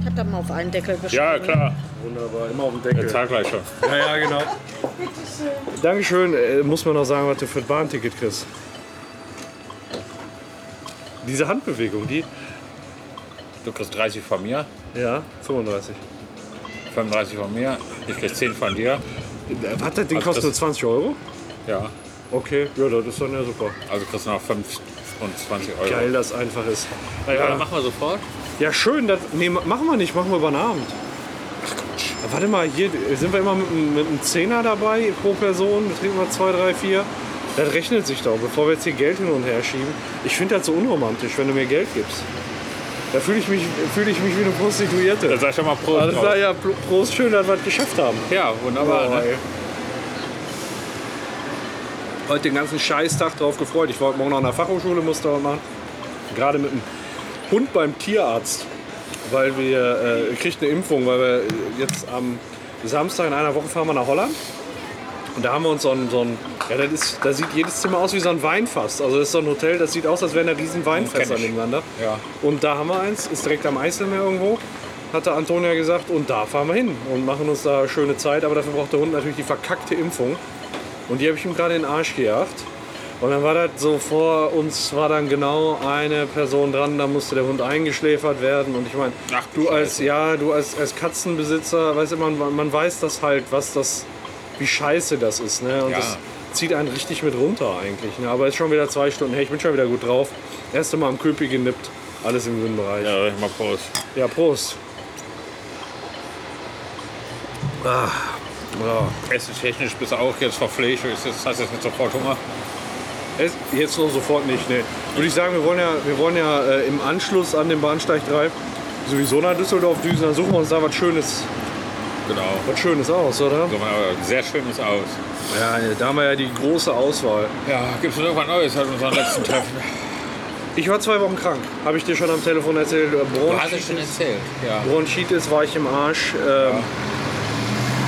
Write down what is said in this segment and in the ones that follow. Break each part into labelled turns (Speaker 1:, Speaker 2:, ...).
Speaker 1: Ich habe da mal auf einen Deckel geschrieben.
Speaker 2: Ja, klar.
Speaker 3: Wunderbar, immer auf dem Deckel.
Speaker 2: Zahl gleich schon.
Speaker 3: Ja, ja, genau. Dankeschön. Äh, muss man noch sagen, was du für ein Bahnticket kriegst. Diese Handbewegung, die.
Speaker 2: Du kriegst 30 von mir,
Speaker 3: Ja, 35.
Speaker 2: 35 von mir, ich krieg 10 von dir.
Speaker 3: Was, Äh, das Ding
Speaker 2: Also
Speaker 3: kostet
Speaker 2: das-
Speaker 3: nur 20 Euro?
Speaker 2: Ja,
Speaker 3: Okay, ja, das ist dann ja super.
Speaker 2: also kriegst du noch 25 Euro.
Speaker 3: Geil, das einfach ist.
Speaker 2: Ja,
Speaker 3: Ja,
Speaker 2: dann machen wir sofort.
Speaker 3: ja schön, das, nee, ma- machen wir nicht, machen wir über den Abend. Ja, Warte mal, hier sind wir immer mit, einem- mit einem Zehner dabei pro Person, wir trinken mal zwei, drei, vier. Das rechnet sich doch, bevor wir jetzt hier Geld hin und her schieben. Ich finde das so unromantisch, wenn du mir Geld gibst. Da fühle ich, mich- fühle ich mich wie eine Prostituierte.
Speaker 2: Dann sag schon mal Prost.
Speaker 3: Alles
Speaker 2: drauf.
Speaker 3: klar, ja, Pro- Prost, schön, dass wir es geschafft haben.
Speaker 2: Also, Ja, wunderbar.
Speaker 3: Boah,
Speaker 2: ne?
Speaker 3: ey. Heute den ganzen Scheißtag drauf gefreut. Ich war heute morgen noch an der Fachhochschule, musste was machen. Gerade mit dem Hund beim Tierarzt, weil wir äh, kriegt eine Impfung, weil wir jetzt am Samstag in einer Woche fahren wir nach Holland. Und da haben wir uns so ein, so ein ja, das ist, da sieht jedes Zimmer aus wie so ein Weinfass. Also das ist so ein Hotel, das sieht aus, als wären da riesen Weinfässer
Speaker 2: Kenn ich.
Speaker 3: nebeneinander.
Speaker 2: Ja.
Speaker 3: Und da haben wir eins, ist direkt am Eiselmeer irgendwo, hatte Antonia gesagt. Und da fahren wir hin und machen uns da schöne Zeit. Aber dafür braucht der Hund natürlich die verkackte Impfung. Und die habe ich ihm gerade in den Arsch gejagt. Und dann war das so, vor uns war dann genau eine Person dran, da musste der Hund eingeschläfert werden. Und ich meine,
Speaker 2: Ach,
Speaker 3: du als,
Speaker 2: Scheiße.
Speaker 3: ja, du als, als Katzenbesitzer, weißt du, man, man weiß das halt, was das, wie scheiße das ist. Ne? Und
Speaker 2: Ja.
Speaker 3: das zieht einen richtig mit runter eigentlich. Ne? Aber ist schon wieder zwei Stunden her, ich bin schon wieder gut drauf. Erste Mal am Köpi genippt, alles im Sinnbereich. Ja,
Speaker 2: Ja, sag mal Prost.
Speaker 3: Prost. Ah, ja.
Speaker 2: Essenstechnisch bist du auch jetzt verpflegt. Ist jetzt- Hast jetzt nicht sofort Hunger?
Speaker 3: Es- Jetzt noch sofort nicht, ne. Würde ich sagen, wir wollen ja, wir wollen ja äh, im Anschluss an den Bahnsteig 3 sowieso nach Düsseldorf düsen, dann suchen wir uns da was Schönes,
Speaker 2: Genau.
Speaker 3: was Schönes aus, oder?
Speaker 2: So, aber Sehr schönes Aus.
Speaker 3: Ja, da haben wir ja die große Auswahl.
Speaker 2: Ja, gibt es irgendwas Neues seit unserem letzten Treffen?
Speaker 3: Ich war zwei Wochen krank, habe ich dir schon am Telefon erzählt. Äh,
Speaker 2: Du hast es
Speaker 3: Bronchitis,
Speaker 2: schon erzählt. Ja.
Speaker 3: Bronchitis war ich im Arsch. Ähm,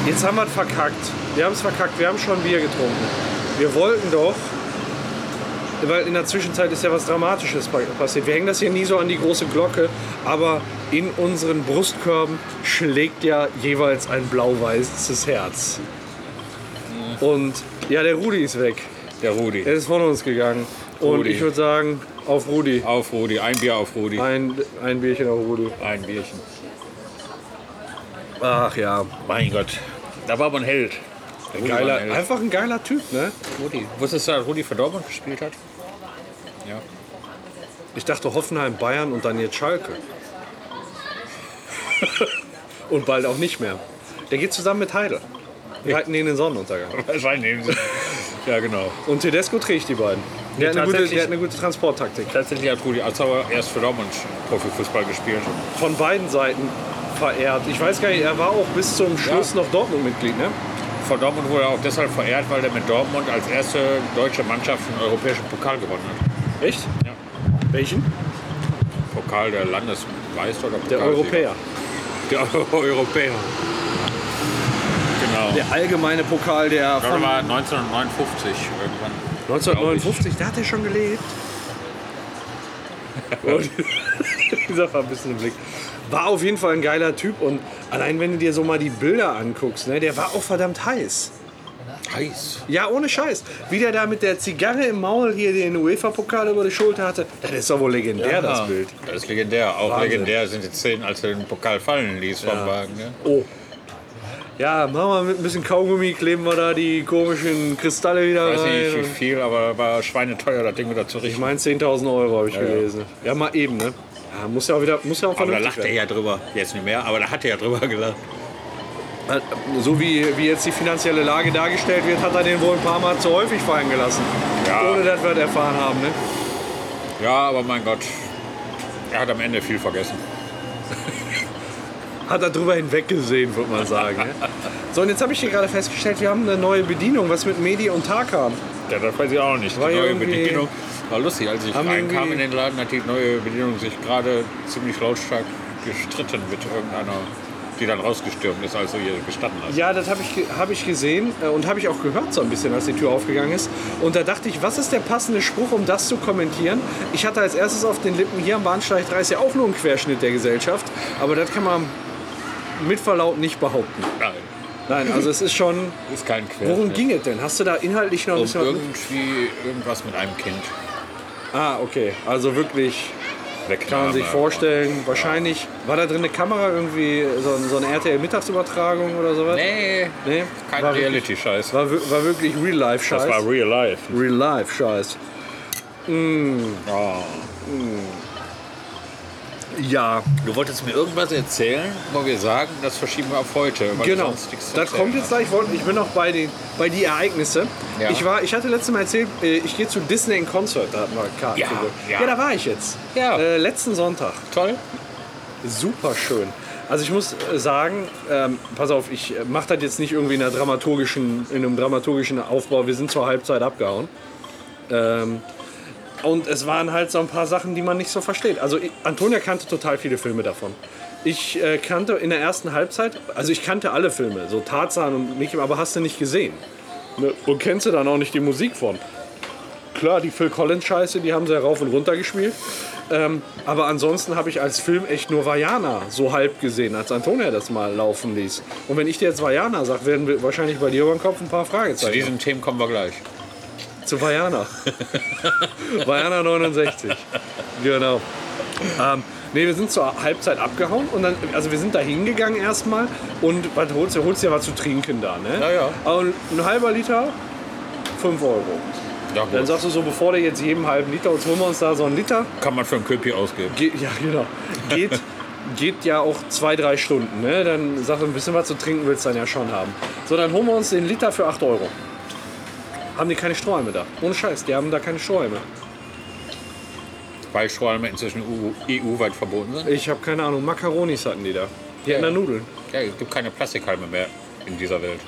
Speaker 3: Jetzt haben wir es verkackt. Wir haben es verkackt, wir haben schon Bier getrunken. Wir wollten doch, weil in der Zwischenzeit ist ja was Dramatisches pa- passiert. Wir hängen das hier nie so an die große Glocke, aber in unseren Brustkörben schlägt ja jeweils ein blau-weißes Herz. Und ja, der Rudi ist weg.
Speaker 2: Der Rudi.
Speaker 3: Er ist von uns gegangen. Und
Speaker 2: Rudi.
Speaker 3: ich würde sagen, auf Rudi.
Speaker 2: Auf Rudi. Ein Bier auf Rudi.
Speaker 3: Ein, ein Bierchen auf Rudi.
Speaker 2: Ein Bierchen.
Speaker 3: Ach ja,
Speaker 2: Mein Gott. Da war man Held. Der Rudi
Speaker 3: geiler,
Speaker 2: war ein Held.
Speaker 3: einfach ein geiler Typ, ne?
Speaker 2: Rudi. Wusstest du, dass Rudi für Dortmund gespielt hat? Ja.
Speaker 3: Ich dachte Hoffenheim, Bayern und dann jetzt Schalke. und bald auch nicht mehr. Der geht zusammen mit Heidel. Die reiten in den Sonnenuntergang.
Speaker 2: Wahrscheinlich. ja, genau.
Speaker 3: Und Tedesco trägt die beiden. Der hat eine gute, der hat eine gute Transporttaktik.
Speaker 2: Tatsächlich hat Rudi Azauer erst für Dortmund Profifußball gespielt.
Speaker 3: Von beiden Seiten verehrt. Ich weiß gar nicht, er war auch bis zum Schluss noch Dortmund-Mitglied, ne?
Speaker 2: Von Dortmund wurde er auch deshalb verehrt, weil er mit Dortmund als erste deutsche Mannschaft einen europäischen Pokal gewonnen hat.
Speaker 3: Echt?
Speaker 2: Ja.
Speaker 3: Welchen?
Speaker 2: Pokal der Landesmeister oder
Speaker 3: Der
Speaker 2: Pokalsieger?
Speaker 3: Europäer.
Speaker 2: Der Europäer. Genau.
Speaker 3: Der allgemeine Pokal der
Speaker 2: Das war 1959 irgendwann.
Speaker 3: 1959, da hat er schon gelebt. Und dieser verbissene Blick. War auf jeden Fall ein geiler Typ und allein wenn du dir so mal die Bilder anguckst, ne, der war auch verdammt heiß.
Speaker 2: Heiß.
Speaker 3: Ja, ohne Scheiß. Wie der da mit der Zigarre im Maul hier den UEFA-Pokal über die Schulter hatte, das ist doch wohl legendär, das Bild.
Speaker 2: Das ist legendär. Auch
Speaker 3: Wahnsinn.
Speaker 2: legendär sind die Szenen, als er den Pokal fallen ließ vom Wagen. Ne?
Speaker 3: Oh. Ja, machen wir mit ein bisschen Kaugummi, kleben wir da die komischen Kristalle wieder
Speaker 2: Ich weiß
Speaker 3: rein.
Speaker 2: nicht wie
Speaker 3: und-
Speaker 2: viel, aber war schweineteuer, das Ding wieder zu
Speaker 3: Ich
Speaker 2: richten.
Speaker 3: meine 10.000 Euro habe ich
Speaker 2: ja.
Speaker 3: gelesen. Ja, mal eben, ne? Ja, muss ja auch wieder, muss ja auch
Speaker 2: Aber da lacht
Speaker 3: vernünftig werden.
Speaker 2: er ja drüber. Jetzt nicht mehr, aber da hat er ja drüber gelacht.
Speaker 3: äh, So wie, wie jetzt die finanzielle Lage dargestellt wird, hat er den wohl ein paar Mal zu häufig fallen gelassen.
Speaker 2: Ja.
Speaker 3: Ohne dass wir das erfahren haben. Ne?
Speaker 2: Ja, aber mein Gott, er hat am Ende viel vergessen.
Speaker 3: Hat er drüber hinweggesehen, würde man sagen. ne? so, und jetzt habe ich hier gerade festgestellt, wir haben eine neue Bedienung, was mit Medi und Tarkan.
Speaker 2: Ja, das weiß ich auch nicht.
Speaker 3: War
Speaker 2: die neue
Speaker 3: irgendwie-
Speaker 2: Bedienung war lustig. Als ich
Speaker 3: Haben
Speaker 2: reinkam
Speaker 3: irgendwie-
Speaker 2: in den Laden, hat die neue Bedienung sich gerade ziemlich lautstark gestritten mit irgendeiner, die dann rausgestürmt ist, als du hier gestanden hast.
Speaker 3: Ja, das habe ich, ge- hab ich gesehen äh, und habe ich auch gehört so ein bisschen, als die Tür aufgegangen ist. Und da dachte ich, was ist der passende Spruch, um das zu kommentieren? Ich hatte als erstes auf den Lippen hier am Bahnsteig 30 auch nur einen Querschnitt der Gesellschaft, aber das kann man mit Verlaut nicht behaupten.
Speaker 2: Nein,
Speaker 3: Nein, also es ist schon...
Speaker 2: ist kein Quer.
Speaker 3: Worum ging es denn? Hast du da inhaltlich noch ein
Speaker 2: Um
Speaker 3: bisschen... was-
Speaker 2: irgendwie irgendwas mit einem Kind.
Speaker 3: Ah, okay. Also wirklich, kann
Speaker 2: Wegnahme.
Speaker 3: man sich vorstellen, wahrscheinlich... War da drin eine Kamera irgendwie, so, ein- so eine RTL-Mittagsübertragung oder sowas?
Speaker 2: Nee,
Speaker 3: Nee,
Speaker 2: kein
Speaker 3: war wirklich-
Speaker 2: Reality-Scheiß.
Speaker 3: War, wir- war wirklich Real-Life-Scheiß.
Speaker 2: Das war real life. ne?
Speaker 3: Real-Life-Scheiß. Mm.
Speaker 2: Oh.
Speaker 3: Ja,
Speaker 2: Du wolltest mir irgendwas erzählen, wo wir sagen, das verschieben wir auf heute. weil du
Speaker 3: genau.
Speaker 2: sonst nichts zu
Speaker 3: Das
Speaker 2: erzählen
Speaker 3: kommt jetzt
Speaker 2: hast.
Speaker 3: gleich. Ich wollte- Ich bin noch bei den bei die Ereignisse.
Speaker 2: Ja.
Speaker 3: Ich war, ich hatte letztes Mal erzählt, äh, ich gehe zu Disney in Concert. Da hatten wir Karten.
Speaker 2: Ja,
Speaker 3: geholt.
Speaker 2: ja.
Speaker 3: ja, da war ich jetzt.
Speaker 2: Ja.
Speaker 3: Äh, letzten Sonntag.
Speaker 2: Toll.
Speaker 3: Super schön. Also ich muss äh, sagen, ähm, pass auf, ich mache das jetzt nicht irgendwie in, einer dramaturgischen, in einem dramaturgischen Aufbau. Wir sind zur Halbzeit abgehauen. Ähm, und es waren halt so ein paar Sachen, die man nicht so versteht. Also ich, Antonia kannte total viele Filme davon. Ich äh, kannte in der ersten Halbzeit, also ich kannte alle Filme, so Tarzan und Mickey, aber hast du nicht gesehen. Ne? Und kennst du dann auch nicht die Musik von. Klar, die Phil Collins-Scheiße, die haben sie ja rauf und runter gespielt. Ähm, aber ansonsten habe ich als Film echt nur Vajana so halb gesehen, als Antonia das mal laufen ließ. Und wenn ich dir jetzt Vajana sage, werden wir wahrscheinlich bei dir über den Kopf ein paar
Speaker 2: Zu
Speaker 3: Fragezeichen.
Speaker 2: diesen Themen kommen wir gleich.
Speaker 3: Zu Vajana. Vajana 69. Genau. Ähm, nee, wir sind zur Halbzeit abgehauen und dann, also wir sind da hingegangen erstmal und was holst du? Holst dir was zu trinken da, ne?
Speaker 2: Ja, ja.
Speaker 3: Und ein halber Liter, 5 Euro.
Speaker 2: Ja,
Speaker 3: Dann
Speaker 2: gut.
Speaker 3: sagst du so, bevor du jetzt jedem halben Liter, uns holen wir uns da so einen Liter.
Speaker 2: Kann man für einen Köpi ausgeben.
Speaker 3: Geht, ja, genau. Geht, geht ja auch zwei, drei Stunden, ne? Dann sagst du, ein bisschen was zu trinken willst du dann ja schon haben. So, dann holen wir uns den Liter für 8 Euro. Haben die keine Strohhalme da. Ohne Scheiß, die haben da keine Strohhalme.
Speaker 2: Weil Strohhalme inzwischen EU EU-weit verboten sind.
Speaker 3: Ich habe keine Ahnung, Macaronis hatten die da. Die
Speaker 2: Ja.
Speaker 3: hatten da Nudeln.
Speaker 2: Ja, es gibt keine Plastikhalme mehr in dieser Welt.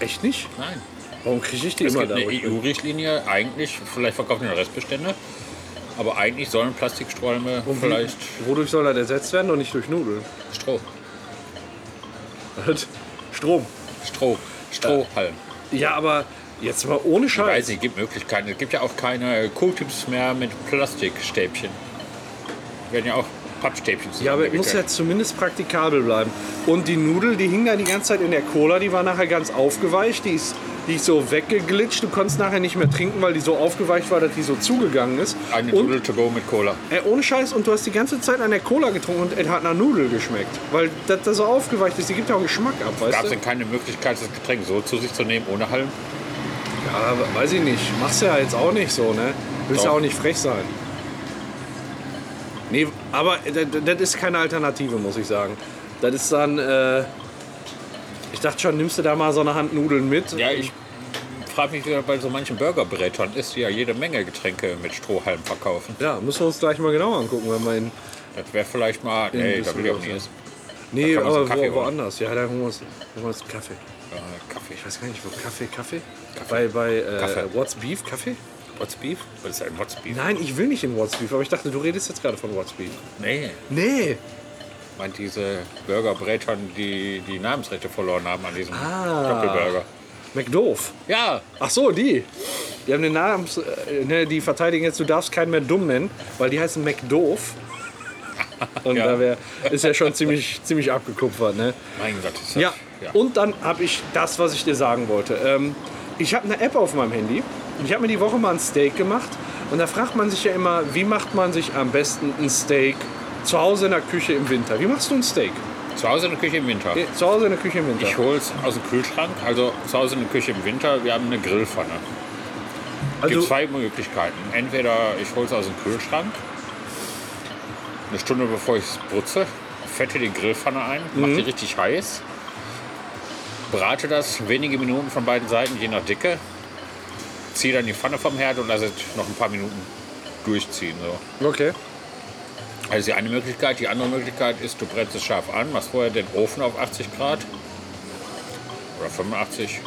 Speaker 3: Echt nicht?
Speaker 2: Nein.
Speaker 3: Warum kriege ich die
Speaker 2: Es
Speaker 3: immer
Speaker 2: gibt
Speaker 3: da?
Speaker 2: eine
Speaker 3: wo ich bin?
Speaker 2: EU-Richtlinie, eigentlich, vielleicht verkaufen die Restbestände, aber eigentlich sollen Plastikstrohhalme
Speaker 3: Und wie-
Speaker 2: vielleicht
Speaker 3: Wodurch soll das ersetzt werden? Doch nicht durch Nudeln.
Speaker 2: Stroh,
Speaker 3: Strom.
Speaker 2: Stroh, Strohhalm.
Speaker 3: Ja, aber jetzt mal ohne
Speaker 2: Ich weiß
Speaker 3: Scheiß.
Speaker 2: nicht, es gibt Möglichkeiten. Es gibt ja auch keine Q-Tips mehr mit Plastikstäbchen. Werden ja auch Pappstäbchen
Speaker 3: Ja, aber es muss ja
Speaker 2: zusammengewickelt.
Speaker 3: zumindest praktikabel bleiben. Und die Nudel, die hing da die ganze Zeit in der Cola, die war nachher ganz aufgeweicht, die ist, die ist so weggeglitscht. Du konntest nachher nicht mehr trinken, weil die so aufgeweicht war, dass die so zugegangen ist.
Speaker 2: Eine
Speaker 3: und
Speaker 2: Nudel to go mit Cola.
Speaker 3: Ey, ohne Scheiß, und du hast die ganze Zeit an der Cola getrunken und es hat nach Nudel geschmeckt. Weil das da so aufgeweicht ist, die gibt ja auch Geschmack ab, weißt
Speaker 2: Gab es
Speaker 3: du?
Speaker 2: denn keine Möglichkeit, das Getränk so zu sich zu nehmen, ohne Halm?
Speaker 3: Ja, we- weiß ich nicht. Machst du ja jetzt auch nicht so, ne? Willst ja
Speaker 2: Doch.
Speaker 3: auch nicht frech sein. Nee, aber d- d- das ist keine Alternative, muss ich sagen. Das ist dann. Äh, ich dachte schon, nimmst du da mal so eine Hand Nudeln mit?
Speaker 2: Ja, ich frage mich, wie das bei so manchen Burgerbrätern ist, die ja jede Menge Getränke mit Strohhalm verkaufen.
Speaker 3: Ja, müssen wir uns gleich mal genau angucken, wenn wir in.
Speaker 2: Das wäre vielleicht mal. Nee, da will ich auch
Speaker 3: Düsseldorf,
Speaker 2: nicht
Speaker 3: ja.
Speaker 2: essen.
Speaker 3: Nee,
Speaker 2: kann man so einen
Speaker 3: aber
Speaker 2: Kaffee
Speaker 3: wo,
Speaker 2: holen.
Speaker 3: woanders. Ja, da holen wir uns, holen wir uns Kaffee.
Speaker 2: Äh, Kaffee.
Speaker 3: Ich weiß gar nicht, wo. Kaffee, Kaffee? Bei, bei äh,
Speaker 2: Kaffee.
Speaker 3: What's Beef? Kaffee?
Speaker 2: What's Beef? Das ist ein What's Beef.
Speaker 3: Nein, ich will nicht in What's Beef, aber ich dachte, du redest jetzt gerade von What's Beef.
Speaker 2: Nee,
Speaker 3: Nee.
Speaker 2: meint diese Burgerbrätern, die die Namensrechte verloren haben an diesem
Speaker 3: Ah.
Speaker 2: Doppelburger.
Speaker 3: McDoof.
Speaker 2: Ja,
Speaker 3: Ach so, die. Die haben den Namen, äh, ne, die verteidigen jetzt, du darfst keinen mehr dumm nennen, weil die heißen McDoof. Und
Speaker 2: Ja.
Speaker 3: da wär, ist ja schon ziemlich, ziemlich abgekupfert, ne?
Speaker 2: mein Gott. Ist das,
Speaker 3: Ja. Und dann habe ich das, was ich dir sagen wollte. Ähm, ich habe eine App auf meinem Handy. Ich habe mir die Woche mal ein Steak gemacht. Und da fragt man sich ja immer, wie macht man sich am besten ein Steak zu Hause in der Küche im Winter? Wie machst du ein Steak?
Speaker 2: Zu Hause in der Küche im Winter.
Speaker 3: Nee, Zu Hause in der Küche im Winter.
Speaker 2: Ich hole es aus dem Kühlschrank, also zu Hause in der Küche im Winter. Wir haben eine Grillpfanne. Es gibt
Speaker 3: also,
Speaker 2: zwei Möglichkeiten. Entweder ich hole es aus dem Kühlschrank, eine Stunde bevor ich es brutze, fette die Grillpfanne ein, mache
Speaker 3: Mhm.
Speaker 2: die richtig heiß, brate das wenige Minuten von beiden Seiten, je nach Dicke, ziehe dann die Pfanne vom Herd und lasse es noch ein paar Minuten durchziehen. So.
Speaker 3: Okay.
Speaker 2: Das ist Also die eine Möglichkeit. Die andere Möglichkeit ist, du brätst es scharf an, machst vorher den Ofen auf 80 Grad oder 85,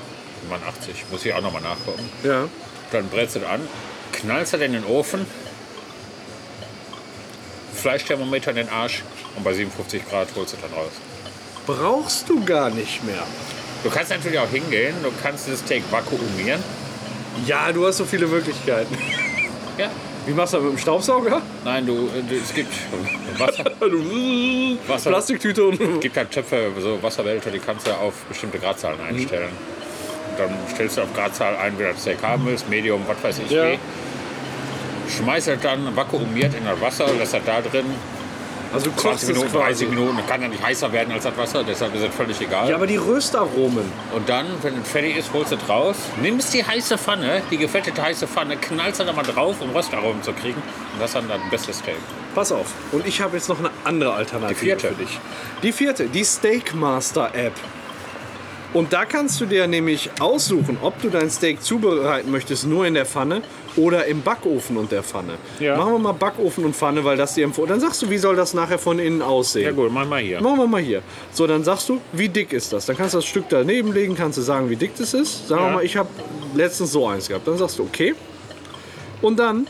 Speaker 2: 85, muss ich auch nochmal nachgucken.
Speaker 3: Ja.
Speaker 2: Dann brätst du es an, knallst es in den Ofen, Fleischthermometer in den Arsch und bei 57 Grad holst du es dann raus.
Speaker 3: Brauchst du gar nicht mehr.
Speaker 2: Du kannst natürlich auch hingehen, du kannst das Steak vakuumieren.
Speaker 3: Ja, du hast so viele Möglichkeiten.
Speaker 2: Ja.
Speaker 3: Wie machst du das mit dem Staubsauger?
Speaker 2: Nein, du, äh, du es gibt Wasser, Wasser.
Speaker 3: Plastiktüte und.
Speaker 2: gibt halt Töpfe, so Wasserbehälter, die kannst du auf bestimmte Gradzahlen einstellen. Und dann stellst du auf Gradzahl ein, wie du das Steak haben willst, Medium, was weiß ich
Speaker 3: Ja.
Speaker 2: wie. Schmeißt das dann vakuumiert in das Wasser, lässt das da drin,
Speaker 3: Also du
Speaker 2: 20
Speaker 3: kochst es
Speaker 2: Minuten,
Speaker 3: quasi.
Speaker 2: 30 Minuten, das kann ja nicht heißer werden als das Wasser, deshalb ist es völlig egal.
Speaker 3: Ja, aber die Röstaromen.
Speaker 2: Und dann, wenn es fertig ist, holst du es raus, nimmst die heiße Pfanne, die gefettete heiße Pfanne, knallst du da mal drauf, um Röstaromen zu kriegen. Und das ist dann das beste Steak.
Speaker 3: Pass auf. Und ich habe jetzt noch eine andere Alternative
Speaker 2: Die vierte.
Speaker 3: für dich. Die vierte, die Steakmaster App. Und da kannst du dir nämlich aussuchen, ob du dein Steak zubereiten möchtest, nur in der Pfanne oder im Backofen und der Pfanne.
Speaker 2: Ja.
Speaker 3: Machen wir mal Backofen und Pfanne, weil das dir empfohlen. Dann sagst du, wie soll das nachher von innen aussehen?
Speaker 2: Ja gut, mach mal hier.
Speaker 3: Machen wir mal hier. So, dann sagst du, wie dick ist das? Dann kannst du das Stück daneben legen, kannst du sagen, wie dick das ist. Sagen wir
Speaker 2: Ja.
Speaker 3: mal, ich habe letztens so eins gehabt. Dann sagst du, okay. Und dann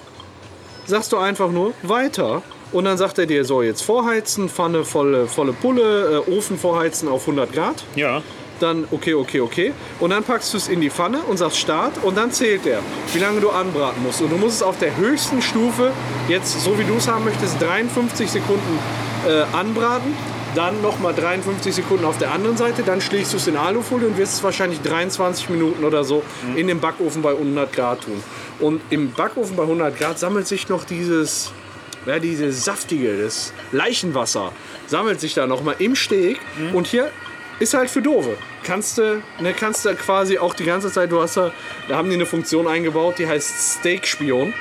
Speaker 3: sagst du einfach nur, weiter. Und dann sagt er dir, so, jetzt vorheizen, Pfanne volle, volle Pulle, äh, Ofen vorheizen auf 100 Grad.
Speaker 2: Ja.
Speaker 3: Dann okay, okay, okay. Und dann packst du es in die Pfanne und sagst Start und dann zählt er, wie lange du anbraten musst. Und du musst es auf der höchsten Stufe, jetzt so wie du es haben möchtest, 53 Sekunden äh, anbraten. Dann nochmal 53 Sekunden auf der anderen Seite. Dann schlägst du es in Alufolie und wirst es wahrscheinlich 23 Minuten oder so in dem Backofen bei 100 Grad tun. Und im Backofen bei 100 Grad sammelt sich noch dieses ja, diese saftige, das Leichenwasser sammelt sich da nochmal im Steg. Und hier ist halt für Dove. Kannst du, ne, kannst du quasi auch die ganze Zeit, du hast da, da haben die eine Funktion eingebaut, die heißt Steak-Spion.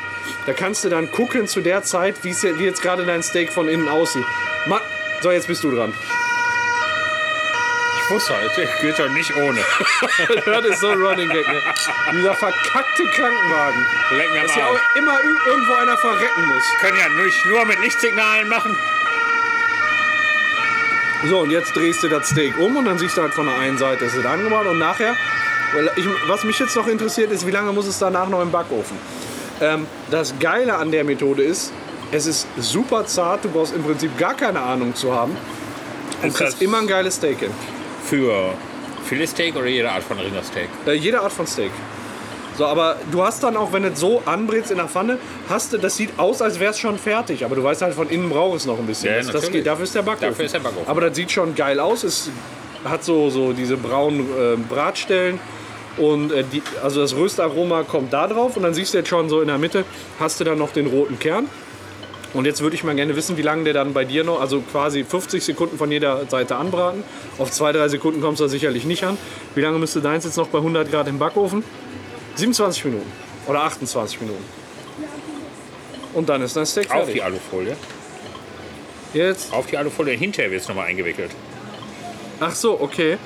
Speaker 3: Da kannst du dann gucken zu der Zeit, wie's jetzt- wie jetzt gerade dein Steak von innen aussieht. Ma so, jetzt bist du dran.
Speaker 2: Ich wusste halt, ich geht doch nicht ohne.
Speaker 3: das ist so ein Running Gag, ne? Dieser verkackte Krankenwagen.
Speaker 2: Leck mir
Speaker 3: Dass
Speaker 2: mal
Speaker 3: ja
Speaker 2: auf.
Speaker 3: auch immer ir- irgendwo einer verrecken muss.
Speaker 2: Können ja nicht nur mit Lichtsignalen machen.
Speaker 3: So, und jetzt drehst du das Steak um und dann siehst du halt von der einen Seite, ist es angebraten und nachher, weil ich, was mich jetzt noch interessiert ist, wie lange muss es danach noch im Backofen? Ähm, das Geile an der Methode ist, es ist super zart, du brauchst im Prinzip gar keine Ahnung zu haben und
Speaker 2: Ist
Speaker 3: kriegst
Speaker 2: das-
Speaker 3: immer ein geiles Steak hin.
Speaker 2: Für Filetsteak oder jede Art von Rindersteak?
Speaker 3: Äh, jede Art von Steak. So, aber du hast dann auch, wenn du es so anbrätst in der Pfanne, hast du, das sieht aus, als wäre es schon fertig. Aber du weißt halt, von innen braucht es noch ein bisschen.
Speaker 2: Ja,
Speaker 3: das, das
Speaker 2: natürlich.
Speaker 3: geht, dafür ist der Backofen.
Speaker 2: Dafür ist der Backofen.
Speaker 3: Aber das sieht schon geil aus. Es hat so, so diese braunen äh, Bratstellen. Und äh, die, also das Röstaroma kommt da drauf. Und dann siehst du jetzt schon so in der Mitte, hast du dann noch den roten Kern. Und jetzt würde ich mal gerne wissen, wie lange der dann bei dir noch, also quasi 50 Sekunden von jeder Seite anbraten. Auf 2-3 Sekunden kommst du da sicherlich nicht an. Wie lange müsste deins jetzt noch bei 100 Grad im Backofen? 27 Minuten oder 28 Minuten. Und dann ist dein Steak
Speaker 2: Auf die
Speaker 3: fertig.
Speaker 2: Alufolie.
Speaker 3: Jetzt.
Speaker 2: Auf die Alufolie. Hinterher wird es nochmal eingewickelt.
Speaker 3: Ach so, okay.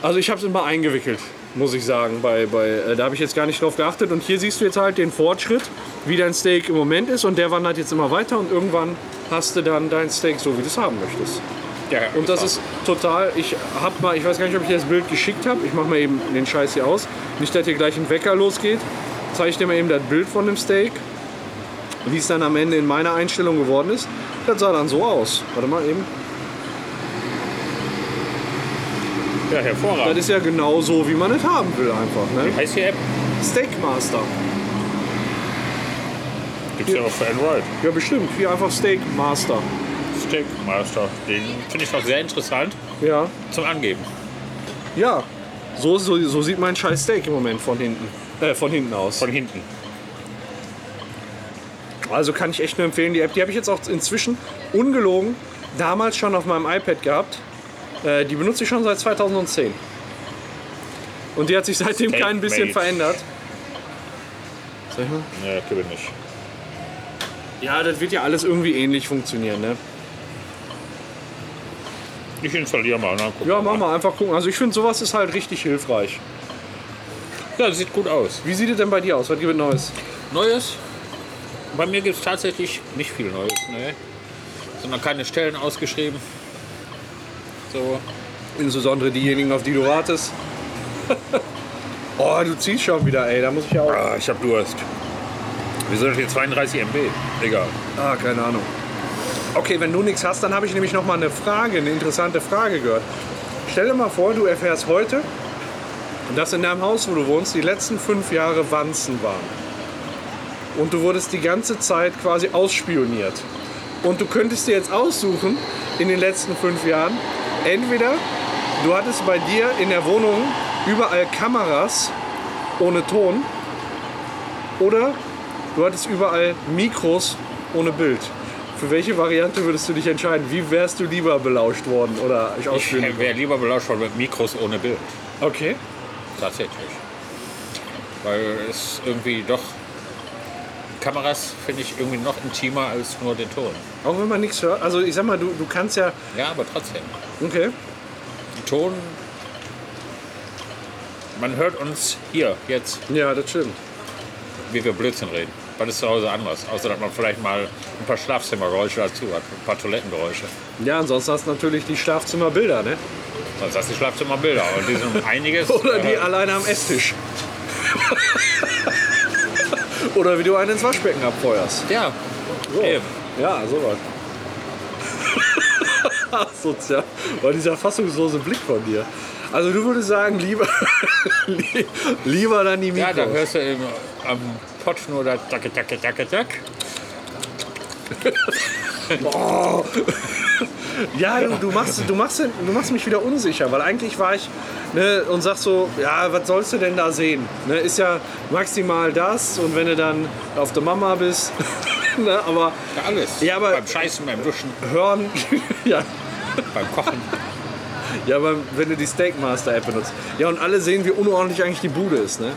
Speaker 3: Also ich habe es immer eingewickelt, muss ich sagen. Bei, bei, äh, da habe ich jetzt gar nicht drauf geachtet. Und hier siehst du jetzt halt den Fortschritt, wie dein Steak im Moment ist. Und der wandert jetzt immer weiter. Und irgendwann hast du dann dein Steak so, wie du es haben möchtest.
Speaker 2: Ja,
Speaker 3: Und das ist total, ich hab mal, ich weiß gar nicht, ob ich dir das Bild geschickt habe. Ich mache mal eben den Scheiß hier aus. Nicht, dass hier gleich ein Wecker losgeht. Zeige ich dir mal eben das Bild von dem Steak. Wie es dann am Ende in meiner Einstellung geworden ist. Das sah dann so aus. Warte mal eben.
Speaker 2: ja
Speaker 3: Das
Speaker 2: hervorragend.
Speaker 3: ist ja genau so, wie man es haben will einfach. Ne?
Speaker 2: heißt die App?
Speaker 3: Steakmaster.
Speaker 2: Gibt's ja auch für Android.
Speaker 3: Ja bestimmt. Hier einfach Steakmaster.
Speaker 2: Steakmaster. Den finde ich noch sehr interessant
Speaker 3: Ja.
Speaker 2: zum Angeben.
Speaker 3: Ja. So, so, so sieht mein scheiß Steak im Moment von hinten. Äh, von hinten aus.
Speaker 2: Von hinten.
Speaker 3: Also kann ich echt nur empfehlen, die App. Die habe ich jetzt auch inzwischen ungelogen damals schon auf meinem iPad gehabt. Äh, die benutze ich schon seit 2010. Und die hat sich seitdem kein bisschen
Speaker 2: Steakmate.
Speaker 3: verändert. Sag ich mal?
Speaker 2: Ne, gebe nicht.
Speaker 3: Ja, das wird ja alles irgendwie ähnlich funktionieren, ne?
Speaker 2: Ich installiere mal. Ne? Guck
Speaker 3: Ja, mach mal einfach gucken. Also ich finde, sowas ist halt richtig hilfreich.
Speaker 2: Ja, sieht gut aus.
Speaker 3: Wie sieht es denn bei dir aus? Was gibt es Neues?
Speaker 2: Neues? Bei mir gibt es tatsächlich nicht viel Neues, ne? Sondern keine Stellen ausgeschrieben. So.
Speaker 3: Insbesondere diejenigen, auf die du wartest. oh, du ziehst schon wieder, ey. Da muss ich auch.
Speaker 2: Ah, ich hab Durst. Wieso denn hier 32 MB? Egal.
Speaker 3: Ah, keine Ahnung. Okay, wenn du nichts hast, dann habe ich nämlich noch mal eine Frage, eine interessante Frage gehört. Stell dir mal vor, du erfährst heute, dass in deinem Haus, wo du wohnst, die letzten fünf Jahre Wanzen waren. Und du wurdest die ganze Zeit quasi ausspioniert. Und du könntest dir jetzt aussuchen, in den letzten fünf Jahren, entweder du hattest bei dir in der Wohnung überall Kameras ohne Ton oder Du hattest überall Mikros ohne Bild. Für welche Variante würdest du dich entscheiden? Wie wärst du lieber belauscht worden oder ich
Speaker 2: Ich
Speaker 3: ausspielen?
Speaker 2: wäre lieber belauscht worden mit Mikros ohne Bild.
Speaker 3: Okay.
Speaker 2: Tatsächlich. Weil es irgendwie doch. Kameras finde ich irgendwie noch intimer als nur den Ton.
Speaker 3: Auch wenn man nichts hört. Also ich sag mal, du, du kannst ja.
Speaker 2: Ja, aber trotzdem.
Speaker 3: Okay.
Speaker 2: Den Ton. Man hört uns hier, jetzt,
Speaker 3: Ja, das stimmt.
Speaker 2: wie wir Blödsinn reden. Das ist zu Hause anders. Außer, dass man vielleicht mal ein paar Schlafzimmergeräusche dazu hat. Ein paar Toilettengeräusche.
Speaker 3: Ja, ansonsten hast du natürlich die Schlafzimmerbilder, ne?
Speaker 2: Sonst hast du Schlafzimmerbilder. Und die sind um einiges.
Speaker 3: Oder die
Speaker 2: äh,
Speaker 3: alleine am Esstisch. oder wie du einen ins Waschbecken abfeuerst.
Speaker 2: Ja.
Speaker 3: So.
Speaker 2: Eben.
Speaker 3: Ja, sowas. Sozial. Weil dieser fassungslose Blick von dir. Also du würdest sagen, lieber, li- lieber dann die
Speaker 2: Ja,
Speaker 3: Mikros.
Speaker 2: da hörst du im, am Pott nur das Tacke, Tacke, Tacke, Tack.
Speaker 3: ja du, du, machst, du, machst, du machst mich wieder unsicher, weil eigentlich war ich ne, und sag so, ja, was sollst du denn da sehen? Ne, ist ja maximal das und wenn du dann auf der Mama bist, ne, aber
Speaker 2: Ja, alles.
Speaker 3: Ja, aber-
Speaker 2: beim Scheißen, beim Duschen,
Speaker 3: hören, ja,
Speaker 2: beim Kochen.
Speaker 3: ja, aber wenn du die Steakmaster-App benutzt. Ja, und alle sehen, wie unordentlich eigentlich die Bude ist, ne?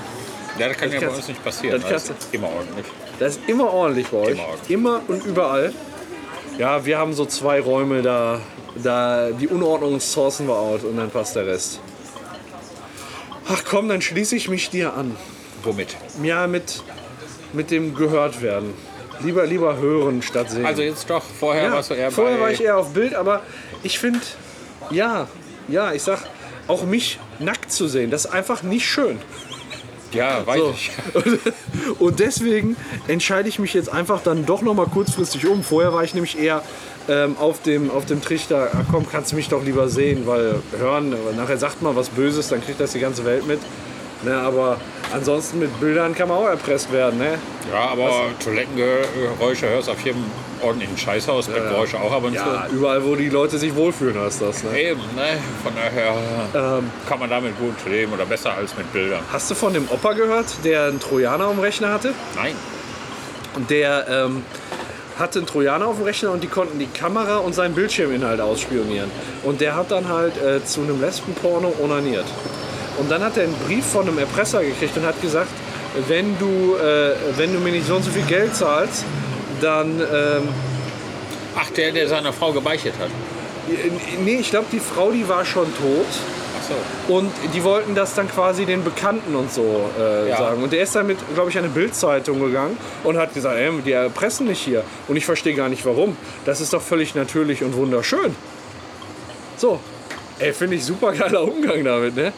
Speaker 2: Ja, das kann ja bei
Speaker 3: kannst-
Speaker 2: uns nicht passieren.
Speaker 3: das kannst
Speaker 2: also Immer ordentlich.
Speaker 3: Das ist immer ordentlich bei euch.
Speaker 2: Immer ordentlich.
Speaker 3: Immer und überall. Ja, wir haben so zwei Räume, da, da die Unordnung sourcen wir out und dann passt der Rest. Ach komm, dann schließe ich mich dir an.
Speaker 2: Womit?
Speaker 3: Ja, mit, mit dem gehört werden. Lieber, lieber hören statt sehen.
Speaker 2: Also jetzt doch, vorher
Speaker 3: ja,
Speaker 2: warst du eher
Speaker 3: vorher
Speaker 2: bei...
Speaker 3: war ich eher auf Bild, aber ich finde, ja, ja, ich sag, auch mich nackt zu sehen, das ist einfach nicht schön.
Speaker 2: ja, weiß
Speaker 3: So.
Speaker 2: ich.
Speaker 3: Und deswegen entscheide ich mich jetzt einfach dann doch noch mal kurzfristig um. Vorher war ich nämlich eher ähm, auf, dem, auf dem Trichter, ah, komm, kannst du mich doch lieber sehen, weil hören, weil nachher sagt man was Böses, dann kriegt das die ganze Welt mit. Ne, aber ansonsten mit Bildern kann man auch erpresst werden. Ne?
Speaker 2: Ja, aber Toilettengeräusche hörst auf jedem ordentlichen Scheißhaus. Bettgeräusche auch ab und
Speaker 3: Ja, überall, wo die Leute sich wohlfühlen, heißt das.
Speaker 2: zu.
Speaker 3: Ne?
Speaker 2: Eben, ne? Von daher kann man damit gut leben oder besser als mit Bildern.
Speaker 3: Hast du von dem Opa gehört, der einen Trojaner am Rechner hatte?
Speaker 2: Nein.
Speaker 3: Und der ähm, hatte einen Trojaner auf dem Rechner und die konnten die Kamera und seinen Bildschirminhalt ausspionieren. Und der hat dann halt äh, zu einem Lesbenporno onaniert. Und dann hat er einen Brief von einem Erpresser gekriegt und hat gesagt, wenn du, äh, wenn du mir nicht so und so viel Geld zahlst, dann... Ähm,
Speaker 2: Ach, der, der seine Frau gebeichtet hat.
Speaker 3: nee, ich glaube, die Frau, die war schon tot.
Speaker 2: Ach so.
Speaker 3: Und die wollten das dann quasi den Bekannten und so äh,
Speaker 2: Ja.
Speaker 3: sagen. Und der ist dann mit, glaube ich, an eine Bildzeitung gegangen und hat gesagt, ey, die erpressen nicht hier. Und ich verstehe gar nicht warum. Das ist doch völlig natürlich und wunderschön. So. Ey, finde ich super geiler Umgang damit, ne?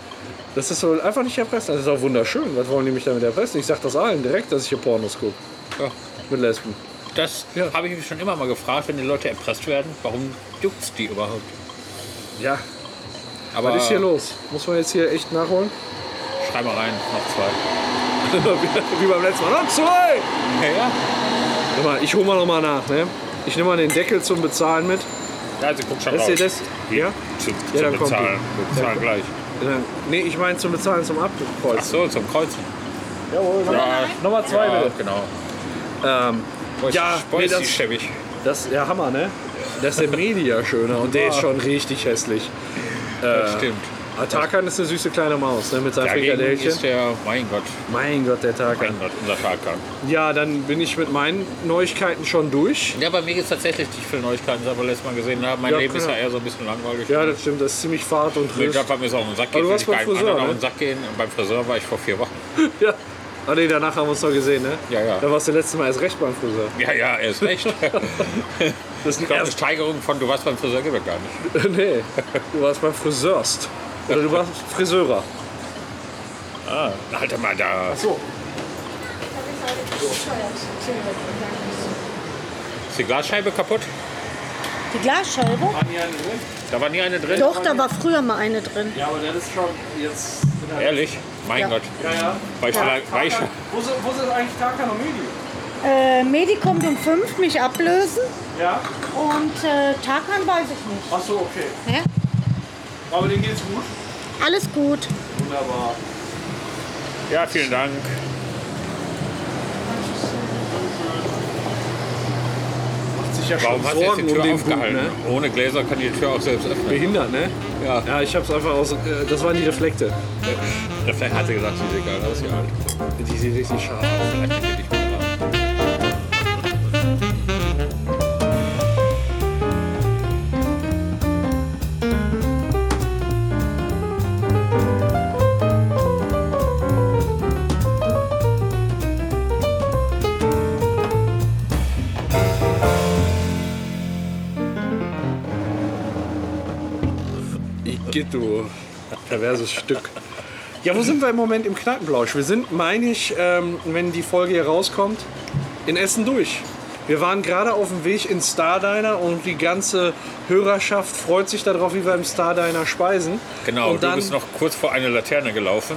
Speaker 3: Das ist so einfach nicht erpressen. Das ist auch wunderschön. Was wollen die mich damit erpressen? Ich sag das allen direkt, dass ich hier Pornos gucke.
Speaker 2: Ja.
Speaker 3: Mit Lesben.
Speaker 2: Das
Speaker 3: Ja.
Speaker 2: habe ich mich schon immer mal gefragt, wenn die Leute erpresst werden, warum juckt's die überhaupt?
Speaker 3: Ja.
Speaker 2: Aber
Speaker 3: Was ist hier los? Muss man jetzt hier echt nachholen?
Speaker 2: Schrei mal rein, noch zwei.
Speaker 3: Wie beim letzten Mal. Und zwei!
Speaker 2: Ja, ja.
Speaker 3: Guck mal, Ich hole mal nochmal nach, ne? Ich nehme mal den Deckel zum Bezahlen mit.
Speaker 2: Ja, also guck schon
Speaker 3: Das
Speaker 2: raus.
Speaker 3: hier, das-
Speaker 2: Hier,
Speaker 3: ja?
Speaker 2: Zu,
Speaker 3: Ja,
Speaker 2: zum
Speaker 3: dann kommt die.
Speaker 2: Bezahlen. Wir bezahlen gleich.
Speaker 3: Äh, Nee, ich meine zum Bezahlen, zum
Speaker 2: Ach
Speaker 3: Abkreuzen.
Speaker 2: so, zum Kreuzen.
Speaker 3: Jawohl,
Speaker 2: Ja,
Speaker 3: Nochmal zwei
Speaker 2: ja,
Speaker 3: bitte.
Speaker 2: genau.
Speaker 3: Ähm,
Speaker 2: Boah, ist
Speaker 3: Ja,
Speaker 2: die- boah,
Speaker 3: nee,
Speaker 2: ist die
Speaker 3: das-
Speaker 2: schäbig.
Speaker 3: das ist ja Hammer, ne? Das ist der Media schöner und der ist schon richtig hässlich. Ah,
Speaker 2: Das
Speaker 3: Äh,
Speaker 2: stimmt.
Speaker 3: Tarkan ist eine süße kleine Maus, ne? Mit seinen
Speaker 2: Dagegen ist
Speaker 3: Frikadellchen.
Speaker 2: der, mein Gott,
Speaker 3: Mein Gott, der Tarkan.
Speaker 2: mein Gott, unser Schlaggang.
Speaker 3: Ja, dann bin ich mit meinen Neuigkeiten schon durch.
Speaker 2: Ja, bei mir gibt es tatsächlich nicht viele Neuigkeiten, das haben wir letztes Mal gesehen. haben. Mein
Speaker 3: Ja,
Speaker 2: Leben ist ja
Speaker 3: klar.
Speaker 2: eher so ein bisschen langweilig.
Speaker 3: Ja, das stimmt, das ist ziemlich fad und
Speaker 2: Mit
Speaker 3: trist.
Speaker 2: Japan ist auch auf den Sack
Speaker 3: Aber
Speaker 2: gehen.
Speaker 3: du warst
Speaker 2: will ich
Speaker 3: beim
Speaker 2: keinem
Speaker 3: Friseur,
Speaker 2: anderen auf
Speaker 3: ne?
Speaker 2: den Sack gehen. Und beim Friseur war ich vor vier Wochen.
Speaker 3: Ja. Ah nee, danach haben wir uns noch gesehen, ne?
Speaker 2: Ja, ja.
Speaker 3: Da warst du letztes Mal erst recht beim Friseur.
Speaker 2: Ja, ja, er ist recht.
Speaker 3: Das
Speaker 2: Ich glaube, eine Steigerung von du warst beim Friseur gibt es gar nicht.
Speaker 3: nee, du warst beim Friseurst. Oder du warst Friseurer.
Speaker 2: Alter halt mal da.
Speaker 3: So.
Speaker 2: Ist die Glasscheibe kaputt?
Speaker 1: Die Glasscheibe?
Speaker 2: Da war nie eine drin?
Speaker 1: Doch, da war früher mal eine drin.
Speaker 3: Ja, aber das ist schon jetzt.
Speaker 2: Ehrlich? Mein
Speaker 1: Ja.
Speaker 2: Gott.
Speaker 3: Ja, ja.
Speaker 2: War ich, verla- war ich,
Speaker 3: Wo sind, wo sind eigentlich Tarkan und Medi?
Speaker 1: Äh, Medi kommt um fünf, mich ablösen.
Speaker 3: Ja?
Speaker 1: Und äh, Tarkan weiß ich nicht.
Speaker 3: Achso, okay.
Speaker 1: Hä?
Speaker 3: Aber denen geht's gut.
Speaker 1: Alles gut.
Speaker 3: Wunderbar.
Speaker 2: ja, vielen Dank.
Speaker 3: Macht sich ja
Speaker 2: Warum
Speaker 3: schon
Speaker 2: hast du jetzt die
Speaker 3: Sorgen
Speaker 2: Tür
Speaker 3: um den
Speaker 2: aufgehalten?
Speaker 3: Gut, ne?
Speaker 2: Ohne Gläser kann die Tür auch selbst öffnen.
Speaker 3: Behindert, ne?
Speaker 2: Ja,
Speaker 3: Ja, ich hab's einfach aus. Äh, das waren die Reflekte.
Speaker 2: vielleicht hat sie gesagt, sie ist egal aus. Ja,
Speaker 3: Die sehen richtig scharf aus.
Speaker 2: Vielleicht hätte ich mal gemacht.
Speaker 3: Igitt, du perverses Stück. Ja, wo sind wir im Moment im Kneipenblausch? Wir sind, meine ich, ähm, wenn die Folge hier rauskommt, in Essen durch. Wir waren gerade auf dem Weg in Stardiner und die ganze Hörerschaft freut sich darauf, wie wir im Stardiner speisen.
Speaker 2: Genau,
Speaker 3: und
Speaker 2: du
Speaker 3: dann,
Speaker 2: bist noch kurz vor eine Laterne gelaufen.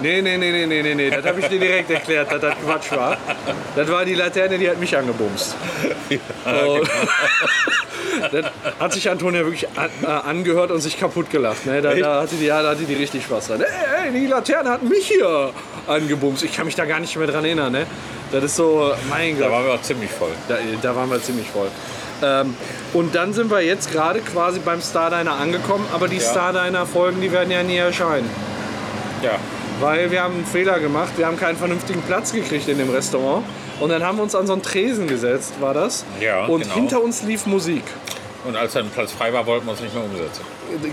Speaker 3: Nee, nee, nee, nee, nee, nee, nee, das habe ich dir direkt erklärt, dass das Quatsch war. Das war die Laterne, die hat mich angebumst. Und- das hat sich Antonia wirklich an, äh, angehört und sich kaputt gelacht. Ne? Da, da, hatte die, ja, da hatte die richtig Spaß dran. Ey, ey, die Laterne hat mich hier angebumst. Ich kann mich da gar nicht mehr dran erinnern. Ne? Das ist so, mein Gott.
Speaker 2: Da waren wir auch ziemlich voll.
Speaker 3: Da, da waren wir ziemlich voll. Ähm, und dann sind wir jetzt gerade quasi beim Stardiner angekommen, aber die Stardiner-Folgen, die werden ja nie erscheinen.
Speaker 2: Ja,
Speaker 3: Weil wir haben einen Fehler gemacht, wir haben keinen vernünftigen Platz gekriegt in dem Restaurant. Und dann haben wir uns an so einen Tresen gesetzt, war das.
Speaker 2: Ja,
Speaker 3: und
Speaker 2: genau.
Speaker 3: hinter uns lief Musik.
Speaker 2: und als dann Platz frei war, wollten wir es nicht mehr umsetzen.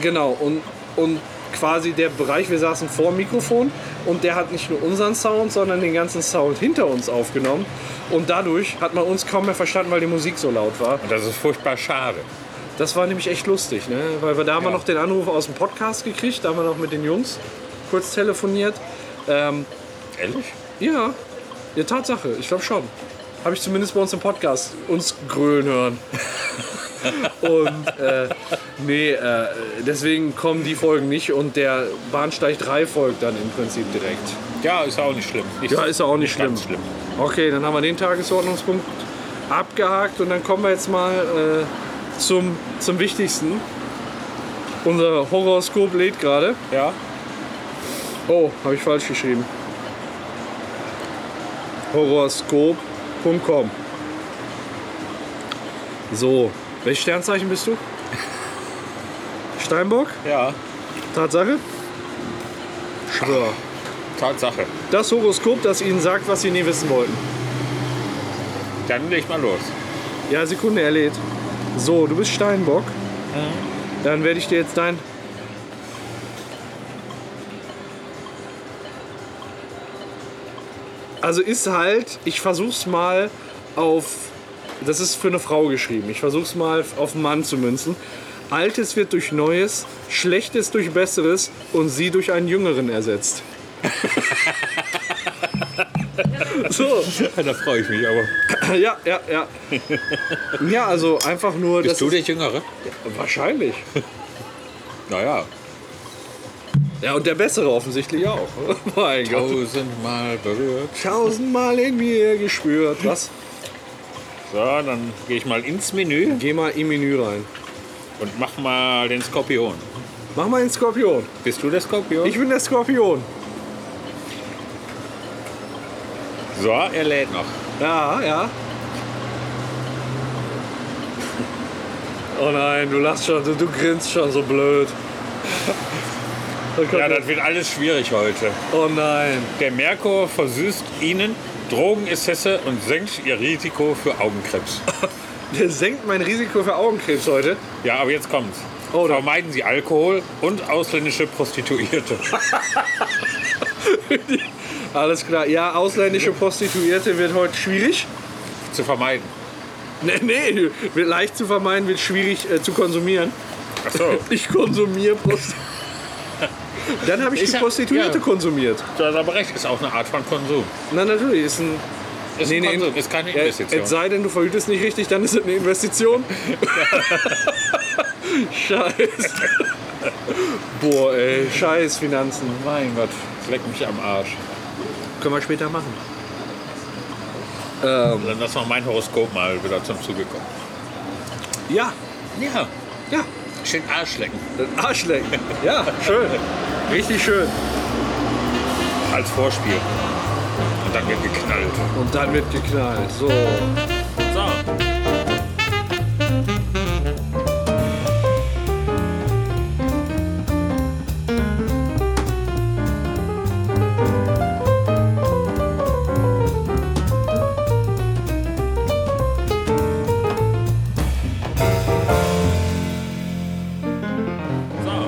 Speaker 3: Genau, und, und quasi der Bereich, wir saßen vor dem Mikrofon und der hat nicht nur unseren Sound, sondern den ganzen Sound hinter uns aufgenommen. Und dadurch hat man uns kaum mehr verstanden, weil die Musik so laut war.
Speaker 2: Und das ist furchtbar schade.
Speaker 3: Das war nämlich echt lustig, ne? weil wir da haben wir noch den Anruf aus dem Podcast gekriegt, da haben wir noch mit den Jungs kurz telefoniert. Ähm,
Speaker 2: Ehrlich?
Speaker 3: Ja, ja Tatsache, ich glaube schon. Habe ich zumindest bei uns im Podcast uns grölen hören. und äh, nee, äh, deswegen kommen die Folgen nicht und der Bahnsteig 3 folgt dann im Prinzip direkt.
Speaker 2: Ja, ist auch nicht schlimm. Nicht
Speaker 3: Ja, ist ja auch nicht schlimm.
Speaker 2: ganz schlimm.
Speaker 3: Okay, dann haben wir den Tagesordnungspunkt abgehakt und dann kommen wir jetzt mal äh, zum, zum Wichtigsten. Unser Horoskop lädt gerade.
Speaker 2: Ja,
Speaker 3: Oh, habe ich falsch geschrieben. Horoskop.com So, welches Sternzeichen bist du? Steinbock?
Speaker 2: ja.
Speaker 3: Tatsache? Schwör.
Speaker 2: Tatsache.
Speaker 3: Das Horoskop, das Ihnen sagt, was Sie nie wissen wollten.
Speaker 2: Dann leg mal los.
Speaker 3: Ja, Sekunde, er lädt. So, du bist Steinbock. Dann werde ich dir jetzt dein. Also ist halt, ich versuch's mal auf. Das ist für eine Frau geschrieben. Ich versuch's mal auf einen Mann zu münzen. Altes wird durch Neues, Schlechtes durch Besseres und sie durch einen Jüngeren ersetzt. so.
Speaker 2: da freue ich mich aber.
Speaker 3: Ja, ja, ja. Ja, also einfach nur.
Speaker 2: Bist
Speaker 3: das
Speaker 2: du der Jüngere?
Speaker 3: ist- Wahrscheinlich.
Speaker 2: Naja,
Speaker 3: Ja, und der Bessere offensichtlich auch. Oh mein Gott.
Speaker 2: tausendmal berührt.
Speaker 3: Tausendmal in mir gespürt. Was?
Speaker 2: So, dann gehe ich mal ins Menü
Speaker 3: Geh mal im Menü rein.
Speaker 2: und mach mal den Skorpion.
Speaker 3: Mach mal den Skorpion.
Speaker 2: Bist du der Skorpion?
Speaker 3: Ich bin der Skorpion.
Speaker 2: so, er lädt noch.
Speaker 3: Ja, ja. Oh nein, du lachst schon, du, du grinst schon so blöd. Da kommt
Speaker 2: Ja,
Speaker 3: der-
Speaker 2: das wird alles schwierig heute.
Speaker 3: oh nein.
Speaker 2: Der Merkur versüßt Ihnen Drogenexzesse und senkt Ihr Risiko für Augenkrebs.
Speaker 3: Der senkt mein Risiko für Augenkrebs heute.
Speaker 2: Ja, aber jetzt kommt's.
Speaker 3: Oh, da-
Speaker 2: Vermeiden Sie Alkohol und ausländische Prostituierte.
Speaker 3: Alles klar. Ja, ausländische Prostituierte wird heute schwierig.
Speaker 2: zu vermeiden.
Speaker 3: Nee, nee, wird leicht zu vermeiden, wird schwierig äh, zu konsumieren.
Speaker 2: Achso,
Speaker 3: Ich konsumiere Prostituierte. Dann habe ich,
Speaker 2: Ich
Speaker 3: die
Speaker 2: hab-
Speaker 3: Prostituierte
Speaker 2: ja.
Speaker 3: konsumiert.
Speaker 2: du hast aber recht, ist auch eine Art von Konsum.
Speaker 3: Na natürlich, ist ein.
Speaker 2: Ist,
Speaker 3: Nee,
Speaker 2: ein
Speaker 3: nee,
Speaker 2: Konsum, ist keine
Speaker 3: Ja, es
Speaker 2: Investition.
Speaker 3: sei denn, du verhütest nicht richtig, dann ist es eine Investition. Scheiß. Boah, ey, scheiß Finanzen.
Speaker 2: mein Gott, leck mich am Arsch.
Speaker 3: Können wir später machen.
Speaker 2: Also, Dann lass mal mein Horoskop mal wieder zum Zuge kommen.
Speaker 3: Ja,
Speaker 2: Ja,
Speaker 3: ja.
Speaker 2: schön Arsch lecken.
Speaker 3: Ein Arschlecken. Ja, schön. Richtig schön.
Speaker 2: Als Vorspiel. Und dann wird geknallt.
Speaker 3: Und dann wird geknallt. So.
Speaker 2: So. So.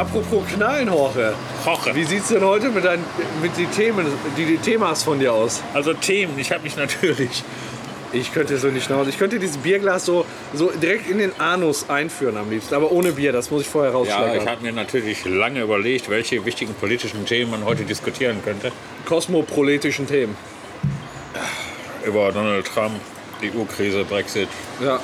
Speaker 3: Apropos Knallen, Horche.
Speaker 2: Hoche.
Speaker 3: Wie sieht's denn heute mit, deinen, mit die Themen, die, die Themas von dir aus?
Speaker 2: Also Themen, ich habe mich natürlich.
Speaker 3: Ich könnte so nicht Schnauze. Ich könnte dieses Bierglas so, so direkt in den Anus einführen am liebsten. Aber ohne Bier, das muss ich vorher
Speaker 2: Ja,
Speaker 3: rausschlagen.
Speaker 2: ich habe mir natürlich lange überlegt, welche wichtigen politischen Themen man heute diskutieren könnte.
Speaker 3: kosmopolitischen Themen.
Speaker 2: Über Donald Trump, EU-Krise, Brexit,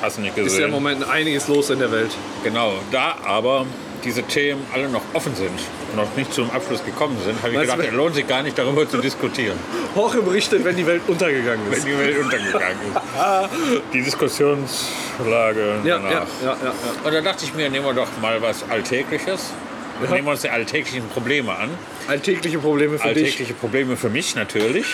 Speaker 2: hast du nicht
Speaker 3: Ist ja im
Speaker 2: gesehen.
Speaker 3: Moment einiges los in der Welt.
Speaker 2: genau, da aber diese Themen alle noch offen sind und noch nicht zum Abschluss gekommen sind, habe ich
Speaker 3: Weißt du,
Speaker 2: gedacht, es
Speaker 3: wenn-
Speaker 2: lohnt sich gar nicht darüber zu diskutieren,
Speaker 3: Horche berichtet, wenn die Welt untergegangen
Speaker 2: wenn
Speaker 3: ist.
Speaker 2: die Welt untergegangen ist. Die Diskussionslage
Speaker 3: Ja,
Speaker 2: danach.
Speaker 3: ja, ja, ja, ja.
Speaker 2: Und da dachte ich mir, nehmen wir doch mal was Alltägliches. Nehmen wir uns die alltäglichen Probleme an.
Speaker 3: Alltägliche Probleme für dich.
Speaker 2: Alltägliche Probleme für mich natürlich.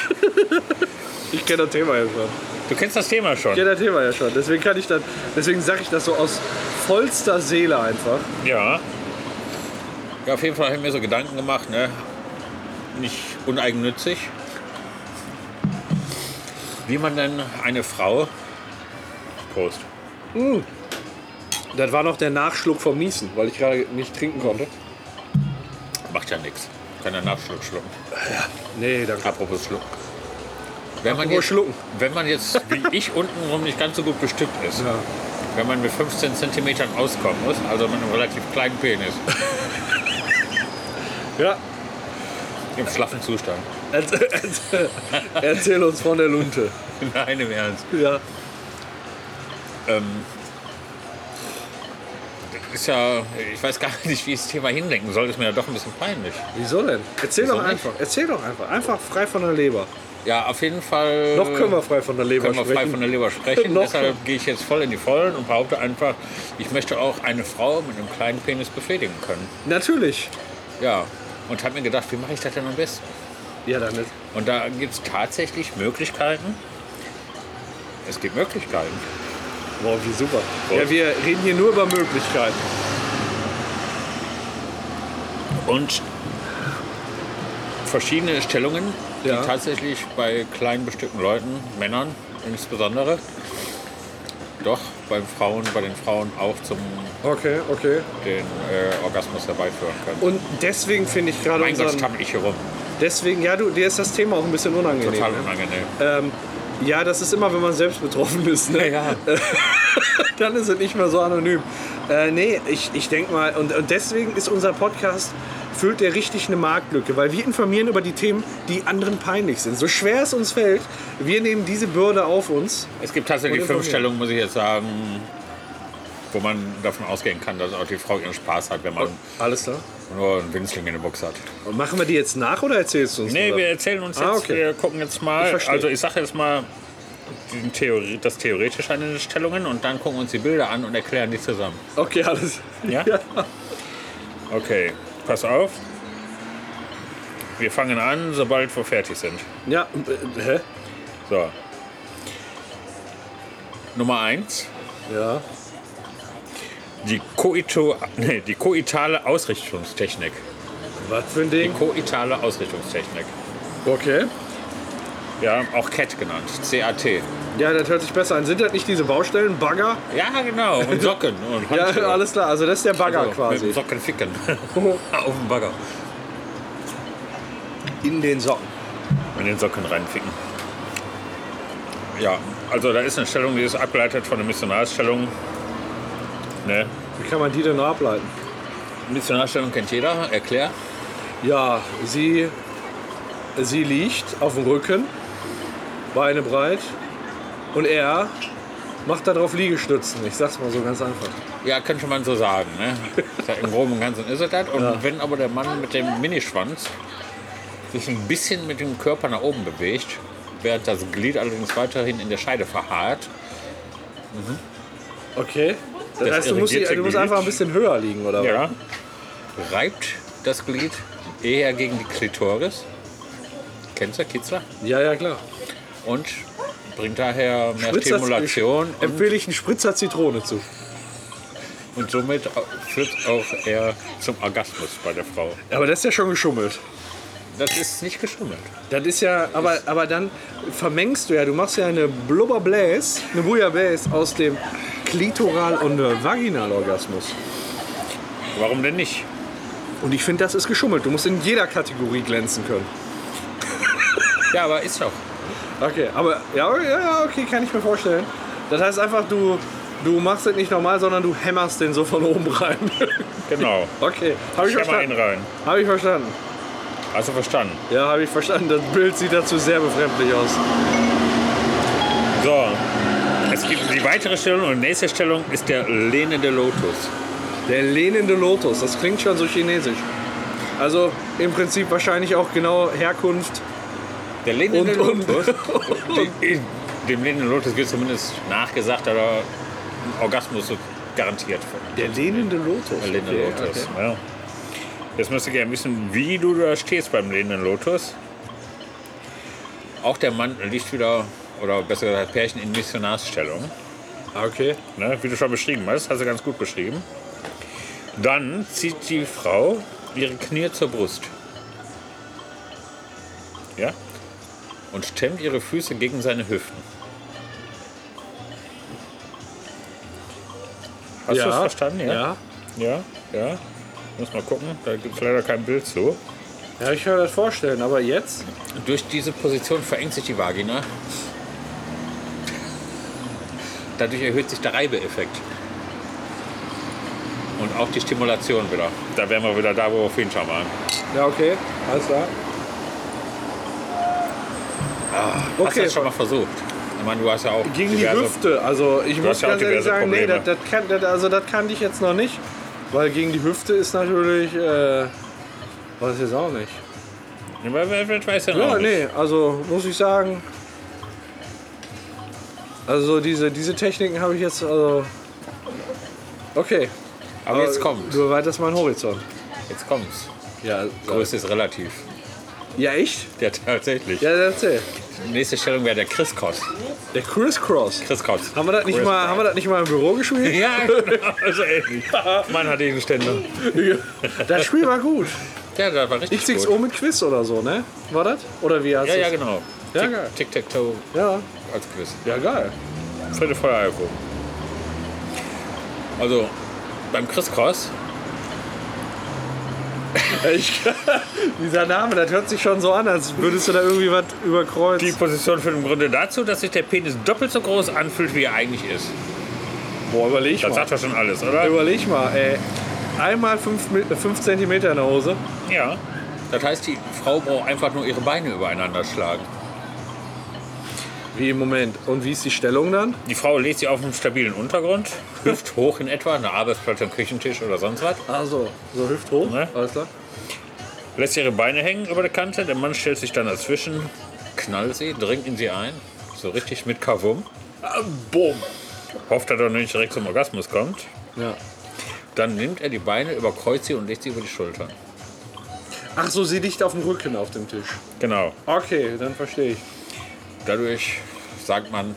Speaker 3: Ich kenne das Thema ja schon.
Speaker 2: Du kennst das Thema schon.
Speaker 3: Ich kenne das Thema ja schon. Deswegen kann ich das, deswegen sage ich das so aus vollster Seele einfach.
Speaker 2: Ja. Ja, auf jeden Fall habe ich mir so Gedanken gemacht, ne? Nicht uneigennützig. Wie man denn eine Frau. Prost.
Speaker 3: Das war noch der Nachschluck vom Niesen, weil ich gerade nicht trinken konnte.
Speaker 2: Macht ja nichts. Kann ja Nachschluck schlucken.
Speaker 3: Nee, danke.
Speaker 2: Apropos schlucken. Wenn man,
Speaker 3: Apropos
Speaker 2: jetzt,
Speaker 3: schlucken.
Speaker 2: wenn man jetzt wie ich untenrum nicht ganz so gut bestückt ist,
Speaker 3: Ja.
Speaker 2: wenn man mit 15 Zentimetern auskommen muss, also mit einem relativ kleinen Penis,
Speaker 3: Ja,
Speaker 2: im schlaffen Zustand.
Speaker 3: erzähl, erzähl, erzähl uns von der Lunte.
Speaker 2: Nein, im Ernst.
Speaker 3: Ja.
Speaker 2: Ähm, das ist ja, ich weiß gar nicht, wie ich das Thema hinlenken soll. Ist mir ja doch ein bisschen peinlich.
Speaker 3: Wieso denn? Erzähl
Speaker 2: Wieso
Speaker 3: doch
Speaker 2: nicht?
Speaker 3: einfach. Erzähl doch einfach. Einfach frei von der Leber.
Speaker 2: Ja, auf jeden Fall.
Speaker 3: Noch Äh, können wir frei von der Leber
Speaker 2: können wir
Speaker 3: sprechen.
Speaker 2: frei von der Leber sprechen.
Speaker 3: Noch.
Speaker 2: Deshalb gehe ich jetzt voll in die Vollen und behaupte einfach, ich möchte auch eine Frau mit einem kleinen Penis befriedigen können.
Speaker 3: Natürlich.
Speaker 2: Ja. Und habe mir gedacht, wie mache ich das denn am besten?
Speaker 3: Ja, dann ist.
Speaker 2: Und da gibt es tatsächlich Möglichkeiten. Es gibt Möglichkeiten.
Speaker 3: Boah, wie super.
Speaker 2: Boah.
Speaker 3: Ja, wir reden hier nur über Möglichkeiten.
Speaker 2: Und verschiedene Stellungen, die
Speaker 3: Ja.
Speaker 2: tatsächlich bei kleinen bestimmten Leuten, Männern insbesondere, doch bei Frauen, bei den Frauen auch zum
Speaker 3: Okay, okay.
Speaker 2: den äh, Orgasmus herbeiführen können.
Speaker 3: Und deswegen finde ich gerade
Speaker 2: mein Gott,
Speaker 3: unseren.
Speaker 2: stammel ich hier rum.
Speaker 3: Deswegen, ja, du, dir ist das Thema auch ein bisschen unangenehm.
Speaker 2: Total
Speaker 3: ne?
Speaker 2: unangenehm.
Speaker 3: Ähm, ja, das ist immer, wenn man selbst betroffen ist. Ne?
Speaker 2: Ja,
Speaker 3: Dann ist es nicht mehr so anonym. Äh, nee, ich, ich denke mal, und, und deswegen ist unser Podcast, füllt der richtig eine Marktlücke, weil wir informieren über die Themen, die anderen peinlich sind. So schwer es uns fällt, wir nehmen diese Bürde auf uns.
Speaker 2: Es gibt tatsächlich
Speaker 3: Und
Speaker 2: fünf
Speaker 3: informieren.
Speaker 2: Stellungen, muss ich jetzt sagen, wo man davon ausgehen kann, dass auch die Frau ihren Spaß hat, wenn man
Speaker 3: Alles klar.
Speaker 2: nur einen Winzling in der Box hat.
Speaker 3: Und machen wir die jetzt nach oder erzählst du uns?
Speaker 2: Nee,
Speaker 3: nur
Speaker 2: wir
Speaker 3: das?
Speaker 2: erzählen uns jetzt,
Speaker 3: Ah, okay.
Speaker 2: wir gucken jetzt
Speaker 3: Ich
Speaker 2: mal.
Speaker 3: verstehe.
Speaker 2: also ich sage jetzt mal die Theorie, das Theoretische an den Stellungen und dann gucken wir uns die Bilder an und erklären die zusammen.
Speaker 3: Okay, alles.
Speaker 2: Ja? Okay, pass auf. Wir fangen an, sobald wir fertig sind.
Speaker 3: Ja, äh, hä?
Speaker 2: So. Nummer eins:
Speaker 3: Ja.
Speaker 2: die, Koito, nee, die koitale Ausrichtungstechnik.
Speaker 3: Was für ein
Speaker 2: Die
Speaker 3: Ding?
Speaker 2: koitale Ausrichtungstechnik.
Speaker 3: Okay.
Speaker 2: Ja, auch CAT genannt. C-A-T.
Speaker 3: Ja, das hört sich besser an. Sind das nicht diese Baustellen? Bagger?
Speaker 2: Ja, genau. Und Socken. Und
Speaker 3: Ja,
Speaker 2: Handschuhe.
Speaker 3: alles klar. Also das ist der Bagger
Speaker 2: Also, Mit dem
Speaker 3: quasi.
Speaker 2: Socken ficken. Auf dem Bagger.
Speaker 4: in den Socken.
Speaker 2: in den Socken reinficken. Ja, also da ist eine Stellung, die ist abgeleitet von der Missionarstellung. Ne?
Speaker 3: Wie kann man die denn ableiten?
Speaker 2: Missionarstellung kennt jeder, erklär.
Speaker 3: Ja, sie, sie liegt auf dem Rücken, Beine breit und er macht darauf Liegestützen. Ich sag's mal so ganz einfach.
Speaker 2: Ja, könnte man so sagen. Ne? Ist ja Im Groben und Ganzen ist es das. Und wenn aber der Mann mit dem Minischwanz sich ein bisschen mit dem Körper nach oben bewegt, während das Glied allerdings weiterhin in der Scheide verharrt,
Speaker 3: Okay. Das,
Speaker 2: Das
Speaker 3: heißt, du musst,
Speaker 2: irrigierte
Speaker 3: du musst
Speaker 2: Glied.
Speaker 3: einfach ein bisschen höher liegen, oder? was?
Speaker 2: ja, reibt das Glied eher gegen die Klitoris. Kennst du Kitzler?
Speaker 3: ja, ja, klar.
Speaker 2: Und bringt daher mehr
Speaker 3: Spritzer-
Speaker 2: Stimulation und
Speaker 3: Empfehle ich einen Spritzer Zitrone zu.
Speaker 2: Und somit führt auch er zum Orgasmus bei der Frau.
Speaker 3: Aber das ist ja schon geschummelt.
Speaker 2: Das ist nicht geschummelt.
Speaker 3: Das ist ja, aber, aber dann vermengst du ja, du machst ja eine Blubberbläs, eine Bouillabaisse aus dem Klitoral- und äh, Vaginalorgasmus.
Speaker 2: Warum denn nicht?
Speaker 3: Und ich finde, das ist geschummelt. Du musst in jeder Kategorie glänzen können.
Speaker 2: Ja, aber ist doch.
Speaker 3: Okay, aber ja, ja, ja, okay, kann ich mir vorstellen. Das heißt einfach, du, du machst es nicht normal, sondern du hämmerst den so von oben rein.
Speaker 2: Genau.
Speaker 3: okay, habe ich,
Speaker 2: Ich mal einen
Speaker 3: verstanden.
Speaker 2: rein.
Speaker 3: Habe ich verstanden.
Speaker 2: Hast du verstanden?
Speaker 3: Ja, habe ich verstanden. Das Bild sieht dazu sehr befremdlich aus.
Speaker 2: So. Es gibt die weitere Stellung und nächste Stellung ist der lehnende Lotus.
Speaker 3: Der lehnende Lotus, das klingt schon so chinesisch. Also im Prinzip wahrscheinlich auch genau Herkunft.
Speaker 2: Der lehnende
Speaker 3: Und- und-
Speaker 2: Lotus. die- Dem lehnenden Lotus wird zumindest nachgesagt, aber ein Orgasmus wird garantiert von.
Speaker 3: Der lehnende Lotus.
Speaker 2: Der lehnende Lotus. Ja. Jetzt müsst ihr gerne wissen, wie du da stehst beim lehnenden Lotus. Auch der Mann liegt wieder, oder besser gesagt, Pärchen in Missionarsstellung.
Speaker 3: Okay.
Speaker 2: Ne? Wie du schon beschrieben hast, hast du ganz gut beschrieben. Dann zieht die Frau ihre Knie zur Brust. Ja? Und stemmt ihre Füße gegen seine Hüften. Hast du es verstanden?
Speaker 3: Ja,
Speaker 2: Ja, ja. Muss mal gucken, da gibt es leider kein Bild zu.
Speaker 3: ja ich kann mir das vorstellen, aber jetzt?
Speaker 2: Durch diese Position verengt sich die Vagina. Dadurch erhöht sich der Reibeeffekt. Und auch die Stimulation wieder. Da wären wir wieder da, wo wir vorhin schon waren.
Speaker 3: Ja, okay, alles klar.
Speaker 2: Hast du Ah, das schon mal versucht? Ich meine, du hast ja auch
Speaker 3: Gegen die
Speaker 2: diverse-
Speaker 3: Hüfte. Also ich muss
Speaker 2: hast ja auch
Speaker 3: ganz ehrlich
Speaker 2: diverse
Speaker 3: sagen, nee, das,
Speaker 2: Probleme.
Speaker 3: das, kann, das, also, das kann ich jetzt noch nicht. Weil gegen die Hüfte ist natürlich. Äh, weiß ich jetzt auch nicht.
Speaker 2: Ja, wer- wer weiß denn
Speaker 3: Ja,
Speaker 2: auch nicht.
Speaker 3: nee, also muss ich sagen. Also diese, diese Techniken habe ich jetzt. Also, okay.
Speaker 2: Aber jetzt kommt.
Speaker 3: Du erweiterst meinen Horizont.
Speaker 2: Jetzt kommt's.
Speaker 3: Ja,
Speaker 2: Größe ist relativ.
Speaker 3: ja echt?
Speaker 2: Ja, tatsächlich.
Speaker 3: Ja, erzähl.
Speaker 2: Nächste Stellung wäre der Christkopf.
Speaker 3: Der Crisscross.
Speaker 2: Christkopf.
Speaker 3: Haben wir das nicht mal, haben wir das nicht mal im Büro gespielt?
Speaker 2: Ja, genau. Also ähnlich. Mann hat eben Ständer.
Speaker 3: Das Spiel war gut.
Speaker 2: Ja, das war richtig gut.
Speaker 3: XXO um mit Quiz oder so, ne? War das? Oder wie heißt
Speaker 2: Ja, ja,
Speaker 3: das?
Speaker 2: genau.
Speaker 3: um. Ja,
Speaker 2: Tic-
Speaker 3: geil.
Speaker 2: Tic-Tac-Toe
Speaker 3: Ja,
Speaker 2: als Quiz.
Speaker 3: ja, geil.
Speaker 2: Fritte Feueralko. Also, beim Chris Cross,
Speaker 3: Ich, dieser Name, das hört sich schon so an, als würdest du da irgendwie was
Speaker 2: die
Speaker 3: überkreuzen.
Speaker 2: Position führt im Grunde dazu, dass sich der Penis doppelt so groß anfühlt, wie er eigentlich ist.
Speaker 3: Boah, überleg
Speaker 2: Das sagt Genau. ja schon alles, oder?
Speaker 3: Überleg mal, ey. Einmal 5 cm in der Hose.
Speaker 2: Ja. Das heißt, die Frau braucht einfach nur ihre Beine übereinander schlagen.
Speaker 3: Wie im Moment. Und wie ist die Stellung dann?
Speaker 2: Die Frau legt sie auf einem stabilen Untergrund, hüft hoch in etwa, eine Arbeitsplatte, ein Küchentisch oder sonst was.
Speaker 3: Ah so, so hüfthoch.
Speaker 2: Ne?
Speaker 3: Alles klar.
Speaker 2: Lässt ihre Beine hängen über der Kante, der Mann stellt sich dann dazwischen, knallt sie, dringt in sie ein, so richtig mit Kavum.
Speaker 3: Boom.
Speaker 2: Hofft, dass er nicht direkt zum Orgasmus kommt.
Speaker 3: Ja.
Speaker 2: Dann nimmt er die Beine, überkreuzt sie und legt sie über die Schultern.
Speaker 3: Ach so, sie liegt auf dem Rücken auf dem Tisch.
Speaker 2: Genau.
Speaker 3: Okay, dann verstehe ich.
Speaker 2: Dadurch, sagt man,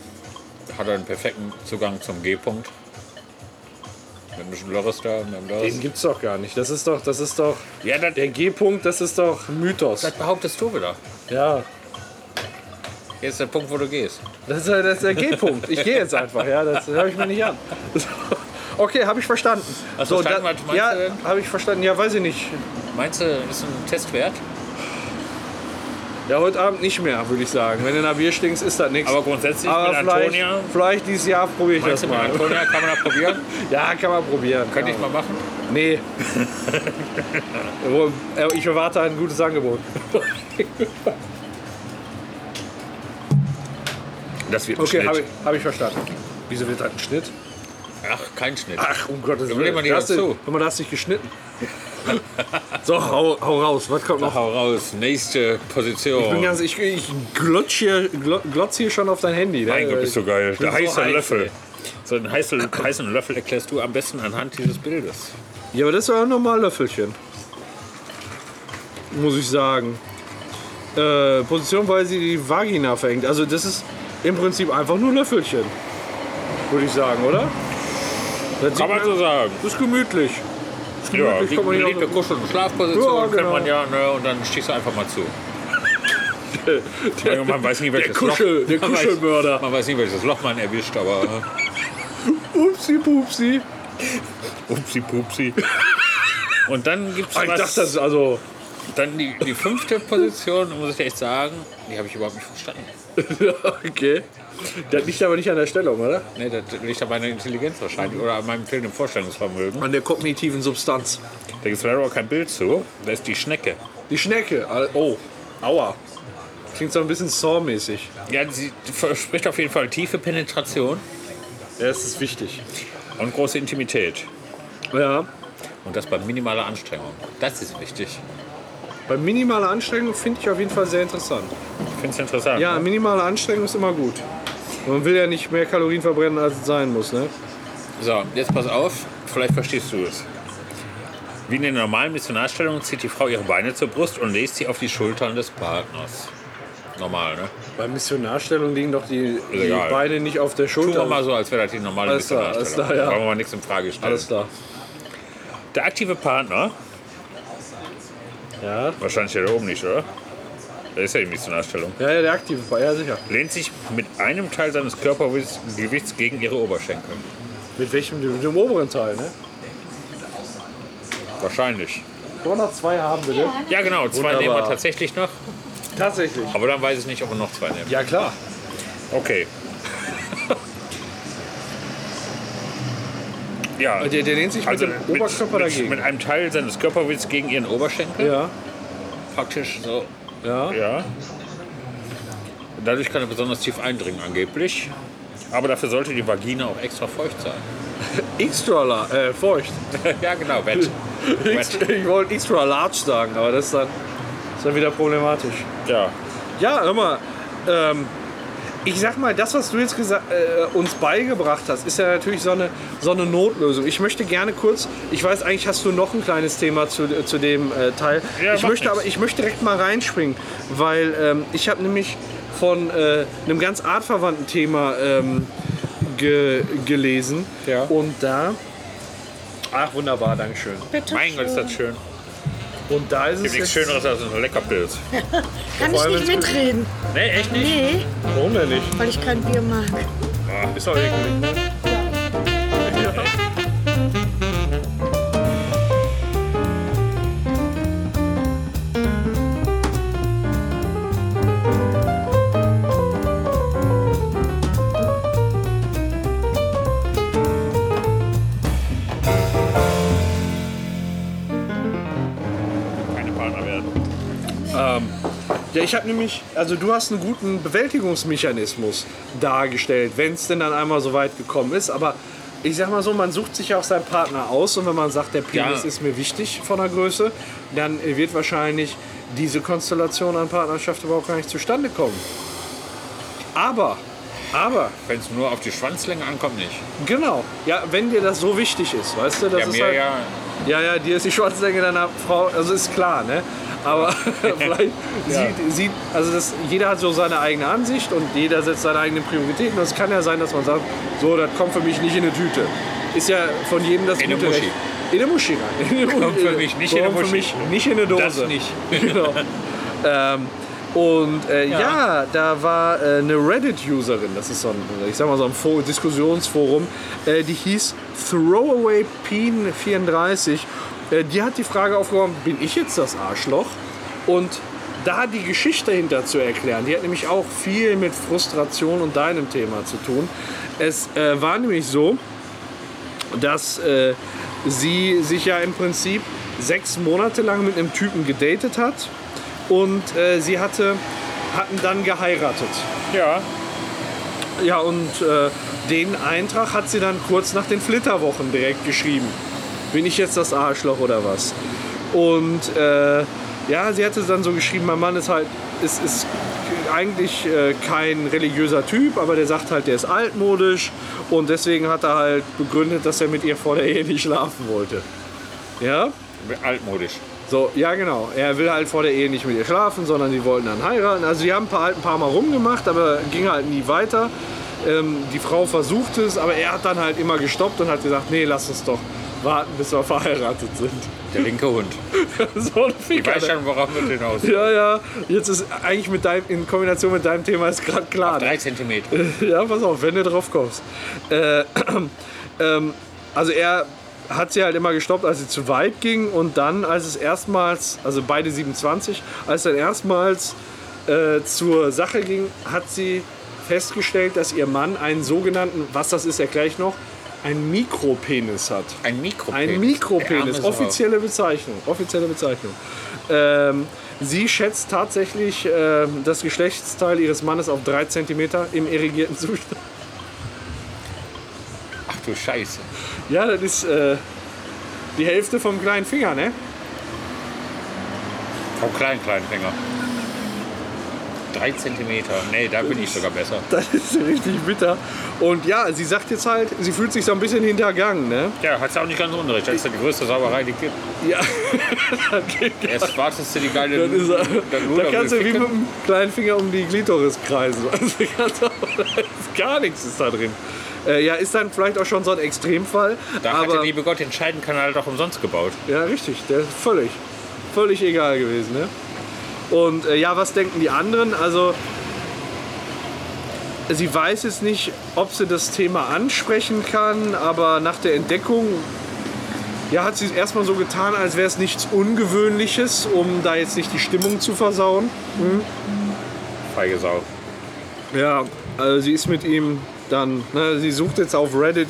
Speaker 2: hat er einen perfekten Zugang zum G-Punkt. Mit dem Lörres da, mit dem Lörres.
Speaker 3: Den gibt's doch gar nicht. Das ist doch, das ist doch.
Speaker 2: Ja, das,
Speaker 3: Der G-Punkt, das ist doch Mythos.
Speaker 2: das behauptest du wieder.
Speaker 3: Ja.
Speaker 2: Hier ist der Punkt, wo du gehst.
Speaker 3: Das ist, das ist der G-Punkt. Ich gehe jetzt einfach, ja, das höre ich mir nicht an. So. Okay, habe ich verstanden.
Speaker 2: Hast du verstanden, was meinst
Speaker 3: ja,
Speaker 2: du denn?
Speaker 3: habe ich verstanden. Ja, weiß ich nicht.
Speaker 2: Meinst du, ist ein Testwert?
Speaker 3: Ja, heute Abend nicht mehr, würde ich sagen. Wenn du nach Bier stinkst, ist das nichts.
Speaker 2: Aber grundsätzlich mit
Speaker 3: vielleicht,
Speaker 2: Antonia.
Speaker 3: vielleicht dieses Jahr probiere ich
Speaker 2: Meinst
Speaker 3: das
Speaker 2: du, mit
Speaker 3: mal.
Speaker 2: Antonia kann man das probieren?
Speaker 3: Ja, kann man probieren.
Speaker 2: Könnte
Speaker 3: ja.
Speaker 2: ich mal machen?
Speaker 3: Nee. Obwohl, äh, ich erwarte ein gutes Angebot.
Speaker 2: Das wird ein
Speaker 3: Okay, habe ich,
Speaker 2: Schnitt.
Speaker 3: hab ich verstanden. Wieso wird das ein Schnitt?
Speaker 2: Ach, kein Schnitt.
Speaker 3: Ach, um Gottes
Speaker 2: Da will
Speaker 3: Willen.
Speaker 2: jemand nicht
Speaker 3: hast du-
Speaker 2: dazu.
Speaker 3: Guck mal, da hast du dich geschnitten. so, hau, hau raus. Was kommt noch?
Speaker 2: Hau raus, nächste Position.
Speaker 3: Ich, bin ganz, ich, ich glotz, hier, glo- glotz hier schon auf dein Handy. ne?
Speaker 2: mein Gott, bist du geil.
Speaker 3: Ich bin
Speaker 2: Der heiße
Speaker 3: so heiß,
Speaker 2: Löffel.
Speaker 3: ey.
Speaker 2: So einen heißen, heißen Löffel erklärst du am besten anhand dieses Bildes.
Speaker 3: Ja, aber das war ein normal Löffelchen. Muss ich sagen. Äh, Position, weil sie die Vagina verengt. Also das ist im Prinzip einfach nur Löffelchen. Würde ich sagen, oder? Das sieht
Speaker 2: Kann man so sagen.
Speaker 3: Ist gemütlich. Ist
Speaker 2: Ja,
Speaker 3: gemütlich,
Speaker 2: die
Speaker 3: kann man hier
Speaker 2: beliebte
Speaker 3: auch-
Speaker 2: Kuschel- und Schlafposition
Speaker 3: Ja,
Speaker 2: kennt
Speaker 3: genau.
Speaker 2: man ja, ne? Und dann stichst du einfach mal zu. Man- man weiß nie,
Speaker 3: der
Speaker 2: welches
Speaker 3: Kuschel,
Speaker 2: Loch.
Speaker 3: der
Speaker 2: man weiß-
Speaker 3: Kuschelmörder.
Speaker 2: Man weiß nicht, welches Loch man erwischt, aber
Speaker 3: Upsi, pupsi.
Speaker 2: äh, upsi pupsi. Und dann gibt's
Speaker 3: Ah, Ich
Speaker 2: was.
Speaker 3: dachte, das ist also...
Speaker 2: Dann die, die fünfte Position, muss ich echt sagen, die habe ich überhaupt nicht verstanden.
Speaker 3: okay. Das liegt aber nicht an der Stellung, oder?
Speaker 2: Ne, das liegt an meiner Intelligenz wahrscheinlich oder an meinem fehlenden Vorstellungsvermögen.
Speaker 3: An der kognitiven Substanz.
Speaker 2: Da gibt es leider auch kein Bild zu. Da ist die Schnecke.
Speaker 3: Die Schnecke. al- Oh, aua. Klingt so ein bisschen Saw-mäßig.
Speaker 2: Ja, sie verspricht auf jeden Fall tiefe Penetration
Speaker 3: Ja, das ist wichtig.
Speaker 2: und große Intimität.
Speaker 3: Ja.
Speaker 2: Und das bei minimaler Anstrengung. Das ist wichtig.
Speaker 3: Bei minimaler Anstrengung finde ich auf jeden Fall sehr interessant.
Speaker 2: Ich finde es interessant. ne?
Speaker 3: Ja, minimale Anstrengung ist immer gut. Man will ja nicht mehr Kalorien verbrennen, als es sein muss, ne?
Speaker 2: So, jetzt pass auf, vielleicht verstehst du es. Wie in der normalen Missionarstellung zieht die Frau ihre Beine zur Brust und legt sie auf die Schultern des Partners. Normal, ne?
Speaker 3: Bei Missionarstellung liegen doch die, die
Speaker 2: Egal.
Speaker 3: Beine nicht auf der
Speaker 2: Tun wir
Speaker 3: Schulter.
Speaker 2: mal so, als wäre das die normale
Speaker 3: Alles klar, alles
Speaker 2: Missionarstellung.
Speaker 3: klar, ja.
Speaker 2: Wollen wir mal nichts in Frage stellen.
Speaker 3: Alles klar.
Speaker 2: Der aktive Partner,
Speaker 3: Ja.
Speaker 2: wahrscheinlich der da oben nicht, oder? Da ist ja die Missionarstellung.
Speaker 3: Ja, ja, der aktive Ball, ja sicher.
Speaker 2: lehnt sich mit einem Teil seines Körpergewichts gegen ihre Oberschenkel.
Speaker 3: Mit welchem? Mit dem oberen Teil, ne?
Speaker 2: Wahrscheinlich.
Speaker 3: Nur noch zwei haben, ne? bitte.
Speaker 2: Ja, genau, zwei
Speaker 3: Wunderbar.
Speaker 2: nehmen wir tatsächlich noch.
Speaker 3: Tatsächlich.
Speaker 2: Aber dann weiß ich nicht, ob wir noch zwei nehmen.
Speaker 3: Ja, klar.
Speaker 2: Okay. ja,
Speaker 3: Der, der lehnt sich
Speaker 2: also
Speaker 3: mit
Speaker 2: mit,
Speaker 3: dem Oberkörper
Speaker 2: mit,
Speaker 3: dagegen.
Speaker 2: mit einem Teil seines Körpergewichts gegen ihren Oberschenkel.
Speaker 3: ja,
Speaker 2: Praktisch so.
Speaker 3: ja.
Speaker 2: Ja. Dadurch kann er besonders tief eindringen, angeblich. Aber dafür sollte die Vagina auch extra feucht sein.
Speaker 3: Extra large, äh, feucht.
Speaker 2: ja, genau, Wett.
Speaker 3: Ex- Ich wollte extra large sagen, aber das ist dann, ist dann wieder problematisch.
Speaker 2: Ja.
Speaker 3: Ja, hör mal. Ähm, ich sag mal, das, was du jetzt gesa- äh, uns beigebracht hast, ist ja natürlich so eine, so eine Notlösung. Ich möchte gerne kurz, ich weiß, eigentlich hast du noch ein kleines Thema zu, zu dem äh, Teil.
Speaker 2: Ja,
Speaker 3: ich
Speaker 2: mach
Speaker 3: möchte
Speaker 2: nix.
Speaker 3: aber ich möchte direkt mal reinspringen, weil ähm, ich habe nämlich von äh, einem ganz artverwandten Thema ähm, ge gelesen.
Speaker 2: Ja.
Speaker 3: Und da. Ach, wunderbar, Dankeschön.
Speaker 1: Bitte.
Speaker 2: Mein Gott, ist das schön.
Speaker 3: Und da ist es.
Speaker 2: Gibt nichts
Speaker 3: Jetzt,
Speaker 2: Schöneres als ein Leckerpilz.
Speaker 1: Kann ich
Speaker 3: allem,
Speaker 1: nicht
Speaker 3: wenn's
Speaker 1: mitreden.
Speaker 2: Nee, echt nicht?
Speaker 1: Nee,
Speaker 3: warum denn nicht?
Speaker 1: weil ich kein Bier mag.
Speaker 3: Ist doch eklig. ne?
Speaker 2: Keine Partner werden.
Speaker 3: Ja, ich habe nämlich, also du hast einen guten Bewältigungsmechanismus dargestellt, wenn es denn dann einmal so weit gekommen ist. Aber ich sag mal so, man sucht sich ja auch seinen Partner aus und wenn man sagt, der Penis
Speaker 2: Ja.
Speaker 3: ist mir wichtig von der Größe, dann wird wahrscheinlich diese Konstellation an Partnerschaft überhaupt gar nicht zustande kommen. Aber, aber,
Speaker 2: Wenn es nur auf die Schwanzlänge ankommt, nicht.
Speaker 3: genau, ja, wenn dir das so wichtig ist, weißt du, das
Speaker 2: ja,
Speaker 3: ist
Speaker 2: mir
Speaker 3: halt,
Speaker 2: ja.
Speaker 3: ja, ja, dir ist die Schwanzlänge deiner Frau, also ist klar, ne? Aber vielleicht sieht, sieht, also das, jeder hat so seine eigene Ansicht und jeder setzt seine eigenen Prioritäten. Und es kann ja sein, dass man sagt, so, das kommt für mich nicht in eine Tüte. Ist ja von jedem das
Speaker 2: In eine
Speaker 3: gute
Speaker 2: Muschi.
Speaker 3: Recht. In eine Muschi rein. In eine
Speaker 2: Kommt
Speaker 3: Muschi-
Speaker 2: für mich nicht in eine
Speaker 3: kommt für
Speaker 2: Muschi.
Speaker 3: mich nicht in eine Dose.
Speaker 2: Das nicht.
Speaker 3: Genau. ähm, und äh, ja. da war äh, eine Reddit-Userin, das ist so ein, ich sag mal so ein Fo- Diskussionsforum, äh, die hieß Throwaway Peen 34. Äh, die hat die Frage aufgeworfen, bin ich jetzt das Arschloch? Und da die Geschichte hinter zu erklären. Die hat nämlich auch viel mit Frustration und deinem Thema zu tun. Es äh, war nämlich so, dass äh, sie sich ja im Prinzip sechs Monate lang mit einem Typen gedatet hat und äh, sie hatte, hatten dann geheiratet.
Speaker 2: Ja,
Speaker 3: Ja, und äh, den Eintrag hat sie dann kurz nach den Flitterwochen direkt geschrieben. Bin ich jetzt das Arschloch oder was? Und äh, ja, sie hatte dann so geschrieben, mein Mann ist halt, ist, ist eigentlich äh, kein religiöser Typ, aber der sagt halt, der ist altmodisch und deswegen hat er halt begründet, dass er mit ihr vor der Ehe nicht schlafen wollte. Ja?
Speaker 2: altmodisch.
Speaker 3: So, ja genau. Er will halt vor der Ehe nicht mit ihr schlafen, sondern die wollten dann heiraten. Also die haben ein paar, ein paar Mal rumgemacht, aber ging halt nie weiter. Ähm, die Frau versuchte es, aber er hat dann halt immer gestoppt und hat gesagt, nee, lass uns doch warten, bis wir verheiratet sind.
Speaker 2: Der linke Hund.
Speaker 3: so ein
Speaker 2: Ich weiß schon, worauf wir hinaus.
Speaker 3: Ja, ja. Jetzt ist eigentlich mit deinem, in Kombination mit deinem Thema ist gerade klar. ne?
Speaker 2: Drei Zentimeter.
Speaker 3: Ja, pass auf, wenn du drauf kommst. Äh, ähm, also er hat sie halt immer gestoppt, als sie zu weit ging und dann, als es erstmals, also beide 27, als dann erstmals äh, zur Sache ging, hat sie festgestellt, dass ihr Mann einen sogenannten, was das ist, erkläre ich noch, einen Mikropenis hat.
Speaker 2: Ein Mikropenis.
Speaker 3: Ein
Speaker 2: Der
Speaker 3: Mikropenis,
Speaker 2: arme Sau.
Speaker 3: offizielle Bezeichnung. Offizielle Bezeichnung. Ähm, sie schätzt tatsächlich ähm, das Geschlechtsteil ihres Mannes auf 3 cm im irrigierten Zustand.
Speaker 2: Ach du Scheiße.
Speaker 3: Ja, das ist äh, die Hälfte vom kleinen Finger, ne?
Speaker 2: Vom kleinen, kleinen Finger. Drei Zentimeter. Nee, da bin ich sogar besser.
Speaker 3: Das ist richtig bitter. Und ja, sie sagt jetzt halt, sie fühlt sich so ein bisschen hintergangen, ne?
Speaker 2: Ja, hat's ja auch nicht ganz unrecht. Das ist ja die größte Sauerei, die gibt.
Speaker 3: Ja, das geht gar
Speaker 2: Erst wartest du die geile
Speaker 3: Das ist,
Speaker 2: dann nur
Speaker 3: da kannst du wie
Speaker 2: ficken.
Speaker 3: mit dem kleinen Finger um die Glitoris kreisen. Also ganz- da ist gar nichts ist da drin. Äh, ja, ist dann vielleicht auch schon so ein Extremfall.
Speaker 2: Da hat
Speaker 3: aber
Speaker 2: der liebe Gott den Scheidenkanal doch umsonst gebaut.
Speaker 3: ja, richtig, der ist völlig, völlig egal gewesen. Ne? Und äh, ja, was denken die anderen? Also sie weiß jetzt nicht, ob sie das Thema ansprechen kann, aber nach der Entdeckung ja, hat sie es erstmal so getan, als wäre es nichts Ungewöhnliches, um da jetzt nicht die Stimmung zu versauen.
Speaker 2: Feige Sau.
Speaker 3: Ja, also sie ist mit ihm dann, ne, sie sucht jetzt auf Reddit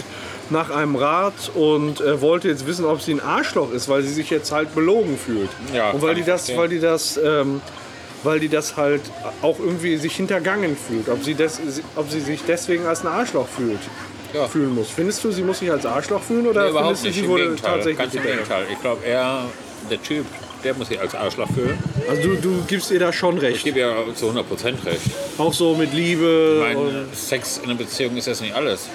Speaker 3: nach einem Rat und äh, wollte jetzt wissen, ob sie ein Arschloch ist, weil sie sich jetzt halt belogen fühlt.
Speaker 2: Ja,
Speaker 3: und weil
Speaker 2: kann
Speaker 3: die
Speaker 2: ich
Speaker 3: das,
Speaker 2: verstehen.
Speaker 3: weil die das, ähm, weil die das halt auch irgendwie sich hintergangen fühlt, ob sie, des, ob sie sich deswegen als ein Arschloch fühlt.
Speaker 2: Ja.
Speaker 3: Fühlen muss. Findest du, sie muss sich als Arschloch fühlen oder
Speaker 2: Nee, überhaupt
Speaker 3: findest du,
Speaker 2: nicht.
Speaker 3: sie
Speaker 2: Im
Speaker 3: wurde
Speaker 2: Gegenteil.
Speaker 3: tatsächlich
Speaker 2: Ganz im
Speaker 3: hintergangen?
Speaker 2: Gegenteil. Ich glaube, er, der Typ, der muss sich als Arschloch fühlen.
Speaker 3: Also du, du gibst ihr da schon
Speaker 2: Ich
Speaker 3: recht.
Speaker 2: gebe ja zu 100% recht.
Speaker 3: Auch so mit Liebe.
Speaker 2: Mein
Speaker 3: und
Speaker 2: Sex in einer Beziehung ist jetzt nicht alles.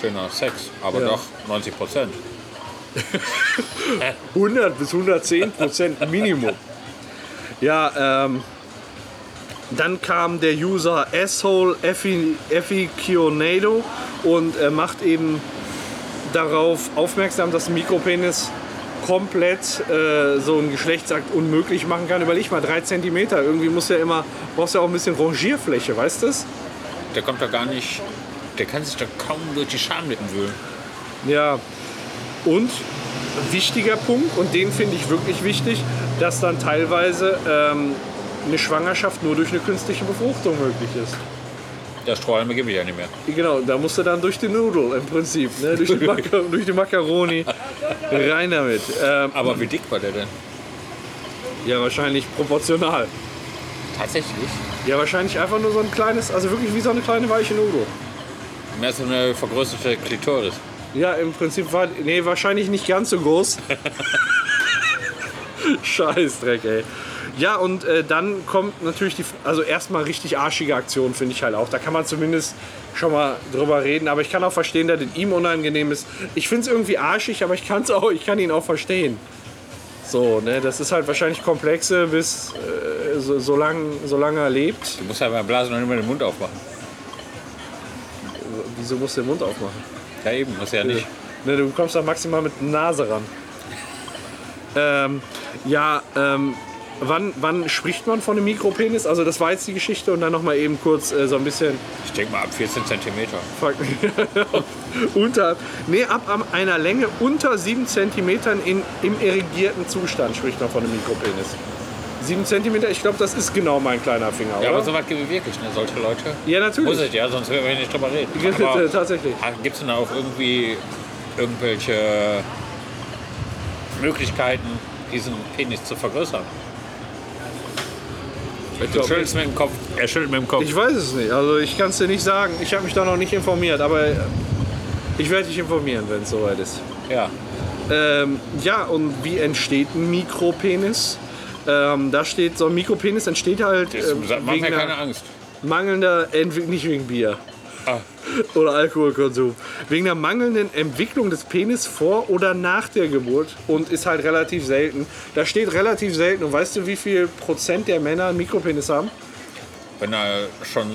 Speaker 2: Schöner Sex, aber
Speaker 3: Ja.
Speaker 2: doch 90 Prozent.
Speaker 3: 100 bis 110 Prozent Minimum. Ja, ähm, dann kam der User Asshole Effi, Effi Kionado und äh, macht eben darauf aufmerksam, dass ein Mikropenis komplett äh, so einen Geschlechtsakt unmöglich machen kann. Überleg mal, 3 cm. Irgendwie muss ja immer, brauchst ja auch ein bisschen Rangierfläche, weißt du?
Speaker 2: Der kommt doch gar nicht. Der kann sich doch kaum durch die Schamlippen wühlen.
Speaker 3: Ja. Und wichtiger Punkt, und den finde ich wirklich wichtig, dass dann teilweise ähm, eine Schwangerschaft nur durch eine künstliche Befruchtung möglich ist.
Speaker 2: Der Strohhalme gebe ich ja nicht mehr.
Speaker 3: Genau, da musst du dann durch die Nudel im Prinzip, ne? durch, die Maka- durch die Macaroni. Rein damit. Ähm,
Speaker 2: Aber wie dick war der denn?
Speaker 3: ja, wahrscheinlich proportional.
Speaker 2: Tatsächlich.
Speaker 3: Ja, wahrscheinlich einfach nur so ein kleines, also wirklich wie so eine kleine weiche Nudel.
Speaker 2: Mehr so eine vergrößerte Klitoris.
Speaker 3: Ja, im Prinzip war. Nee, wahrscheinlich nicht ganz so groß. Scheißdreck, ey. Ja, und äh, dann kommt natürlich die. Also erstmal richtig arschige Aktion, finde ich halt auch. Da kann man zumindest schon mal drüber reden. Aber ich kann auch verstehen, dass es ihm unangenehm ist. Ich finde es irgendwie arschig, aber ich, kann's auch, ich kann ihn auch verstehen. So, ne, das ist halt wahrscheinlich komplexe, bis äh, so, solange, solange er lebt.
Speaker 2: Du musst ja beim Blasen noch nicht mal den Mund aufmachen.
Speaker 3: Wieso muss der Mund aufmachen?
Speaker 2: Ja eben, muss ja nicht.
Speaker 3: Ne, du kommst da maximal mit der Nase ran. Ähm, ja, ähm, wann, wann spricht man von einem Mikropenis? Also das war jetzt die Geschichte und dann nochmal eben kurz äh, so ein bisschen
Speaker 2: Ich denke mal ab 14 Zentimeter.
Speaker 3: fuck, unter, nee, ab an einer Länge unter 7 cm in, im irrigierten Zustand spricht man von einem Mikropenis. 7 cm, ich glaube, das ist genau mein kleiner Finger,
Speaker 2: Ja, aber
Speaker 3: oder?
Speaker 2: so weit gibt es wirklich, ne? Solche Leute.
Speaker 3: Ja,
Speaker 2: Muss
Speaker 3: natürlich.
Speaker 2: es ja, sonst würden wir nicht drüber reden.
Speaker 3: Ja, äh, Tatsächlich.
Speaker 2: Gibt es denn da auch irgendwie irgendwelche Möglichkeiten, diesen Penis zu vergrößern? Du
Speaker 3: glaub
Speaker 2: schüttelst mit dem Kopf. Er schüttelt mit dem Kopf.
Speaker 3: Ich weiß es nicht. Also ich kann es dir nicht sagen. Ich habe mich da noch nicht informiert, aber äh, ich werde dich informieren, wenn es soweit ist.
Speaker 2: ja.
Speaker 3: Ähm, ja, und wie entsteht ein Mikropenis? Ähm, da steht, so ein Mikropenis entsteht halt
Speaker 2: Das
Speaker 3: ähm,
Speaker 2: macht
Speaker 3: wegen
Speaker 2: mir keine
Speaker 3: einer
Speaker 2: Angst.
Speaker 3: mangelnder Entwicklung, nicht wegen Bier
Speaker 2: Ah.
Speaker 3: oder Alkoholkonsum, wegen der mangelnden Entwicklung des Penis vor oder nach der Geburt und ist halt relativ selten. Da steht relativ selten und weißt du, wie viel Prozent der Männer einen Mikropenis haben?
Speaker 2: Wenn er schon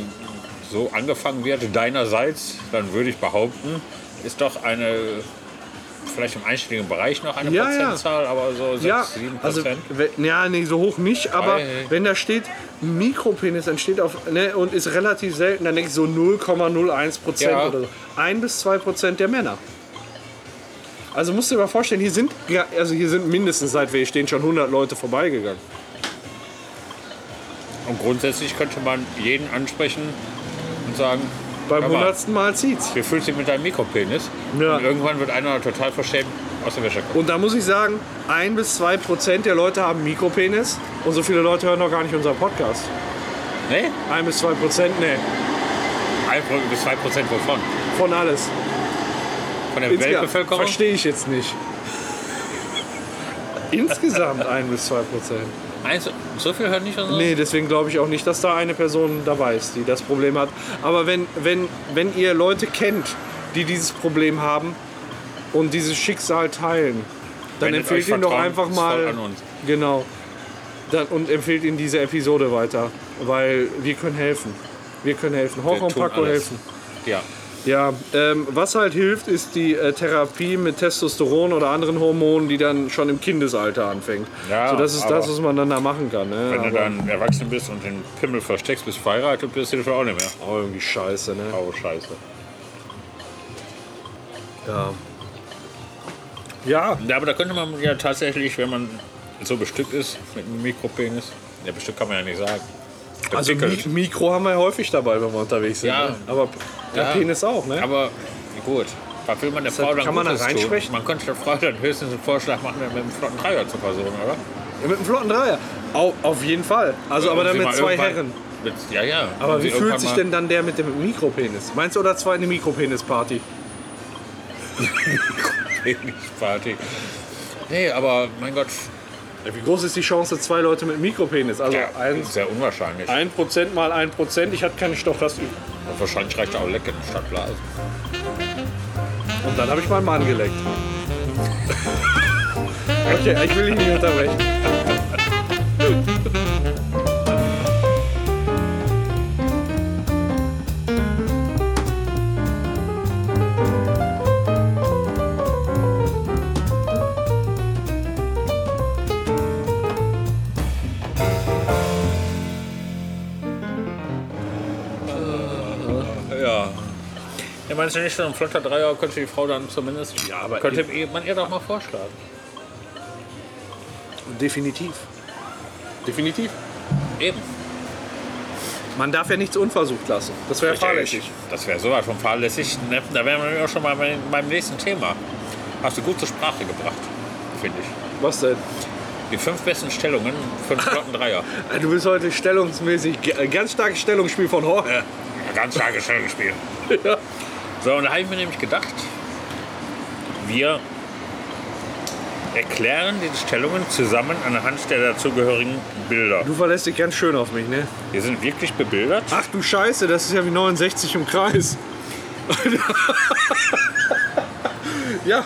Speaker 2: so angefangen wird, deinerseits, dann würde ich behaupten, ist doch eine, vielleicht im einstelligen Bereich noch eine
Speaker 3: Ja, ja.
Speaker 2: Prozentzahl, aber so 6,
Speaker 3: Ja,
Speaker 2: 7
Speaker 3: also,
Speaker 2: Prozent.
Speaker 3: wenn, ja, nee, so hoch nicht, aber
Speaker 2: Weil-
Speaker 3: wenn da steht, Mikropenis entsteht auf, ne, und ist relativ selten, dann denke ich so 0,01 Prozent
Speaker 2: Ja.
Speaker 3: oder so. Ein bis zwei Prozent der Männer. Also musst du dir mal vorstellen, hier sind, ja, also hier sind mindestens, seit wir hier stehen, schon 100 Leute vorbeigegangen.
Speaker 2: Und grundsätzlich könnte man jeden ansprechen und sagen,
Speaker 3: Beim
Speaker 2: hör mal,
Speaker 3: 100. Mal zieht's.
Speaker 2: Wie fühlt sich mit deinem Mikropenis?
Speaker 3: Ja.
Speaker 2: Und irgendwann wird einer total verschämt aus der Wäsche kommen.
Speaker 3: Und da muss ich sagen, ein bis zwei Prozent der Leute haben Mikropenis und so viele Leute hören noch gar nicht unseren Podcast.
Speaker 2: Nee?
Speaker 3: Ein bis zwei Prozent, nee,
Speaker 2: Ein Pro- bis zwei Prozent wovon?
Speaker 3: von alles.
Speaker 2: Von der
Speaker 3: Insgesamt
Speaker 2: Weltbevölkerung?
Speaker 3: Verstehe ich jetzt nicht. Insgesamt ein bis zwei Prozent.
Speaker 2: Eins, so viel hört nicht unsere.
Speaker 3: Nee, deswegen glaube ich auch nicht, dass da eine Person dabei ist, die das Problem hat. Aber wenn, wenn, wenn ihr Leute kennt, die dieses Problem haben und dieses Schicksal teilen, dann
Speaker 2: Wendet
Speaker 3: empfehlt
Speaker 2: euch
Speaker 3: ihnen doch einfach
Speaker 2: vertrauensvoll
Speaker 3: mal.
Speaker 2: an uns.
Speaker 3: Genau. Dann, und empfehlt ihnen diese Episode weiter, weil wir können helfen. Wir können helfen. Horror
Speaker 2: Wir
Speaker 3: und
Speaker 2: tun
Speaker 3: Paco
Speaker 2: alles.
Speaker 3: helfen.
Speaker 2: Ja.
Speaker 3: Ja, ähm, was halt hilft, ist die äh, Therapie mit Testosteron oder anderen Hormonen, die dann schon im Kindesalter anfängt.
Speaker 2: Ja,
Speaker 3: so, das ist das,
Speaker 2: aber-
Speaker 3: was man dann da machen kann. Ne?
Speaker 2: Wenn du
Speaker 3: Aber-
Speaker 2: dann erwachsen bist und den Pimmel versteckst, bis verheiratet bist, hilft das auch nicht mehr.
Speaker 3: oh, irgendwie scheiße, ne?
Speaker 2: Oh, scheiße.
Speaker 3: Ja. Ja,
Speaker 2: Ja, aber da könnte man ja tatsächlich, wenn man so bestückt ist mit einem Mikropenis, ja, bestückt kann man ja nicht sagen.
Speaker 3: also Mi
Speaker 2: Getickelt.
Speaker 3: Mikro haben wir häufig dabei, wenn wir unterwegs sind.
Speaker 2: Ja.
Speaker 3: Ne? Aber der
Speaker 2: Ja.
Speaker 3: Penis auch, ne?
Speaker 2: Aber gut, was will man der Frau dann
Speaker 3: kann man da
Speaker 2: Gutes
Speaker 3: reinsprechen?
Speaker 2: Tun? Man könnte der Frau dann höchstens einen Vorschlag machen, mit einem flotten Dreier zu versuchen, oder?
Speaker 3: Mit einem flotten Dreier. Au, auf jeden Fall. Also, aber
Speaker 2: Und
Speaker 3: dann
Speaker 2: sie
Speaker 3: mit
Speaker 2: mal
Speaker 3: zwei
Speaker 2: irgendwann-
Speaker 3: Herren.
Speaker 2: Mit, ja, ja.
Speaker 3: Aber
Speaker 2: Und
Speaker 3: wie
Speaker 2: sie
Speaker 3: fühlt
Speaker 2: irgendwann
Speaker 3: sich
Speaker 2: mal-
Speaker 3: denn dann der mit dem Mikropenis? Meinst du, oder zwei eine Mikropenis-Party?
Speaker 2: Penisparty? Nee, aber mein Gott,
Speaker 3: Also, Ja, Wie groß ist die Chance, zwei Leute mit Mikropenis? Also,
Speaker 2: ja,
Speaker 3: eins.
Speaker 2: ist sehr unwahrscheinlich.
Speaker 3: 1% mal 1%, ich hatte keine Stofflast übrig.
Speaker 2: Und wahrscheinlich reicht auch Lecken statt Blasen.
Speaker 3: Und dann habe ich meinen Mann geleckt. okay, ich will ihn nicht unterbrechen.
Speaker 2: Ja. Ja, meinst du nicht, so ein flotter Dreier könnte die Frau dann zumindest. Ja,
Speaker 3: aber
Speaker 2: Könnte man ihr doch mal vorschlagen.
Speaker 3: Definitiv. Definitiv.
Speaker 2: Eben.
Speaker 3: Man darf ja nichts unversucht lassen. Das wäre fahrlässig.
Speaker 2: Das wäre sowas von fahrlässig. Ne? Da wären wir nämlich auch schon mal bei- beim nächsten Thema. Hast du gut zur Sprache gebracht, finde ich.
Speaker 3: Was denn?
Speaker 2: Die fünf besten Stellungen für einen flotten Dreier.
Speaker 3: Äh, Du bist heute stellungsmäßig, äh, ganz starkes Stellungsspiel von Horst.
Speaker 2: Ein ganz starkes Stellungsspiel.
Speaker 3: Ja.
Speaker 2: So, und da habe ich mir nämlich gedacht, wir erklären die Stellungen zusammen anhand der dazugehörigen Bilder.
Speaker 3: Du verlässt dich ganz schön auf mich, ne?
Speaker 2: Die sind wirklich bebildert.
Speaker 3: Ach du Scheiße, das ist ja wie 69 im Kreis. ja.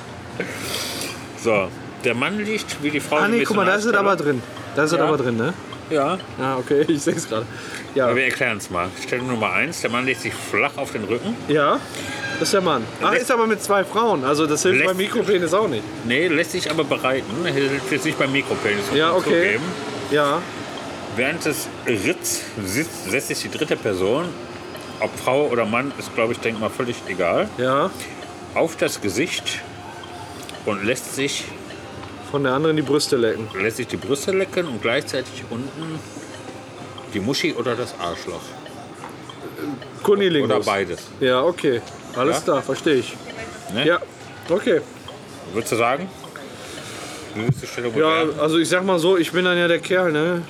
Speaker 2: So, der Mann liegt wie die Frau.
Speaker 3: Ah
Speaker 2: ein
Speaker 3: nee,
Speaker 2: bisschen
Speaker 3: guck mal, da ist es
Speaker 2: Ausstellung.
Speaker 3: aber drin. Da ist es
Speaker 2: Ja.
Speaker 3: aber drin, ne?
Speaker 2: Ja.
Speaker 3: Ah, okay, ich sehe es gerade. Ja.
Speaker 2: Aber wir erklären es mal. Stellung Nummer eins: der Mann legt sich flach auf den Rücken.
Speaker 3: Ja, das ist der Mann. Ach,
Speaker 2: Lässt-
Speaker 3: ist aber mit zwei Frauen. Also das hilft
Speaker 2: Lässt-
Speaker 3: beim Mikropenis auch nicht.
Speaker 2: Nee, lässt sich aber bereiten. Hilft jetzt nicht beim Mikropenis. muss
Speaker 3: Ja,
Speaker 2: man
Speaker 3: okay.
Speaker 2: zugeben.
Speaker 3: Ja.
Speaker 2: Während des Ritz sitzt, setzt sich die dritte Person, ob Frau oder Mann, ist glaube ich, denke mal völlig egal,
Speaker 3: Ja.
Speaker 2: auf das Gesicht und lässt sich
Speaker 3: Von der anderen die Brüste lecken.
Speaker 2: lässt sich die Brüste lecken und gleichzeitig unten die Muschi oder das Arschloch.
Speaker 3: Kunilingus.
Speaker 2: Oder beides.
Speaker 3: Ja, okay. Alles
Speaker 2: Ja?
Speaker 3: klar, verstehe ich.
Speaker 2: Ne?
Speaker 3: Ja, okay.
Speaker 2: Würdest du sagen? Die nächste Stelle
Speaker 3: Ja,
Speaker 2: modern.
Speaker 3: also ich sag mal so, ich bin dann ja der Kerl, ne?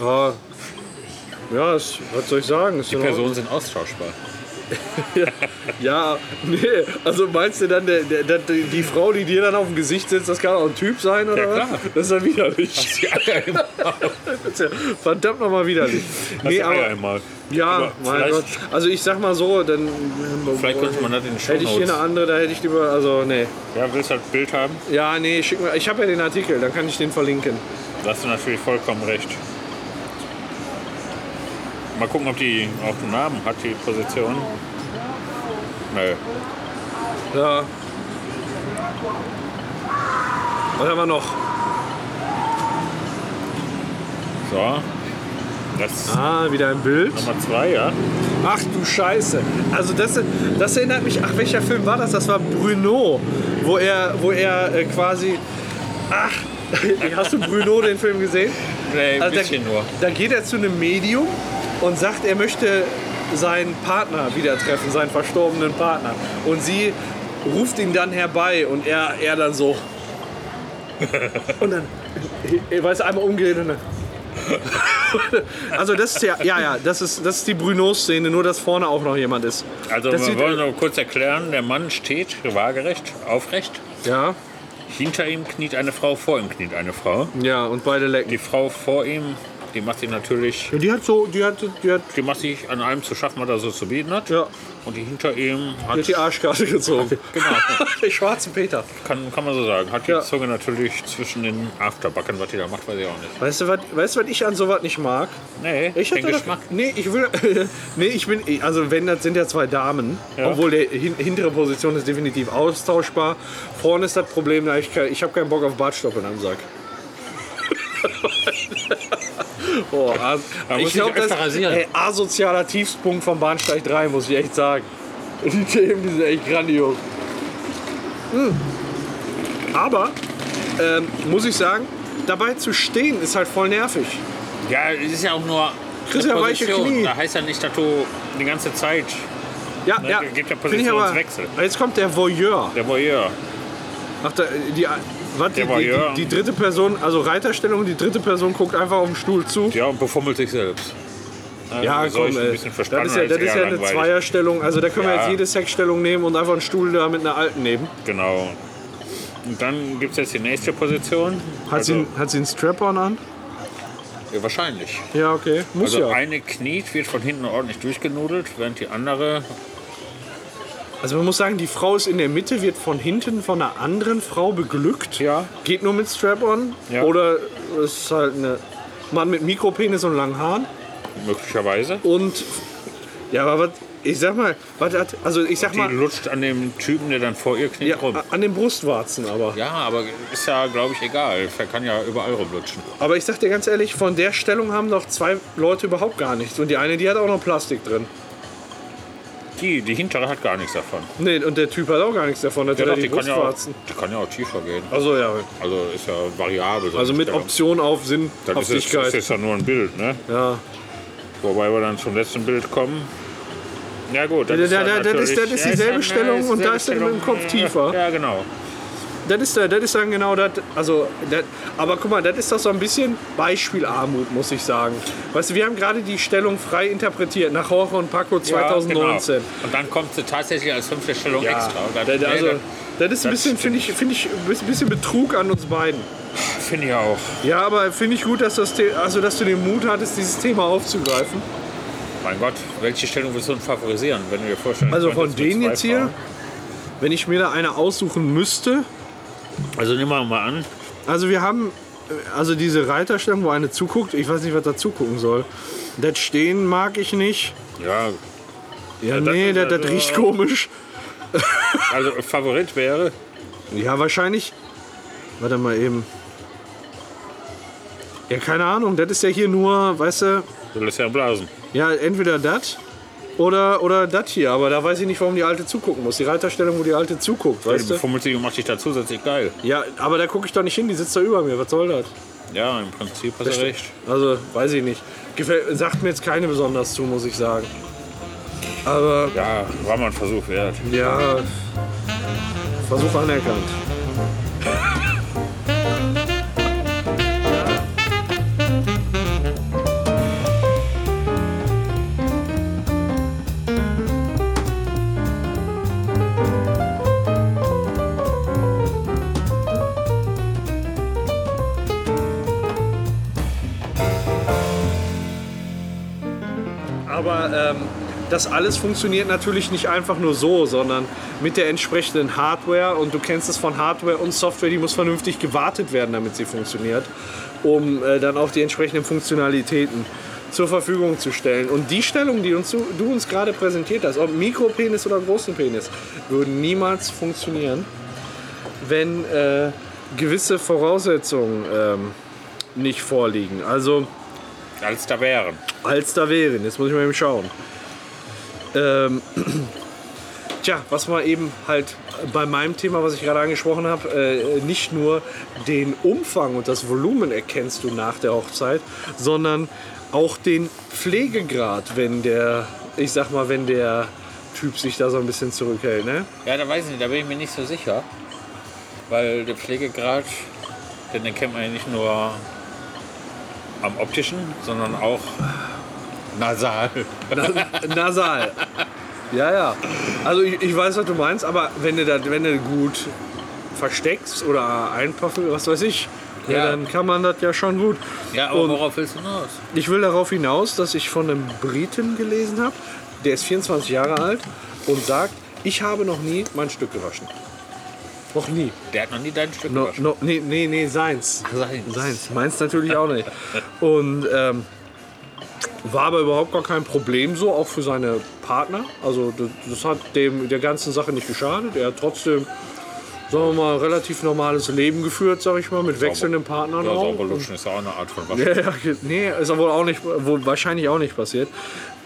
Speaker 3: Ja, ja es, was soll ich sagen? Ist
Speaker 2: Die
Speaker 3: in Ordnung.
Speaker 2: Personen sind austauschbar.
Speaker 3: Ja, nee, also meinst du dann, der, der, der, die Frau, die dir dann auf dem Gesicht sitzt, das kann auch ein Typ sein, oder
Speaker 2: Ja,
Speaker 3: was?
Speaker 2: klar.
Speaker 3: Das ist dann widerlich.
Speaker 2: Die Eier im Maul.
Speaker 3: Das ist ja verdammt nochmal widerlich.
Speaker 2: Die
Speaker 3: Nee,
Speaker 2: Eier
Speaker 3: aber,
Speaker 2: im Maul.
Speaker 3: ja,
Speaker 2: Aber
Speaker 3: mein Gott.
Speaker 2: vielleicht-
Speaker 3: Also ich sag mal so, dann äh,
Speaker 2: Vielleicht könnte man das in den
Speaker 3: hätte ich hier eine
Speaker 2: Shownotes.
Speaker 3: andere, da hätte ich lieber, also nee.
Speaker 2: Ja, willst du das Bild haben?
Speaker 3: Ja, nee, schick mir, ich habe ja den Artikel, dann kann ich den verlinken.
Speaker 2: Da hast du natürlich vollkommen recht. Mal gucken, ob die auch einen Namen hat, die Position. Nö.
Speaker 3: Ja. Was haben wir noch?
Speaker 2: So. Das
Speaker 3: Ah, wieder ein Bild.
Speaker 2: Nummer zwei, ja.
Speaker 3: Ach du Scheiße. Also das, das erinnert mich, ach welcher Film war das? Das war Bruno, wo er, wo er äh, quasi... Ach, hast du Bruno den Film gesehen?
Speaker 2: Nee, ein
Speaker 3: Also
Speaker 2: bisschen
Speaker 3: da,
Speaker 2: nur.
Speaker 3: da geht er zu einem Medium und sagt, er möchte seinen Partner wieder treffen, seinen verstorbenen Partner. Und sie ruft ihn dann herbei und er, er dann so. Und dann, er weiß einmal umgedreht und dann. Also das ist ja, ja, ja, das ist, das ist die Bruno-Szene, nur dass vorne auch noch jemand ist.
Speaker 2: Also
Speaker 3: Das
Speaker 2: wir
Speaker 3: sieht-
Speaker 2: wollen nur kurz erklären, der Mann steht waagerecht, aufrecht.
Speaker 3: Ja,
Speaker 2: Hinter ihm kniet eine Frau, vor ihm kniet eine Frau.
Speaker 3: ja, und beide lecken.
Speaker 2: Die Frau vor ihm, die macht ihn natürlich,
Speaker 3: Die hat so, die hat, die hat,
Speaker 2: die macht sich an allem zu schaffen, was er so zu bieten hat.
Speaker 3: ja,
Speaker 2: Und die hinter ihm hat,
Speaker 3: die hat die Arschkarte gezogen.
Speaker 2: Genau.
Speaker 3: Den schwarzen Peter.
Speaker 2: kann, kann man so sagen, hat die
Speaker 3: Ja.
Speaker 2: Zunge natürlich zwischen den Afterbacken, was die da macht, weiß ich auch nicht.
Speaker 3: Weißt du, was, weißt du, was ich an sowas nicht mag?
Speaker 2: Nee,
Speaker 3: Ich
Speaker 2: den
Speaker 3: hatte
Speaker 2: Geschmack.
Speaker 3: Doch, nee, ich will. nee, ich bin. Also, wenn, das sind ja zwei Damen. Obwohl die hin, hintere Position ist definitiv austauschbar. Vorne ist das Problem, da ich, kein- ich habe keinen Bock auf Bartstoppeln am Sack. Boah, as,
Speaker 2: Man also, muss
Speaker 3: ich
Speaker 2: sich
Speaker 3: glaube, das
Speaker 2: öfter rasieren.
Speaker 3: ey, asozialer Tiefpunkt vom Bahnsteig 3, muss ich echt sagen. Die Themen, die sind echt grandios. Hm. Aber, ähm, muss ich sagen, dabei zu stehen ist halt voll nervig.
Speaker 2: Ja, es ist ja auch nur.
Speaker 3: Chris,
Speaker 2: eine
Speaker 3: ja, weiche
Speaker 2: Position.
Speaker 3: Knie.
Speaker 2: Da heißt ja nicht, dass du die ganze Zeit.
Speaker 3: Ja,
Speaker 2: Ne,
Speaker 3: ja.
Speaker 2: gibt ja
Speaker 3: Finde ich aber-
Speaker 2: Positionswechsel.
Speaker 3: Jetzt kommt der Voyeur.
Speaker 2: Der Voyeur.
Speaker 3: Ach, da, die, was, die,
Speaker 2: Der Voyeur.
Speaker 3: Die, die dritte Person, also Reiterstellung, die dritte Person guckt einfach auf den Stuhl zu.
Speaker 2: Ja, und befummelt sich selbst. Ne, so
Speaker 3: komm,
Speaker 2: ich ein bisschen
Speaker 3: ey. das ist
Speaker 2: verspannen,
Speaker 3: ja, das ist ja eine
Speaker 2: langweilig.
Speaker 3: Zweierstellung. Also da können wir
Speaker 2: Ja.
Speaker 3: jetzt jede Sexstellung nehmen und einfach einen Stuhl da mit einer alten nehmen.
Speaker 2: Genau. Und dann gibt es jetzt die nächste Position. Also,
Speaker 3: Hat, sie, hat sie einen Strap-on an?
Speaker 2: Ja, wahrscheinlich.
Speaker 3: Ja, okay. Muss
Speaker 2: Also
Speaker 3: ja.
Speaker 2: eine kniet, wird von hinten ordentlich durchgenudelt, während die andere
Speaker 3: Also man muss sagen, die Frau ist in der Mitte, wird von hinten von einer anderen Frau beglückt.
Speaker 2: Ja.
Speaker 3: Geht nur mit Strap-on.
Speaker 2: Ja.
Speaker 3: Oder ist halt ein Mann mit Mikropenis und langen Haaren.
Speaker 2: möglicherweise.
Speaker 3: Und ja, aber was, ich sag mal, was hat, also ich sag
Speaker 2: Die
Speaker 3: mal,
Speaker 2: lutscht an dem Typen, der dann vor ihr kniet,
Speaker 3: ja, ah,
Speaker 2: rum.
Speaker 3: a- an den Brustwarzen aber.
Speaker 2: Ja, aber ist ja, glaube ich, egal. Er kann ja überall rumlutschen.
Speaker 3: Aber ich sag dir ganz ehrlich, von der Stellung haben doch zwei Leute überhaupt gar nichts. Und die eine, die hat auch noch Plastik drin.
Speaker 2: Die, die hintere hat gar nichts davon.
Speaker 3: Nee, und der Typ hat auch gar nichts davon, der hat
Speaker 2: doch,
Speaker 3: ja die
Speaker 2: kann ja, auch,
Speaker 3: Brustwarzen.
Speaker 2: die kann ja auch tiefer gehen.
Speaker 3: Also ja,
Speaker 2: Also ist ja variabel. so
Speaker 3: also
Speaker 2: eine
Speaker 3: mit
Speaker 2: Stellung.
Speaker 3: Option auf
Speaker 2: Dann ist es, ist
Speaker 3: Sinnhaftigkeit.
Speaker 2: es ja nur ein Bild, ne?
Speaker 3: Ja.
Speaker 2: Wobei wir dann zum letzten Bild kommen. Ja gut,
Speaker 3: Ja, da-
Speaker 2: dann
Speaker 3: da- das
Speaker 2: natürlich-
Speaker 3: ist- das ist
Speaker 2: Ja,
Speaker 3: dieselbe
Speaker 2: dann-
Speaker 3: Stellung
Speaker 2: ja,
Speaker 3: und da
Speaker 2: dieselbe
Speaker 3: ist dann mit dem
Speaker 2: Stellung.
Speaker 3: Kopf tiefer.
Speaker 2: Ja, genau.
Speaker 3: Das ist, da- das ist dann genau das. Also, das, aber guck mal, das ist doch so ein bisschen Beispielarmut, muss ich sagen. Weißt du, wir haben gerade die Stellung frei interpretiert nach Jorge und Paco 2019.
Speaker 2: Ja, genau. Und dann kommt sie tatsächlich als fünfte Stellung
Speaker 3: Ja,
Speaker 2: extra. Und dann-
Speaker 3: da- da-
Speaker 2: nee,
Speaker 3: also, das ist
Speaker 2: das
Speaker 3: ein bisschen, finde ich, finde ich, ein bisschen Betrug an uns beiden.
Speaker 2: das finde ich auch.
Speaker 3: Ja, aber finde ich gut, dass, das The- also, dass du den Mut hattest, dieses Thema aufzugreifen.
Speaker 2: Mein Gott, welche Stellung willst du denn favorisieren, wenn du dir vorstellst?
Speaker 3: Also
Speaker 2: du
Speaker 3: von
Speaker 2: könntest mit
Speaker 3: denen
Speaker 2: zwei
Speaker 3: jetzt hier,
Speaker 2: Frauen-
Speaker 3: wenn ich mir da eine aussuchen müsste,
Speaker 2: Also nehmen wir mal an,
Speaker 3: Also wir haben äh, also diese Reiterstellung, wo eine zuguckt. Ich weiß nicht, was da zugucken soll. Das Stehen mag ich nicht.
Speaker 2: ja,
Speaker 3: Ja,
Speaker 2: das
Speaker 3: nee,
Speaker 2: ist
Speaker 3: das, das
Speaker 2: also-
Speaker 3: riecht komisch.
Speaker 2: also Favorit wäre,
Speaker 3: Ja, wahrscheinlich. Warte mal eben. Ja, keine Ahnung. Das ist ja hier nur, weißt du,
Speaker 2: du lässt ja blasen.
Speaker 3: ja, entweder das Oder, oder das hier, aber da weiß ich nicht, warum die Alte zugucken muss. Die Reiterstellung, wo die Alte zuguckt, weißt
Speaker 2: Die
Speaker 3: du?
Speaker 2: Befummelsicherung macht dich da zusätzlich geil.
Speaker 3: Ja, aber da gucke ich doch nicht hin, die sitzt da über mir, was soll das?
Speaker 2: Ja, im Prinzip hast du recht.
Speaker 3: Also, weiß ich nicht. Gefällt, sagt mir jetzt keine besonders zu, muss ich sagen. Aber,
Speaker 2: Ja, war mal ein Versuch wert.
Speaker 3: ja, Versuch anerkannt. Aber ähm, das alles funktioniert natürlich nicht einfach nur so, sondern mit der entsprechenden Hardware. Und du kennst es von Hardware und Software, die muss vernünftig gewartet werden, damit sie funktioniert, um äh, dann auch die entsprechenden Funktionalitäten zur Verfügung zu stellen. Und die Stellung, die uns, du, du uns gerade präsentiert hast, ob Mikropenis oder großen Penis, würden niemals funktionieren, wenn äh, gewisse Voraussetzungen ähm, nicht vorliegen. Also
Speaker 2: Als da wären.
Speaker 3: als da wären. Jetzt muss ich mal eben schauen. Ähm, tja, was man eben halt bei meinem Thema, was ich gerade angesprochen habe, äh, nicht nur den Umfang und das Volumen erkennst du nach der Hochzeit, sondern auch den Pflegegrad, wenn der, ich sag mal, wenn der Typ sich da so ein bisschen zurückhält. Ne?
Speaker 2: Ja, da weiß ich nicht, da bin ich mir nicht so sicher. Weil der Pflegegrad, den erkennt man ja nicht nur am optischen, sondern auch nasal.
Speaker 3: Nasal. Ja, ja. Also ich, ich weiß, was du meinst, aber wenn du das, wenn du gut versteckst oder einpaffen, was weiß ich, ja.
Speaker 2: Ja.
Speaker 3: dann kann man das ja schon gut.
Speaker 2: Ja, aber
Speaker 3: Und-
Speaker 2: worauf willst du hinaus?
Speaker 3: Ich will darauf hinaus, dass ich von einem Briten gelesen habe, der ist 24 Jahre alt und sagt, ich habe noch nie mein Stück gewaschen. Noch nie.
Speaker 2: Der hat noch nie dein Stück
Speaker 3: No,
Speaker 2: gewaschen.
Speaker 3: no, nee, nee, nee, seins.
Speaker 2: Seins.
Speaker 3: Meins natürlich auch nicht. Und ähm, war aber überhaupt gar kein Problem so, auch für seine Partner. Also das, das hat dem der ganzen Sache nicht geschadet. Er hat trotzdem, sagen wir mal, relativ normales Leben geführt, sag ich mal, mit wechselnden Partnern
Speaker 2: Ja,
Speaker 3: auch.
Speaker 2: sauber lutschen ist ja auch eine Art von Waschen.
Speaker 3: Ja, ja, ge- nee, ist aber wohl auch nicht, wohl wahrscheinlich auch nicht passiert.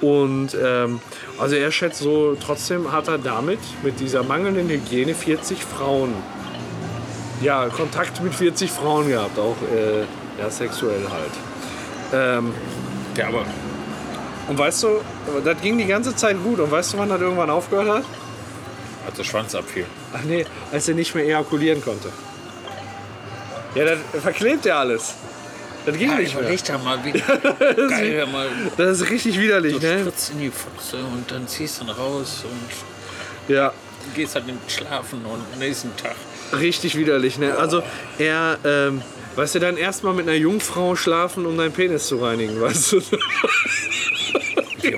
Speaker 3: Und ähm, also er schätzt so, trotzdem hat er damit, mit dieser mangelnden Hygiene, 40 Frauen. Ja, Kontakt mit 40 Frauen gehabt, auch äh, ja, sexuell halt. Ähm,
Speaker 2: Ja, aber
Speaker 3: und weißt du, das ging die ganze Zeit gut. Und weißt du, wann das irgendwann aufgehört hat?
Speaker 2: als der Schwanz abfiel.
Speaker 3: Ach nee, als er nicht mehr ejakulieren konnte. Ja, das verklebt ja alles. Das ging nicht mehr.
Speaker 2: da mal wieder. Geil, wär mal
Speaker 3: Das ist richtig widerlich, ne?
Speaker 2: spritzt in die Pfütze und dann ziehst du ihn raus und
Speaker 3: Ja.
Speaker 2: gehst halt nicht schlafen und am nächsten Tag.
Speaker 3: Richtig widerlich, ne? Also er, ähm, weißt du, dann erstmal mit einer Jungfrau schlafen, um deinen Penis zu reinigen, weißt du?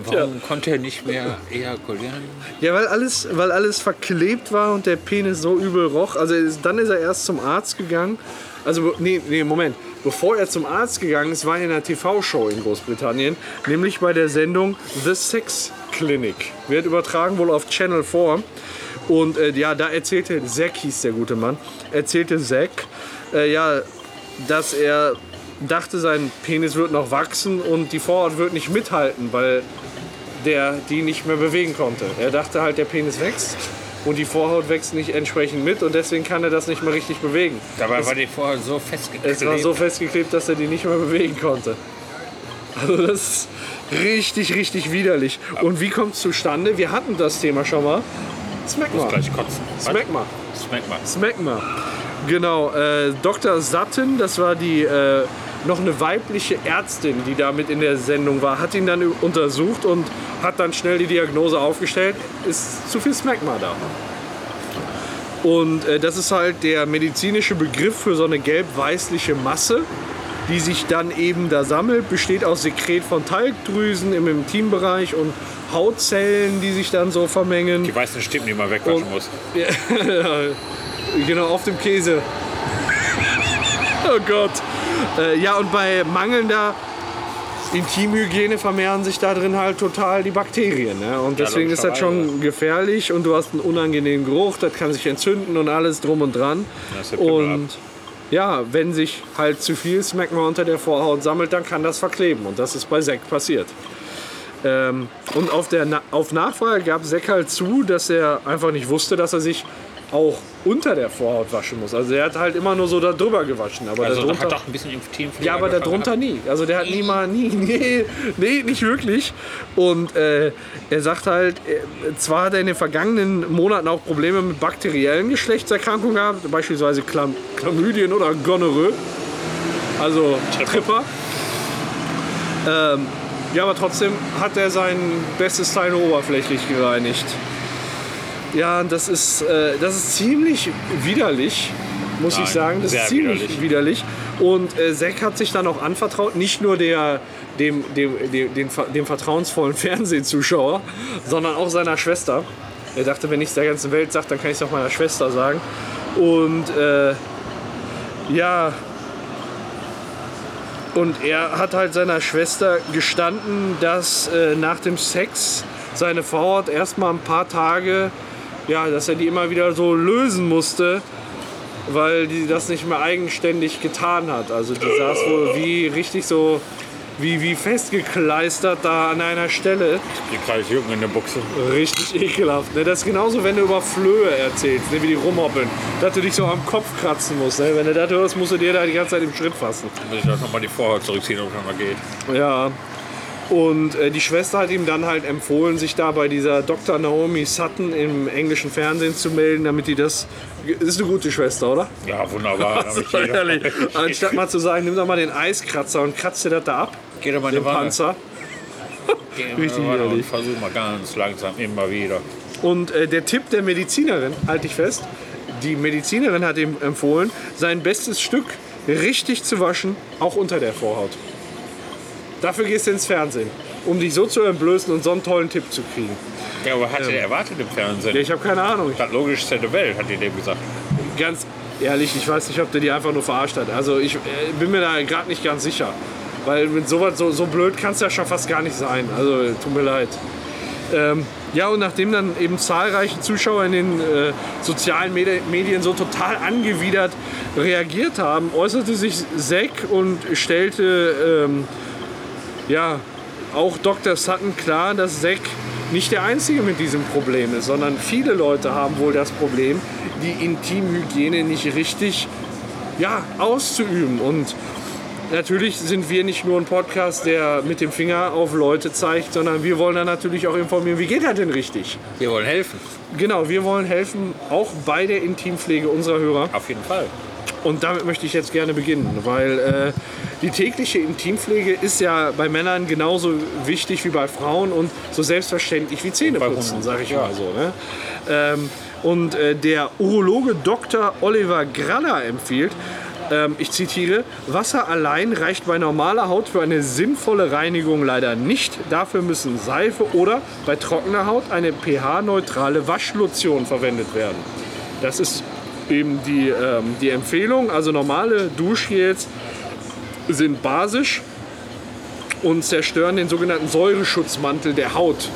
Speaker 2: Warum konnte er nicht mehr ejakulieren?
Speaker 3: Ja, weil alles, weil alles verklebt war und der Penis so übel roch. Also es- dann ist er erst zum Arzt gegangen. Also, be- nee, nee, Moment. Bevor er zum Arzt gegangen ist, war er in einer TV-Show in Großbritannien, nämlich bei der Sendung The Sex Clinic. Wird übertragen wohl auf Channel 4. Und äh, ja, da erzählte, Zack hieß der gute Mann, erzählte Zack, äh, ja, dass er dachte, sein Penis wird noch wachsen und die Vorhaut wird nicht mithalten, weil der die nicht mehr bewegen konnte. Er dachte halt, der Penis wächst und die Vorhaut wächst nicht entsprechend mit und deswegen kann er das nicht mehr richtig bewegen.
Speaker 2: Dabei war die vorher so festgeklebt.
Speaker 3: Es war so festgeklebt, dass er die nicht mehr bewegen konnte. Also das ist richtig, richtig widerlich. Und wie kommt es zustande? Wir hatten das Thema schon mal. Smack
Speaker 2: Ich muss
Speaker 3: mal.
Speaker 2: gleich kotzen.
Speaker 3: Smack mal.
Speaker 2: Was? Smack mal.
Speaker 3: Smack mal. Genau, äh, Dr. Satten, das war die äh, noch eine weibliche Ärztin, die damit in der Sendung war, hat ihn dann untersucht und hat dann schnell die Diagnose aufgestellt, ist zu viel Smegma da. Und äh, das ist halt der medizinische Begriff für so eine gelb-weißliche Masse, die sich dann eben da sammelt, besteht aus Sekret von Talgdrüsen im Intimbereich und Hautzellen, die sich dann so vermengen.
Speaker 2: Die weißen Stippen, die man wegwaschen
Speaker 3: Und-
Speaker 2: muss.
Speaker 3: Genau, auf dem Käse. oh Gott. Äh, ja, und bei mangelnder Intimhygiene vermehren sich da drin halt total die Bakterien. Ne? Und deswegen ist das schon gefährlich und du hast einen unangenehmen Geruch, das kann sich entzünden und alles drum und dran.
Speaker 2: Da ist der Pimmel
Speaker 3: Und ja, wenn sich halt zu viel Smegma unter der Vorhaut sammelt, dann kann das verkleben. Und das ist bei Sekt passiert. Ähm, und auf, der Na auf Nachfrage gab Seckal zu, dass er einfach nicht wusste, dass er sich auch unter der Vorhaut waschen muss. Also er hat halt immer nur so da drüber gewaschen. Aber
Speaker 2: Also da
Speaker 3: darunter,
Speaker 2: hat doch ein bisschen im Team
Speaker 3: ja, aber darunter nie. Also der hat nie mal, nie, nee, nee, nicht wirklich. Und äh, er sagt halt, äh, zwar hat er in den vergangenen Monaten auch Probleme mit bakteriellen Geschlechtserkrankungen gehabt, beispielsweise Chlam Chlamydien oder Gonorrhoe, also Tripper. Ähm, ja, aber trotzdem hat er sein bestes Teil nur oberflächlich gereinigt. Ja, und das ist, äh, das ist ziemlich widerlich, muss
Speaker 2: Nein,
Speaker 3: ich sagen. Das
Speaker 2: sehr
Speaker 3: ist ziemlich
Speaker 2: widerlich.
Speaker 3: widerlich widerlich. Und äh, Zack hat sich dann auch anvertraut, nicht nur der, dem, dem, dem, dem, ver- dem vertrauensvollen Fernsehzuschauer, sondern auch seiner Schwester. Er dachte, wenn ich es der ganzen Welt sage, dann kann ich es auch meiner Schwester sagen. Und äh, ja. Und er hat halt seiner Schwester gestanden, dass äh, nach dem Sex seine Vorhaut erstmal ein paar Tage, ja, dass er die immer wieder so lösen musste, weil die das nicht mehr eigenständig getan hat. Also die saß wohl wie richtig so, wie, wie festgekleistert da an einer Stelle.
Speaker 2: Hier gerade Jürgen in der Buchse.
Speaker 3: Richtig ekelhaft. Ne? Das ist genauso, wenn du über Flöhe erzählst, ne? wie die rumhoppeln, dass du dich so am Kopf kratzen musst. Ne? Wenn du das hörst, musst du dir da die ganze Zeit im Schritt fassen.
Speaker 2: Muss ich da nochmal die Vorhaut zurückziehen, ob es nochmal geht.
Speaker 3: Ja. Und äh, die Schwester hat ihm dann halt empfohlen, sich da bei dieser Dr. Naomi Sutton im englischen Fernsehen zu melden, damit die das. Ist eine gute Schwester, oder?
Speaker 2: Ja, wunderbar. da hab ich
Speaker 3: So,
Speaker 2: jeder.
Speaker 3: ehrlich. Anstatt mal zu sagen, nimm doch mal den Eiskratzer und kratzt dir das da ab,
Speaker 2: Geht doch mal in
Speaker 3: den
Speaker 2: die Wanne.
Speaker 3: Panzer.
Speaker 2: Geh mal
Speaker 3: Richtig
Speaker 2: in die Wanne und
Speaker 3: widerlich.
Speaker 2: versuch mal ganz langsam immer wieder.
Speaker 3: Und äh, der Tipp der Medizinerin, halte ich fest, die Medizinerin hat ihm empfohlen, sein bestes Stück richtig zu waschen, auch unter der Vorhaut. Dafür gehst du ins Fernsehen, um dich so zu entblößen und so einen tollen Tipp zu kriegen.
Speaker 2: Ja, aber hat der erwartet im Fernsehen?
Speaker 3: Ja, ich habe keine Ahnung.
Speaker 2: Das logischste der Welt, hat die dem gesagt.
Speaker 3: Ich, ganz ehrlich, ich weiß nicht, ob der die einfach nur verarscht hat. Also ich äh, bin mir da gerade nicht ganz sicher. Weil mit sowas, so, so blöd kannst du ja schon fast gar nicht sein. Also äh, tut mir leid. Ähm, ja, und nachdem dann eben zahlreiche Zuschauer in den äh, sozialen Medi- Medien so total angewidert reagiert haben, äußerte sich Zack und stellte ähm, ja, auch Dr. Sutton klar, dass Zack nicht der Einzige mit diesem Problem ist, sondern viele Leute haben wohl das Problem, die Intimhygiene nicht richtig ja, auszuüben. Und natürlich sind wir nicht nur ein Podcast, der mit dem Finger auf Leute zeigt, sondern wir wollen dann natürlich auch informieren, wie geht das denn richtig?
Speaker 2: Wir wollen helfen.
Speaker 3: Genau, wir wollen helfen, auch bei der Intimpflege unserer Hörer.
Speaker 2: Auf jeden Fall.
Speaker 3: Und damit möchte ich jetzt gerne beginnen, weil äh, die tägliche Intimpflege ist ja bei Männern genauso wichtig wie bei Frauen und so selbstverständlich wie Zähneputzen,
Speaker 2: Hunden,
Speaker 3: sage ich
Speaker 2: ja.
Speaker 3: mal so. Ne? Ähm, und äh, der Urologe Dr. Oliver Graller empfiehlt, ähm, ich zitiere, Wasser allein reicht bei normaler Haut für eine sinnvolle Reinigung leider nicht. Dafür müssen Seife oder bei trockener Haut eine pH-neutrale Waschlotion verwendet werden. Das ist eben die, ähm, die Empfehlung. Also normale Duschgels sind basisch und zerstören den sogenannten Säureschutzmantel der Haut.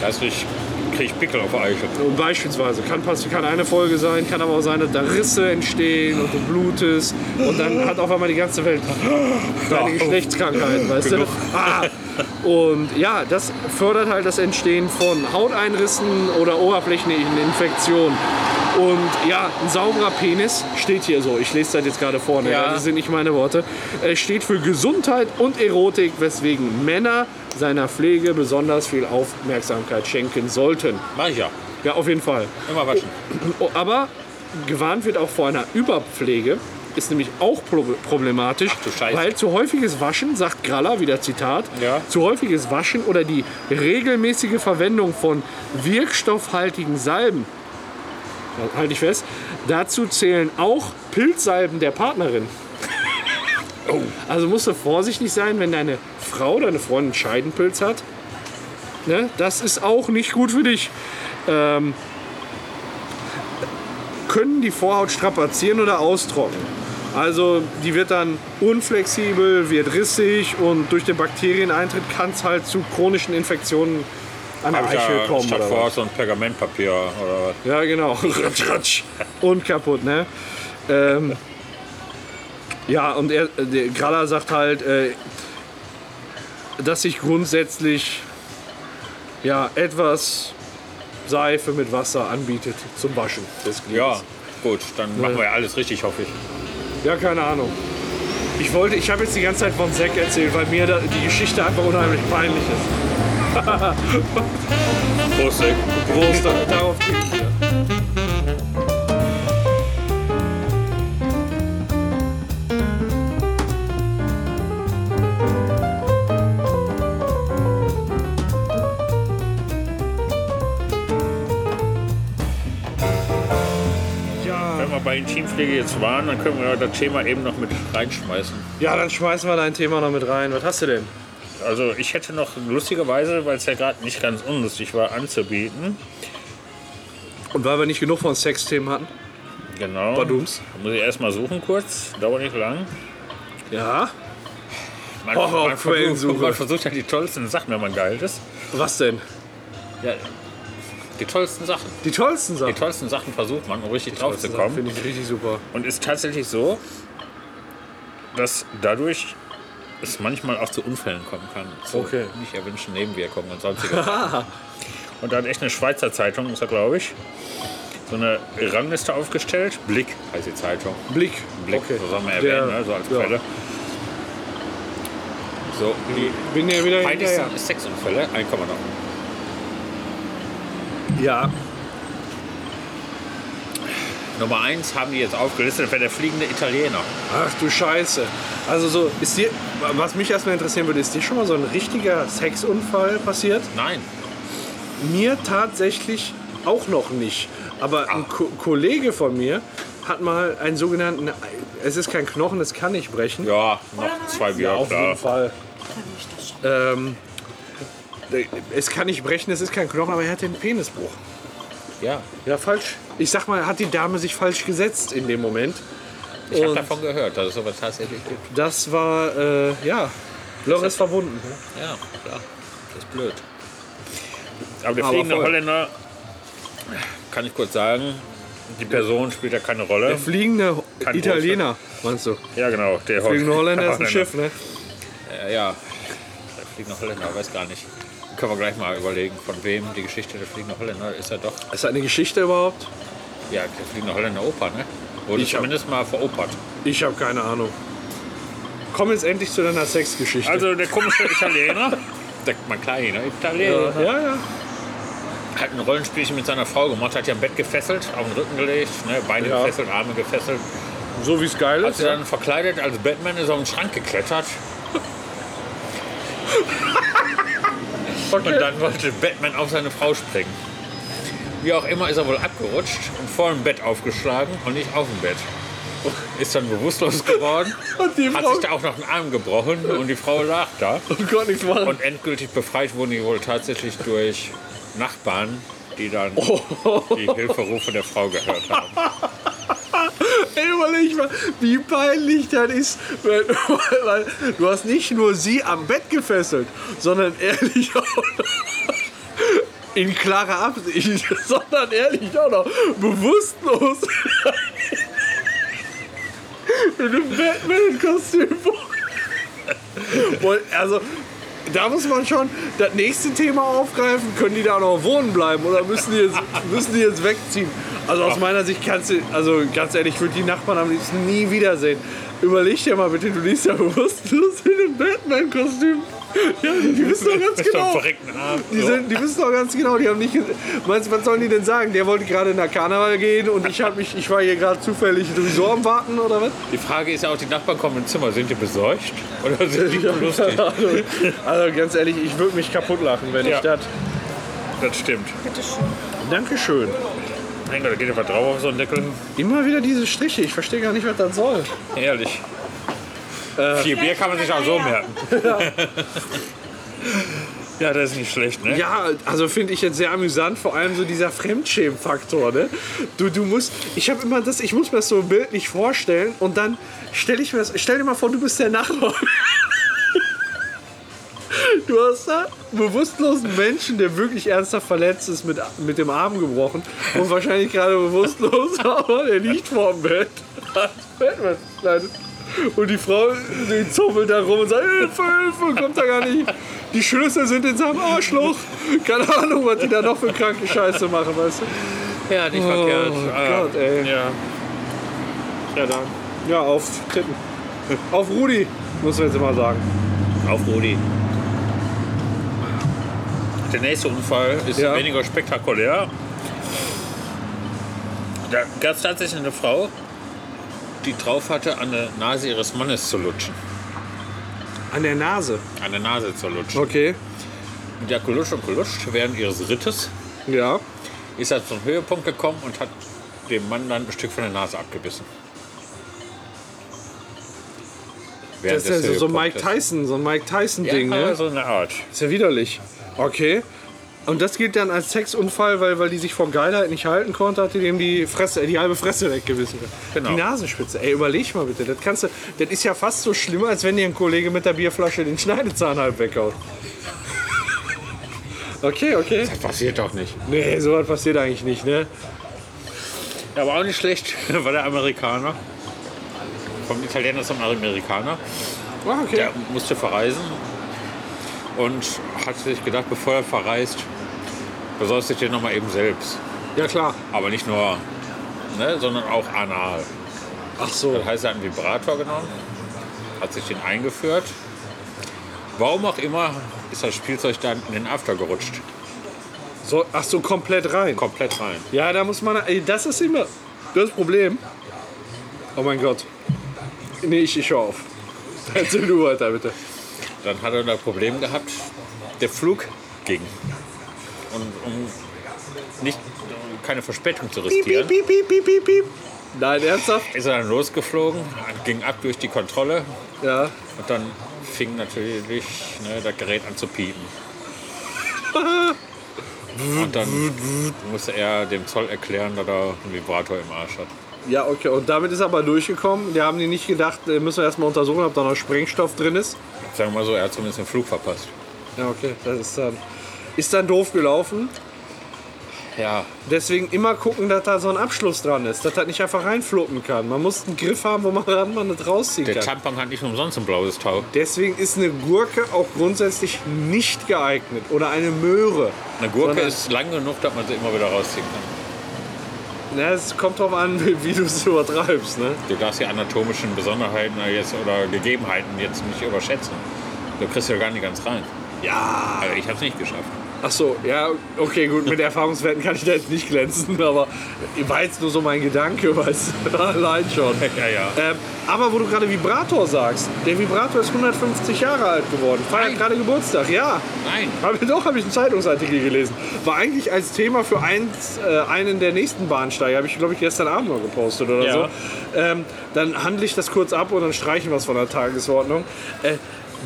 Speaker 2: Das ich krieg ich Pickel auf der Eichel.
Speaker 3: Und beispielsweise kann, pass- kann eine Folge sein, kann aber auch sein, dass da Risse entstehen und du blutest und dann hat auf einmal die ganze Welt deine Geschlechtskrankheit, weißt du?
Speaker 2: oh. Genug.
Speaker 3: Ah. Und ja, das fördert halt das Entstehen von Hauteinrissen oder oberflächlichen Infektionen. Und ja, ein sauberer Penis steht hier so. Ich lese das jetzt gerade vorne.
Speaker 2: Ja.
Speaker 3: Das sind nicht meine Worte. Es steht für Gesundheit und Erotik, weswegen Männer seiner Pflege besonders viel Aufmerksamkeit schenken sollten.
Speaker 2: Mach ich ja.
Speaker 3: Ja, auf jeden Fall.
Speaker 2: Immer waschen.
Speaker 3: Oh, Aber gewarnt wird auch vor einer Überpflege. Ist nämlich auch pro problematisch,
Speaker 2: du Scheiße.
Speaker 3: weil zu häufiges Waschen, sagt Graller, wieder Zitat,
Speaker 2: Ja.
Speaker 3: zu häufiges Waschen oder die regelmäßige Verwendung von wirkstoffhaltigen Salben, da halte ich fest, dazu zählen auch Pilzsalben der Partnerin.
Speaker 2: Oh.
Speaker 3: Also musst du vorsichtig sein, wenn deine Frau, deine Freundin Scheidenpilz hat. Ne? Das ist auch nicht gut für dich. Ähm, können die Vorhaut strapazieren oder austrocknen. Also die wird dann unflexibel, wird rissig und durch den Bakterieneintritt kann es halt zu chronischen Infektionen an der
Speaker 2: Hab ich
Speaker 3: Eichel
Speaker 2: ja
Speaker 3: kommen.
Speaker 2: statt
Speaker 3: Oder
Speaker 2: vorher
Speaker 3: was.
Speaker 2: so ein Pergamentpapier oder was.
Speaker 3: Ja, genau. Ratsch, ratsch. Und kaputt, ne? Ähm, ja, und er, der Graller sagt halt, äh, dass sich grundsätzlich ja, etwas Seife mit Wasser anbietet zum Waschen des
Speaker 2: Ja,
Speaker 3: Glieds.
Speaker 2: gut, dann machen wir ja alles richtig, hoffe ich.
Speaker 3: Ja, keine Ahnung. Ich wollte, ich habe jetzt die ganze Zeit von Zack erzählt, weil mir da, die Geschichte einfach unheimlich peinlich ist.
Speaker 2: Prost, ey.
Speaker 3: Prost, da- darauf gehe ich hier.
Speaker 2: Wenn wir bei Intimpflege jetzt waren, dann können wir das Thema eben noch mit reinschmeißen.
Speaker 3: Ja, dann schmeißen wir dein Thema noch mit rein. Was hast du denn?
Speaker 2: Also ich hätte noch lustigerweise, weil es ja gerade nicht ganz unlustig war, anzubieten.
Speaker 3: Und weil wir nicht genug von Sexthemen hatten.
Speaker 2: Genau.
Speaker 3: Badums.
Speaker 2: Muss ich erstmal suchen kurz, dauert nicht lang.
Speaker 3: Ja.
Speaker 2: Man,
Speaker 3: Oh,
Speaker 2: man,
Speaker 3: Quellensuche.
Speaker 2: versucht, man versucht ja die tollsten Sachen, wenn man geil ist.
Speaker 3: Was denn?
Speaker 2: Ja, die tollsten Sachen.
Speaker 3: Die tollsten
Speaker 2: Die
Speaker 3: Sachen.
Speaker 2: tollsten Sachen versucht man, um richtig drauf zu
Speaker 3: tollsten Sachen
Speaker 2: kommen.
Speaker 3: Finde ich richtig super.
Speaker 2: Und ist tatsächlich so, dass dadurch es manchmal auch zu Unfällen kommen kann. Zu
Speaker 3: Okay.
Speaker 2: nicht erwünschten Nebenwirkungen und sonstiges. und da hat echt eine Schweizer Zeitung, ist er glaube ich, so eine Rangliste aufgestellt. Blick heißt die Zeitung.
Speaker 3: Blick.
Speaker 2: Blick,
Speaker 3: Okay.
Speaker 2: so soll man
Speaker 3: Der-
Speaker 2: erwähnen, ne, so als
Speaker 3: ja.
Speaker 2: Quelle. So, die
Speaker 3: Bin ja wieder
Speaker 2: peinlichsten
Speaker 3: hinterher.
Speaker 2: Sexunfälle, ein Komma noch.
Speaker 3: Ja.
Speaker 2: Nummer eins haben die jetzt aufgelistet, das wäre der fliegende Italiener.
Speaker 3: Ach du Scheiße. Also so, ist dir, was mich erstmal interessieren würde, ist dir schon mal so ein richtiger Sexunfall passiert?
Speaker 2: Nein,
Speaker 3: Mir tatsächlich auch noch nicht. Aber ein Ko Kollege von mir hat mal einen sogenannten, es ist kein Knochen, es kann nicht brechen.
Speaker 2: ja, noch zwei Bier,
Speaker 3: auf
Speaker 2: klar.
Speaker 3: jeden Fall. Ähm, es kann nicht brechen, es ist kein Knochen, aber er hat den Penisbruch.
Speaker 2: Ja,
Speaker 3: Ja, falsch. Ich sag mal, hat die Dame sich falsch gesetzt in dem Moment.
Speaker 2: ich habe
Speaker 3: Und-
Speaker 2: davon gehört, dass es sowas tatsächlich gibt.
Speaker 3: Das war, äh, ja, Loch ist verwunden.
Speaker 2: Ja, klar. Das ist blöd. Aber der
Speaker 3: Aber
Speaker 2: fliegende
Speaker 3: voll.
Speaker 2: Holländer, kann ich kurz sagen, die Person spielt ja keine Rolle.
Speaker 3: Der fliegende
Speaker 2: Kein
Speaker 3: Italiener, meinst du?
Speaker 2: Ja, genau. Der
Speaker 3: Fliegende
Speaker 2: Holl-
Speaker 3: Holländer ist ein Schiff,
Speaker 2: genau.
Speaker 3: ne?
Speaker 2: Äh, ja, der fliegende Holländer, weiß gar nicht. Können wir gleich mal überlegen, von wem die Geschichte der fliegende Holländer ist ja doch.
Speaker 3: Ist das eine Geschichte überhaupt?
Speaker 2: Ja, der fliegende Holländer Oper, ne? Wurde
Speaker 3: Ich hab-
Speaker 2: zumindest mal veropert.
Speaker 3: Ich habe keine Ahnung. Komm jetzt endlich zu deiner Sexgeschichte.
Speaker 2: Also der komische Italiener, der, mein kleiner Italiener,
Speaker 3: ja, ja.
Speaker 2: hat ein Rollenspielchen mit seiner Frau gemacht, hat ja im Bett gefesselt, auf den Rücken gelegt, ne? Beine
Speaker 3: Ja. ne?
Speaker 2: gefesselt, Arme gefesselt.
Speaker 3: So wie es geil
Speaker 2: Hat sie dann verkleidet als Batman ist auf den Schrank geklettert. Und dann wollte Batman auf seine Frau springen. Wie auch immer ist er wohl abgerutscht und vor dem Bett aufgeschlagen und nicht auf dem Bett. Ist dann bewusstlos geworden,
Speaker 3: Und die
Speaker 2: hat
Speaker 3: Frau- Oh
Speaker 2: sich da auch noch einen Arm gebrochen und die Frau lag da.
Speaker 3: und konnte nichts machen.
Speaker 2: Und endgültig befreit wurden die wohl tatsächlich durch Nachbarn, die dann
Speaker 3: Oh.
Speaker 2: die Hilferufe der Frau gehört haben.
Speaker 3: Ey, überleg mal, wie peinlich das ist. Weil, weil du hast nicht nur sie am Bett gefesselt, sondern ehrlich auch noch in klarer Absicht, sondern ehrlich auch noch bewusstlos in einem Batman-Kostüm. Und also, da muss man schon das nächste Thema aufgreifen. Können die da noch wohnen bleiben oder müssen die jetzt, müssen die jetzt wegziehen? Also aus meiner Sicht kannst du, also ganz ehrlich, ich würde die Nachbarn am liebsten nie wiedersehen. Überleg dir mal bitte, du liegst ja bewusstlos in einem Batman-Kostüm. Ja, die wissen doch ganz
Speaker 2: Mit so einem
Speaker 3: genau.
Speaker 2: verreckten Arm.
Speaker 3: Die,
Speaker 2: So.
Speaker 3: sind, die wissen doch ganz genau, die haben nicht. ge- Meinst du, was sollen die denn sagen? Der wollte gerade in der Karneval gehen und ich, hab mich, ich war hier gerade zufällig sowieso am Warten oder was?
Speaker 2: Die Frage ist ja auch, die Nachbarn kommen ins Zimmer, sind die besorgt oder sind die nur lustig?
Speaker 3: Also ganz ehrlich, ich würde mich kaputt lachen, wenn
Speaker 2: Ja.
Speaker 3: ich das.
Speaker 2: Das stimmt.
Speaker 3: Dankeschön.
Speaker 2: Mein Gott, da geht ja was drauf auf so einen Deckel.
Speaker 3: Immer wieder diese Striche, ich verstehe gar nicht, was das soll.
Speaker 2: Ehrlich.
Speaker 3: Äh.
Speaker 2: Vier Bier kann man sich auch so merken. ja, das ist nicht schlecht, ne?
Speaker 3: Ja, also finde ich jetzt sehr amüsant, vor allem so dieser Fremdschämen-Faktor. Ne? Du, du musst, ich habe immer das, ich muss mir das so bildlich vorstellen und dann stell ich mir das, stell dir mal vor, du bist der Nachbar. Du hast da bewusstlosen Menschen, der wirklich ernsthaft verletzt ist, mit, mit dem Arm gebrochen und wahrscheinlich gerade bewusstlos, aber der liegt vorm Bett. Als Batman verkleidet. Und die Frau die zoppelt da rum und sagt, Hilfe, Hilfe, kommt da gar nicht. Die Schlüssel sind in seinem Arschloch. Keine Ahnung, was die da noch für kranke Scheiße machen, weißt du?
Speaker 2: Ja, nicht
Speaker 3: Oh
Speaker 2: verkehrt.
Speaker 3: Gott, ey.
Speaker 2: Ja. Ja, dann.
Speaker 3: Ja, auf Titten. Auf Rudi, muss man jetzt immer sagen.
Speaker 2: Auf Rudi. Der nächste Unfall ist
Speaker 3: Ja.
Speaker 2: weniger spektakulär. Da gab es tatsächlich eine Frau, die drauf hatte, an der Nase ihres Mannes zu lutschen.
Speaker 3: An der Nase.
Speaker 2: An der Nase zu lutschen.
Speaker 3: Okay.
Speaker 2: Und Die hat gelutscht und gelutscht. Während ihres Rittes
Speaker 3: Ja.
Speaker 2: ist er zum Höhepunkt gekommen und hat dem Mann dann ein Stück von der Nase abgebissen.
Speaker 3: Das ist ja so, so ein Mike
Speaker 2: Höhepunktes.
Speaker 3: Tyson, so ein Mike Tyson-Ding,
Speaker 2: ja, aber
Speaker 3: ne?
Speaker 2: so eine Art.
Speaker 3: Ist ja widerlich. Okay. Und das gilt dann als Sexunfall, weil, weil die sich vor Geilheit nicht halten konnte, hat die dem die Fresse, die halbe Fresse weggewissen.
Speaker 2: Genau.
Speaker 3: Die Nasenspitze. Ey, überleg mal bitte. Das, kannst du, das ist ja fast so schlimm, als wenn dir ein Kollege mit der Bierflasche den Schneidezahn halb weghaut. Okay, okay.
Speaker 2: Das passiert doch nicht.
Speaker 3: Nee, sowas passiert eigentlich nicht, ne?
Speaker 2: Ja, aber auch nicht schlecht, war der Amerikaner. Vom Italiener zum Amerikaner.
Speaker 3: Ah, okay.
Speaker 2: Der musste verreisen und hat sich gedacht, bevor er verreist, besorgst du dir nochmal eben selbst.
Speaker 3: Ja, klar.
Speaker 2: Aber nicht nur, ne, sondern auch anal.
Speaker 3: Ach so.
Speaker 2: Das heißt, er hat einen Vibrator genommen, hat sich den eingeführt. Warum auch immer ist das Spielzeug dann in den After gerutscht.
Speaker 3: so ach so, komplett rein.
Speaker 2: Komplett rein.
Speaker 3: Ja, da muss man. Ey, das ist immer das Problem. Oh mein Gott. Nee, ich, ich hör auf. Erzähl du weiter, bitte.
Speaker 2: Dann hat er da ein Problem gehabt. Der Flug ging. Und um nicht, um keine Verspätung zu riskieren,
Speaker 3: piep, piep, piep, piep, piep. Nein, ernsthaft?
Speaker 2: ist er dann losgeflogen, ging ab durch die Kontrolle
Speaker 3: Ja.
Speaker 2: und dann fing natürlich ne, das Gerät an zu piepen. Und dann musste er dem Zoll erklären, dass er einen Vibrator im Arsch hat.
Speaker 3: Ja, okay. Und damit ist er aber durchgekommen. Die haben die nicht gedacht, äh, müssen wir erstmal untersuchen, ob da noch Sprengstoff drin ist.
Speaker 2: Sagen wir mal so, er hat zumindest den Flug verpasst.
Speaker 3: Ja, okay. Das ist dann. Ist dann doof gelaufen.
Speaker 2: Ja,
Speaker 3: Deswegen immer gucken, dass da so ein Abschluss dran ist, dass das nicht einfach reinfluppen kann. Man muss einen Griff haben, wo man ran man das rausziehen
Speaker 2: der
Speaker 3: kann.
Speaker 2: Tampon hat nicht umsonst ein blaues Tau.
Speaker 3: Deswegen ist eine Gurke auch grundsätzlich nicht geeignet oder eine Möhre.
Speaker 2: Eine Gurke
Speaker 3: Sondern-
Speaker 2: ist lang genug, dass man sie immer wieder rausziehen kann.
Speaker 3: Na, es kommt drauf an, wie wie du es übertreibst, ne?
Speaker 2: Du darfst die anatomischen Besonderheiten jetzt oder Gegebenheiten jetzt nicht überschätzen. Du kriegst ja gar nicht ganz rein.
Speaker 3: Ja.
Speaker 2: Aber ich habe es nicht geschafft.
Speaker 3: Ach so, ja, okay, gut, mit Erfahrungswerten kann ich da jetzt nicht glänzen, aber war jetzt nur so mein Gedanke, weißt du, allein schon.
Speaker 2: Ja, ja.
Speaker 3: Ähm, aber wo du gerade Vibrator sagst, der Vibrator ist 150 Jahre alt geworden, feiert
Speaker 2: Nein.
Speaker 3: gerade Geburtstag, ja.
Speaker 2: Nein.
Speaker 3: Hab, doch, habe ich einen Zeitungsartikel gelesen. War eigentlich als Thema für eins, äh, einen der nächsten Bahnsteige. Habe ich, glaube ich, gestern Abend noch gepostet oder
Speaker 2: Ja.
Speaker 3: so. Ähm, dann handle ich das kurz ab und dann streichen wir es von der Tagesordnung. Äh,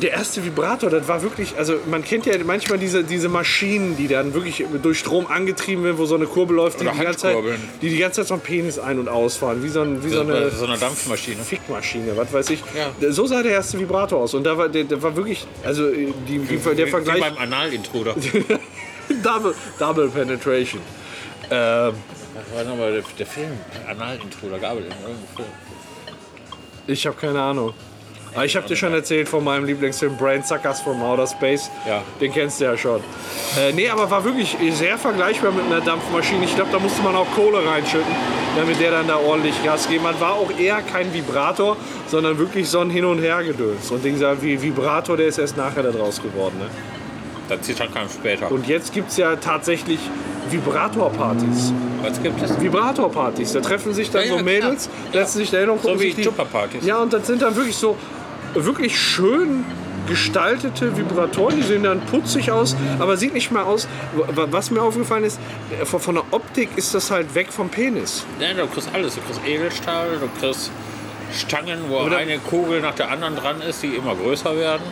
Speaker 3: der erste Vibrator, das war wirklich, also man kennt ja manchmal diese, diese Maschinen, die dann wirklich durch Strom angetrieben werden, wo so eine Kurve läuft, die
Speaker 2: Oder
Speaker 3: die, ganze Zeit,
Speaker 2: Handkurbeln.
Speaker 3: die die ganze Zeit so einen Penis ein- und ausfahren, wie so, ein, wie so,
Speaker 2: So
Speaker 3: eine,
Speaker 2: eine- so eine Dampfmaschine.
Speaker 3: Fickmaschine, was weiß ich.
Speaker 2: Ja.
Speaker 3: So sah der erste Vibrator aus und da war, der, der war wirklich, also äh, die, die, der
Speaker 2: wie,
Speaker 3: Vergleich...
Speaker 2: Wie beim Analintruder.
Speaker 3: Double, Double Penetration. Ähm,
Speaker 2: Warte mal, der, der Film. Analintruder, Gabel. irgendein Film.
Speaker 3: ich habe keine Ahnung. Aber ich habe dir schon erzählt von meinem Lieblingsfilm Brain Suckers from Outer Space.
Speaker 2: Ja.
Speaker 3: Den kennst du ja schon. Äh, nee, aber war wirklich sehr vergleichbar mit einer Dampfmaschine. Ich glaube, da musste man auch Kohle reinschütten, damit der dann da ordentlich Gas geben hat. War auch eher kein Vibrator, sondern wirklich so ein Hin- und Her-Gedöns. Und Ding sagen, wie Vibrator, der ist erst nachher da draus geworden. Ne?
Speaker 2: Das zieht halt keinem später.
Speaker 3: Und jetzt gibt es ja tatsächlich Vibrator-Partys.
Speaker 2: Was gibt es?
Speaker 3: Vibratorpartys. Da treffen sich dann
Speaker 2: Ja,
Speaker 3: so
Speaker 2: ja,
Speaker 3: Mädels, lassen sich da hin und gucken
Speaker 2: wie
Speaker 3: sich die-
Speaker 2: Tupperpartys.
Speaker 3: Ja, und das sind dann wirklich so wirklich schön gestaltete Vibratoren, die sehen dann putzig aus, aber sieht nicht mehr aus. W- Was mir aufgefallen ist, äh, von von der Optik ist das halt weg vom Penis.
Speaker 2: Nein, du kriegst alles. Du kriegst Edelstahl, du kriegst Stangen, wo
Speaker 3: Oder-
Speaker 2: eine Kugel nach der anderen dran ist, die immer größer werden.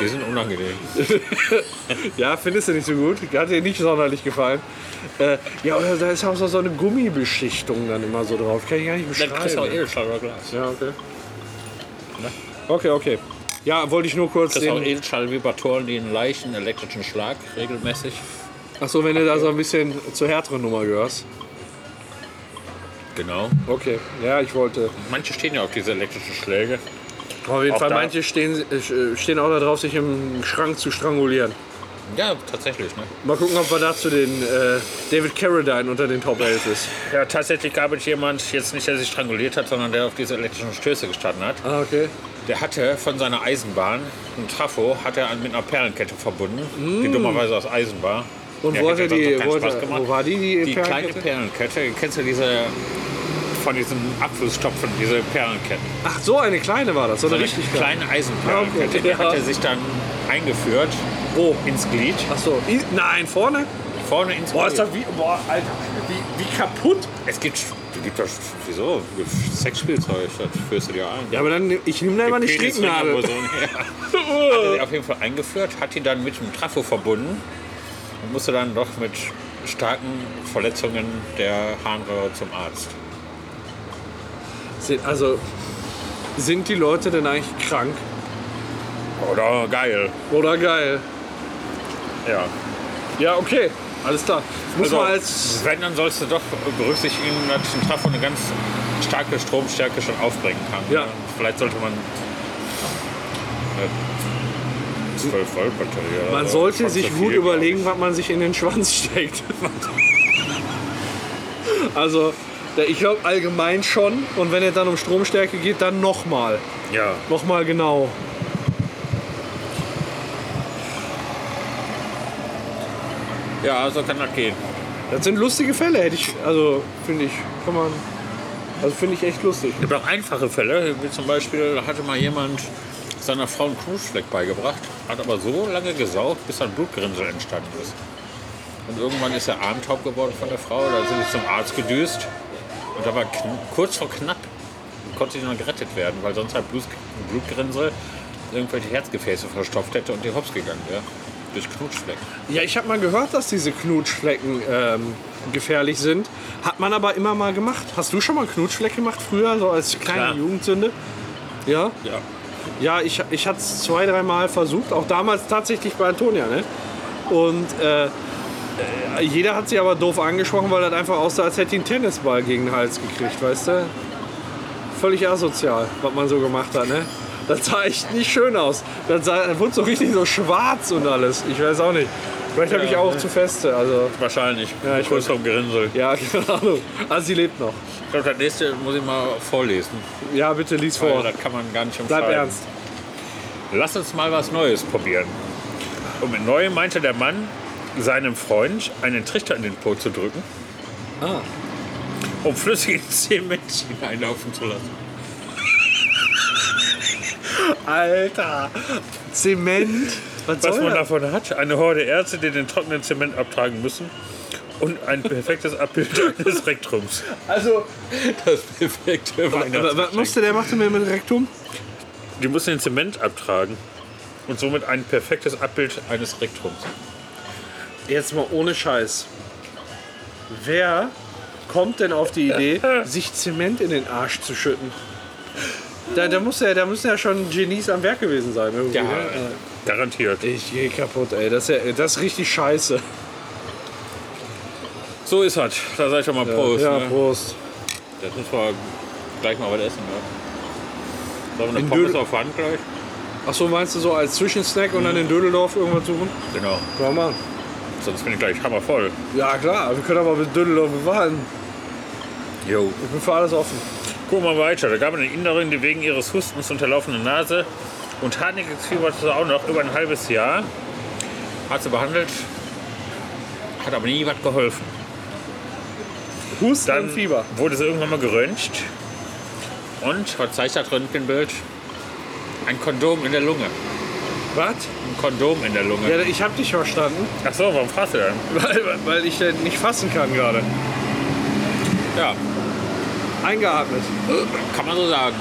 Speaker 2: Die sind unangenehm.
Speaker 3: Ja, findest du nicht so gut. Hat dir nicht sonderlich gefallen. Äh, ja, oder da ist auch so so eine Gummibeschichtung dann immer so drauf. Kann ich gar nicht
Speaker 2: Dann
Speaker 3: beschreiben.
Speaker 2: kriegst du auch Edelstahl oder Glas.
Speaker 3: ja, okay.
Speaker 2: Ne?
Speaker 3: Okay, okay. Ja, wollte ich nur kurz
Speaker 2: Das ist auch halt
Speaker 3: den,
Speaker 2: Edelstahlvibratoren, die einen leichten elektrischen Schlag regelmäßig
Speaker 3: Achso, wenn du da so ein bisschen zur härteren Nummer gehörst.
Speaker 2: genau.
Speaker 3: Okay, ja, ich wollte.
Speaker 2: Manche stehen ja auf diese elektrischen Schläge.
Speaker 3: Auf jeden
Speaker 2: Auch
Speaker 3: Fall,
Speaker 2: da-
Speaker 3: manche stehen, äh, stehen auch darauf, sich im Schrank zu strangulieren.
Speaker 2: Ja, tatsächlich. Ne?
Speaker 3: Mal gucken, ob wir dazu den äh, David Carradine unter den Top 11 ist.
Speaker 2: Ja, tatsächlich gab es jemand, jetzt nicht, der sich stranguliert hat, sondern der auf diese elektrischen Stöße gestanden hat.
Speaker 3: Ah, okay.
Speaker 2: Der hatte von seiner Eisenbahn, ein Trafo, hat er mit einer Perlenkette verbunden, die dummerweise aus Eisen war.
Speaker 3: Und
Speaker 2: Ja,
Speaker 3: wo,
Speaker 2: hätte
Speaker 3: hatte
Speaker 2: sonst
Speaker 3: die,
Speaker 2: auch keinen
Speaker 3: wo,
Speaker 2: Spaß
Speaker 3: hatte,
Speaker 2: gemacht.
Speaker 3: wo war die, die,
Speaker 2: Die kleine
Speaker 3: Perlenkette?
Speaker 2: Perlenkette, kennst du diese von diesem Abflussstopfen, diese Perlenketten?
Speaker 3: Ach, so eine kleine war das, so eine richtig kleine.
Speaker 2: kleine Eisenperlenkette,
Speaker 3: Okay,
Speaker 2: die
Speaker 3: ja.
Speaker 2: hat er sich dann eingeführt
Speaker 3: Wo?
Speaker 2: ins Glied.
Speaker 3: Ach so, i- nein, vorne?
Speaker 2: Vorne ins Glied.
Speaker 3: wie, boah, Alter, wie, wie kaputt.
Speaker 2: es gibt, gibt doch, wieso? Gibt Sexspielzeug, das führst du dir ein.
Speaker 3: Ja, aber dann, ich nehme da immer eine
Speaker 2: Penis- Ja.
Speaker 3: Stricknadel.
Speaker 2: Hat er sie auf jeden Fall eingeführt, hat ihn dann mit dem Trafo verbunden und musste dann doch mit starken Verletzungen der Harnröhre zum Arzt.
Speaker 3: Sind- Also, sind die Leute denn eigentlich krank?
Speaker 2: Oder geil.
Speaker 3: Oder geil?
Speaker 2: Ja.
Speaker 3: Ja, okay, alles klar. Muss
Speaker 2: Also,
Speaker 3: man als,
Speaker 2: wenn, dann sollst du doch berücksichtigen, dass ein Trafo eine ganz starke Stromstärke schon aufbringen kann.
Speaker 3: Ja.
Speaker 2: Vielleicht sollte man. äh, 12 Volt Batterie. oder
Speaker 3: man
Speaker 2: so.
Speaker 3: sollte
Speaker 2: Schon
Speaker 3: sich
Speaker 2: zu
Speaker 3: gut
Speaker 2: viel, glaub ich.
Speaker 3: überlegen, was man sich in den Schwanz steckt. also, da- ich glaube allgemein schon. Und wenn es dann um Stromstärke geht, dann nochmal.
Speaker 2: Ja.
Speaker 3: Nochmal genau.
Speaker 2: ja, so kann das gehen.
Speaker 3: Das sind lustige Fälle, hätte ich. Also, finde ich, kann man. Also, finde ich echt lustig.
Speaker 2: Es gibt auch einfache Fälle, wie zum Beispiel da hatte mal jemand seiner Frau einen Knutschfleck beigebracht, hat aber so lange gesaugt, bis ein Blutgerinnsel entstanden ist. Und irgendwann ist er armtaub geworden von der Frau, da sind sie zum Arzt gedüst und da war kn- kurz vor knapp konnte sie noch gerettet werden, weil sonst halt Blut, Blutgerinnsel irgendwelche Herzgefäße verstopft hätte und die hops gegangen wäre. Durch Knutschfleck.
Speaker 3: Ja, ich habe mal gehört, dass diese Knutschflecken ähm, gefährlich sind. Hat man aber immer mal gemacht. Hast du schon mal Knutschfleck gemacht früher, so als kleine
Speaker 2: Klar.
Speaker 3: Jugendsünde? Ja?
Speaker 2: Ja.
Speaker 3: Ja, ich, ich hatte es zwei, dreimal versucht. Auch damals tatsächlich bei Antonia, ne? Und äh, äh, jeder hat sie aber doof angesprochen, weil das einfach aussah, als hätte die einen Tennisball gegen den Hals gekriegt, weißt du? Völlig asozial, was man so gemacht hat, ne? Das sah echt nicht schön aus. Das, sah, das wurde so richtig so schwarz und alles. Ich weiß auch nicht. Vielleicht habe ich auch zu feste. Also,
Speaker 2: Wahrscheinlich.
Speaker 3: Ja, ich
Speaker 2: kurz vorm Gerinnsel.
Speaker 3: ja, keine Ahnung. Also, sie lebt noch.
Speaker 2: Ich glaube, das nächste muss ich mal vorlesen.
Speaker 3: Ja, bitte lies
Speaker 2: Weil
Speaker 3: vor.
Speaker 2: das kann man gar nicht umschreiben.
Speaker 3: Bleib ernst.
Speaker 2: Lass uns mal was Neues probieren. Und mit Neuem meinte der Mann, seinem Freund einen Trichter in den Po zu drücken,
Speaker 3: Ah.
Speaker 2: um flüssigen Zement hineinlaufen zu lassen.
Speaker 3: Alter. Zement.
Speaker 2: Was
Speaker 3: Was, soll
Speaker 2: man
Speaker 3: das?
Speaker 2: davon hat, eine Horde Ärzte, die den trockenen Zement abtragen müssen und ein perfektes Abbild des Rektrums.
Speaker 3: Also,
Speaker 2: Das perfekte
Speaker 3: Aber was musste der machte mit dem Rektum?
Speaker 2: Die müssen den Zement abtragen und somit ein perfektes Abbild eines Rektrums.
Speaker 3: Jetzt mal ohne Scheiß. Wer kommt denn auf die Idee, sich Zement in den Arsch zu schütten? Da, da, muss ja, da müssen ja schon Genies am Werk gewesen sein. Irgendwie,
Speaker 2: Ja,
Speaker 3: ne?
Speaker 2: garantiert.
Speaker 3: Ich gehe kaputt, ey. Das ist, ja, das ist richtig scheiße.
Speaker 2: So ist halt. Da sag ich schon mal Prost.
Speaker 3: ja,
Speaker 2: ne?
Speaker 3: Prost.
Speaker 2: Das müssen wir gleich mal was essen, ne? Sollen wir eine
Speaker 3: In
Speaker 2: Pommes
Speaker 3: Dödel-
Speaker 2: auf Hand gleich?
Speaker 3: Achso, meinst du so als Zwischensnack und dann in Dödeldorf irgendwas suchen?
Speaker 2: Genau.
Speaker 3: Ja, Mann.
Speaker 2: Sonst bin ich gleich hammervoll.
Speaker 3: Ja, klar. Wir können aber mit Dödeldorf bewahren.
Speaker 2: Jo.
Speaker 3: Ich bin für alles offen.
Speaker 2: Gucken wir mal weiter. Da gab es eine Inderin, die wegen ihres Hustens und der laufenden Nase und hartnäckiges Fieber hatte sie auch noch über ein halbes Jahr. Hat sie behandelt, hat aber nie was geholfen.
Speaker 3: Husten
Speaker 2: Dann
Speaker 3: und Fieber.
Speaker 2: wurde sie irgendwann mal geröntgt und, was zeigt das Röntgenbild? Ein Kondom in der Lunge.
Speaker 3: Was?
Speaker 2: Ein Kondom in der Lunge.
Speaker 3: Ja, ich hab dich verstanden,
Speaker 2: Ach so, warum fragst du denn?
Speaker 3: weil, weil ich den nicht fassen kann gerade.
Speaker 2: Ja,
Speaker 3: Eingeatmet.
Speaker 2: Kann man so sagen.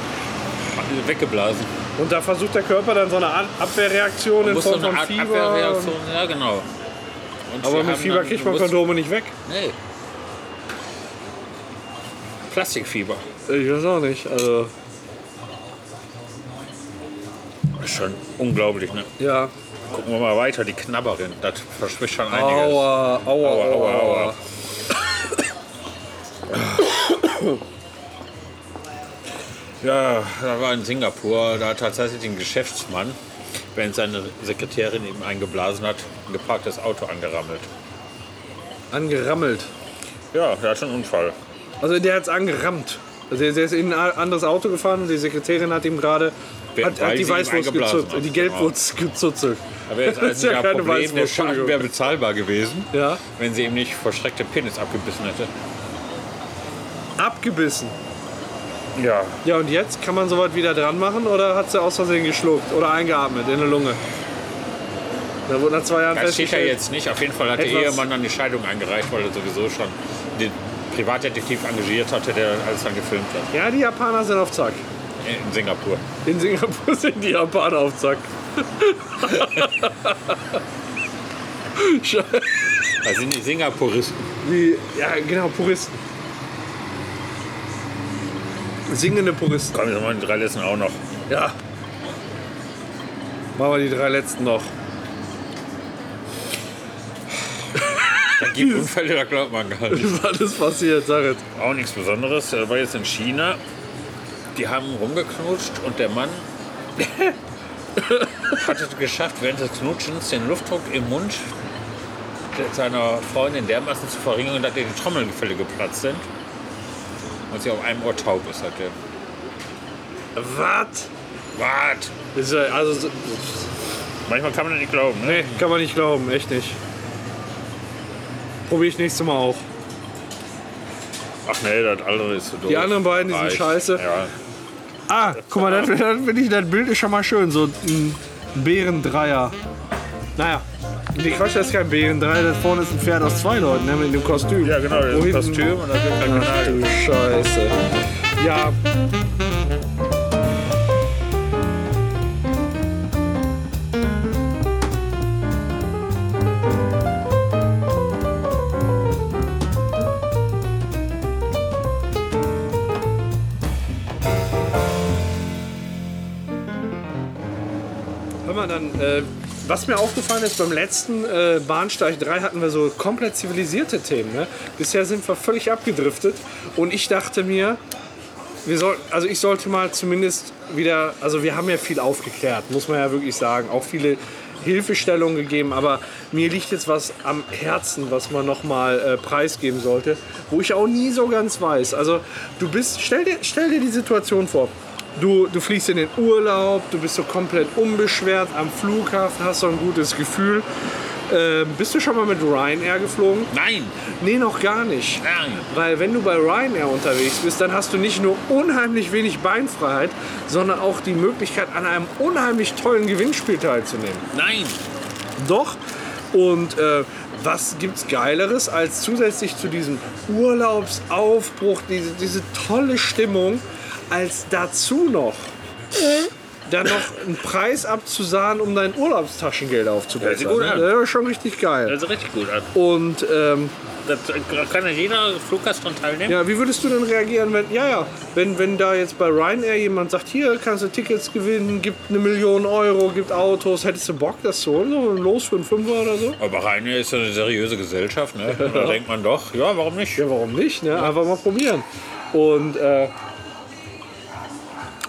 Speaker 2: Weggeblasen.
Speaker 3: Und da versucht der Körper dann so eine An- Abwehrreaktion in
Speaker 2: Muss so
Speaker 3: Form
Speaker 2: eine
Speaker 3: von
Speaker 2: Art
Speaker 3: Fieber.
Speaker 2: Abwehrreaktion, ja genau. Und
Speaker 3: Aber
Speaker 2: wir
Speaker 3: mit
Speaker 2: haben
Speaker 3: Fieber
Speaker 2: dann
Speaker 3: kriegt man
Speaker 2: bewusst-
Speaker 3: Kondome nicht weg.
Speaker 2: Nee. Plastikfieber.
Speaker 3: Ich weiß auch nicht. Also,
Speaker 2: Ist schon unglaublich, ne?
Speaker 3: ja.
Speaker 2: Gucken wir mal weiter, die Knabberin. Das verspricht schon einiges.
Speaker 3: Aua, aua, aua, aua.
Speaker 2: Ja, da war in Singapur, da hat tatsächlich ein Geschäftsmann, während seine Sekretärin ihm eingeblasen hat, ein geparktes Auto angerammelt.
Speaker 3: Angerammelt.
Speaker 2: Ja, der hat schon einen Unfall.
Speaker 3: Also der hat es angerammt. Also der, der ist in ein anderes Auto gefahren und die Sekretärin hat ihm gerade
Speaker 2: Wer-
Speaker 3: hat,
Speaker 2: weil
Speaker 3: hat
Speaker 2: sie ihm
Speaker 3: die Weißwurst
Speaker 2: eingeblasen
Speaker 3: gezuzelt,
Speaker 2: hat,
Speaker 3: die
Speaker 2: genau.
Speaker 3: Gelbwurst gezuzelt.
Speaker 2: Aber jetzt
Speaker 3: Das
Speaker 2: als
Speaker 3: ist ja keine
Speaker 2: Problem, der
Speaker 3: Weißwurst,
Speaker 2: Schaden wäre
Speaker 3: Entschuldigung.
Speaker 2: bezahlbar gewesen,
Speaker 3: Ja.
Speaker 2: wenn sie ihm nicht vor Schreck den Penis abgebissen hätte.
Speaker 3: Abgebissen.
Speaker 2: Ja.
Speaker 3: Ja, und jetzt kann man sowas wieder dran machen oder hat sie aus Versehen geschluckt oder eingeatmet in eine Lunge? Da wurde nach zwei Jahren
Speaker 2: Das steht ja
Speaker 3: festgestellt.
Speaker 2: jetzt nicht. Auf jeden Fall hat der
Speaker 3: Etwas-
Speaker 2: Ehemann dann die Scheidung eingereicht, weil er sowieso schon den Privatdetektiv engagiert hatte, der dann alles dann gefilmt hat.
Speaker 3: Ja, die Japaner sind auf Zack.
Speaker 2: In Singapur.
Speaker 3: In Singapur sind die Japaner auf Zack. Sche-
Speaker 2: Da sind die Singapuristen.
Speaker 3: die, ja, genau, Puristen. Singende Puristen.
Speaker 2: Kommen wir mal in drei Listen auch noch.
Speaker 3: Ja. Machen wir die drei letzten noch.
Speaker 2: Da gibt Unfälle, da glaubt man gar nicht.
Speaker 3: Was ist passiert, sag jetzt.
Speaker 2: Auch nichts Besonderes. Er war jetzt in China. Die haben rumgeknutscht und der Mann hat es geschafft, während des Knutschens den Luftdruck im Mund seiner Freundin dermaßen zu verringern, dass ihr die Trommelfälle geplatzt sind. Und sie auf einem Ohr taub ist seitdem.
Speaker 3: Was?
Speaker 2: Wart!
Speaker 3: Ist ja, also, so-
Speaker 2: Manchmal kann man das nicht glauben, ne?
Speaker 3: nee, kann man nicht glauben, echt nicht. Probiere ich nächstes Mal auch.
Speaker 2: Ach nee, das andere ist so doof.
Speaker 3: Die anderen beiden, die sind
Speaker 2: Reicht.
Speaker 3: scheiße.
Speaker 2: Ja.
Speaker 3: Ah, guck mal, das, das, finde ich, das Bild ist schon mal schön. So ein Bärendreier. Naja. Die Quatsch, das ist kein Bärendreier, das vorne ist ein Pferd aus zwei Leuten, ne, mit dem Kostüm.
Speaker 2: ja, genau, das
Speaker 3: Wo
Speaker 2: ist ein
Speaker 3: hinten-
Speaker 2: Kostüm und das wird dann
Speaker 3: Ach
Speaker 2: genagelt.
Speaker 3: du Scheiße. Ja. Hör mal, dann, äh, was mir aufgefallen ist, beim letzten äh, Bahnsteig 3 hatten wir so komplett zivilisierte Themen. Ne? Bisher sind wir völlig abgedriftet und ich dachte mir, wir sollten, also ich sollte mal zumindest wieder, also wir haben ja viel aufgeklärt, muss man ja wirklich sagen, auch viele Hilfestellungen gegeben, aber mir liegt jetzt was am Herzen, was man nochmal äh, preisgeben sollte, wo ich auch nie so ganz weiß. Also du bist, stell dir, stell dir die Situation vor. Du, du fliegst in den Urlaub, du bist so komplett unbeschwert am Flughafen, hast so ein gutes Gefühl. Ähm, bist du schon mal mit Ryanair geflogen?
Speaker 2: Nein!
Speaker 3: Nee, noch gar nicht.
Speaker 2: Nein!
Speaker 3: Weil wenn du bei Ryanair unterwegs bist, dann hast du nicht nur unheimlich wenig Beinfreiheit, sondern auch die Möglichkeit, an einem unheimlich tollen Gewinnspiel teilzunehmen.
Speaker 2: Nein!
Speaker 3: Doch. Und äh, was gibt's Geileres, als zusätzlich zu diesem Urlaubsaufbruch, diese, diese tolle Stimmung, als dazu noch dann noch einen Preis abzusahnen, um dein Urlaubstaschengeld
Speaker 2: sieht
Speaker 3: aufzubessern.
Speaker 2: gut
Speaker 3: Ja,
Speaker 2: an.
Speaker 3: das ist schon richtig geil.
Speaker 2: Das ist richtig gut an.
Speaker 3: Und ähm,
Speaker 2: Das äh, kann ja jeder Fluggast dran teilnehmen.
Speaker 3: Ja, wie würdest du denn reagieren, wenn, ja, ja, wenn, wenn da jetzt bei Ryanair jemand sagt, hier kannst du Tickets gewinnen, gibt eine Million Euro, gibt Autos, hättest du Bock, das zu holen? So, los für einen Fünfer oder so?
Speaker 2: Aber Rheine ist ja eine seriöse Gesellschaft, ne? Und Da denkt man doch, ja, warum nicht?
Speaker 3: Ja, warum nicht? Ne? Einfach mal probieren. Und äh,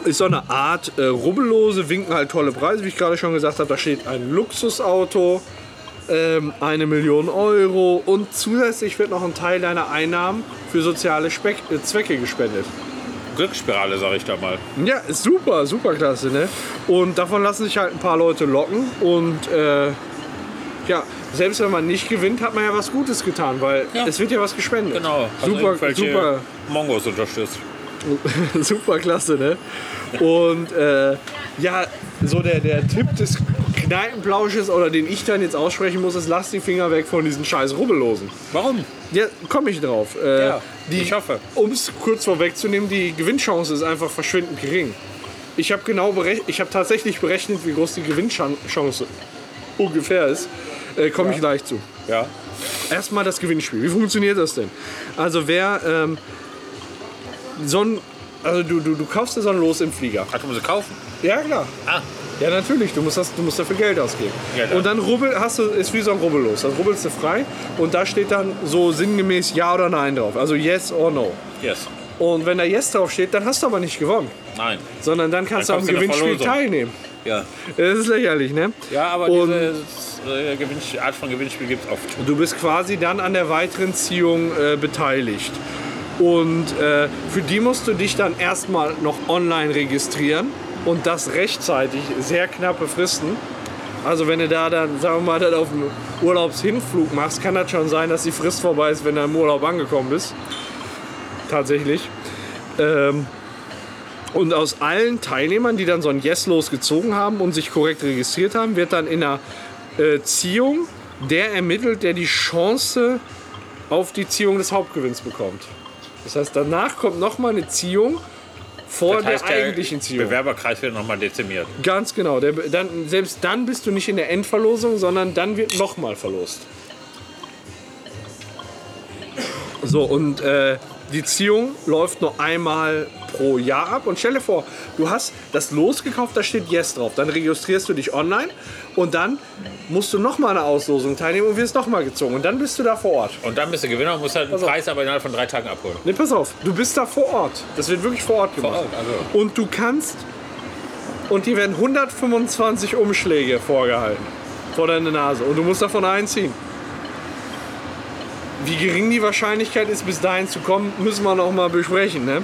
Speaker 3: ist so eine Art äh, rubbellose, winken halt tolle Preise, wie ich gerade schon gesagt habe. Da steht ein Luxusauto, ähm, eine Million Euro und zusätzlich wird noch ein Teil deiner Einnahmen für soziale Speck äh, Zwecke gespendet.
Speaker 2: Glücksspirale, sag ich da mal.
Speaker 3: Ja, ist super, super klasse, ne? Und davon lassen sich halt ein paar Leute locken und äh, ja, selbst wenn man nicht gewinnt, hat man ja was Gutes getan, weil
Speaker 2: Ja.
Speaker 3: es wird ja was gespendet.
Speaker 2: Genau. Hast du
Speaker 3: Super,
Speaker 2: irgendwelche
Speaker 3: super,
Speaker 2: Mongos unterstützt.
Speaker 3: super klasse, ne? Und äh, ja, so der, der Tipp des Kneipenplausches oder den ich dann jetzt aussprechen muss, ist, lass die Finger weg von diesen scheiß Rubbellosen.
Speaker 2: Warum?
Speaker 3: Ja, komme ich drauf. Äh,
Speaker 2: Ja,
Speaker 3: die,
Speaker 2: ich hoffe.
Speaker 3: Um es kurz vorwegzunehmen, die Gewinnchance ist einfach verschwindend gering. Ich habe genau berech ich habe tatsächlich berechnet, wie groß die Gewinnchance ungefähr ist. Äh, komme ich gleich zu.
Speaker 2: Ja.
Speaker 3: Erstmal das Gewinnspiel. Wie funktioniert das denn? Also wer ähm, so ein also du, du, du kaufst dir so ein Los im Flieger.
Speaker 2: Ach, du musst Ah, sie kaufen.
Speaker 3: Ja, klar.
Speaker 2: Ah.
Speaker 3: Ja, natürlich. Du musst, das, du musst dafür Geld ausgeben.
Speaker 2: Ja, klar.
Speaker 3: und dann rubbel, hast du, ist wie so ein Rubbellos. Dann rubbelst du frei und da steht dann so sinngemäß Ja oder Nein drauf. Also Yes or No.
Speaker 2: Yes.
Speaker 3: Und wenn da Yes draufsteht, dann hast du aber nicht gewonnen,
Speaker 2: Nein.
Speaker 3: sondern dann kannst
Speaker 2: Dann
Speaker 3: du am
Speaker 2: kommst du in der
Speaker 3: Gewinnspiel
Speaker 2: Verlosung.
Speaker 3: teilnehmen.
Speaker 2: Ja,
Speaker 3: Das ist lächerlich, ne?
Speaker 2: ja aber
Speaker 3: Und-
Speaker 2: diese äh, Gewinnspiel- Art von Gewinnspiel gibt es oft.
Speaker 3: Du bist quasi dann an der weiteren Ziehung äh, beteiligt. Und äh, für die musst du dich dann erstmal noch online registrieren und das rechtzeitig, sehr knappe Fristen. Also wenn du da dann, sagen wir mal, dann auf dem Urlaubshinflug machst, kann das schon sein, dass die Frist vorbei ist, wenn du im Urlaub angekommen bist. Tatsächlich. Ähm, und aus allen Teilnehmern, die dann so ein Yes losgezogen haben und sich korrekt registriert haben, wird dann in einer äh, Ziehung der ermittelt, der die Chance auf die Ziehung des Hauptgewinns bekommt. Das heißt, danach kommt nochmal eine Ziehung vor
Speaker 2: Das heißt,
Speaker 3: der eigentlichen Ziehung.
Speaker 2: Bewerberkreis wird nochmal dezimiert.
Speaker 3: Ganz genau. Der, dann, selbst dann bist du nicht in der Endverlosung, sondern dann wird nochmal verlost. So, und äh, die Ziehung läuft nur einmal pro Jahr ab. Und stell dir vor, du hast das Los gekauft, da steht Yes drauf. Dann registrierst du dich online und dann musst du nochmal eine Auslosung teilnehmen und wirst nochmal gezogen. Und dann bist du da vor Ort.
Speaker 2: Und dann bist du Gewinner und musst halt
Speaker 3: Also-
Speaker 2: einen Preis aber innerhalb von drei Tagen abholen.
Speaker 3: Ne, pass auf, du bist da vor Ort. Das wird wirklich vor Ort gemacht.
Speaker 2: Ort, also.
Speaker 3: Und du kannst. Und dir werden 125 Umschläge vorgehalten. Vor deine Nase. Und du musst davon einziehen. Wie gering die Wahrscheinlichkeit ist, bis dahin zu kommen, müssen wir noch mal besprechen. Ne?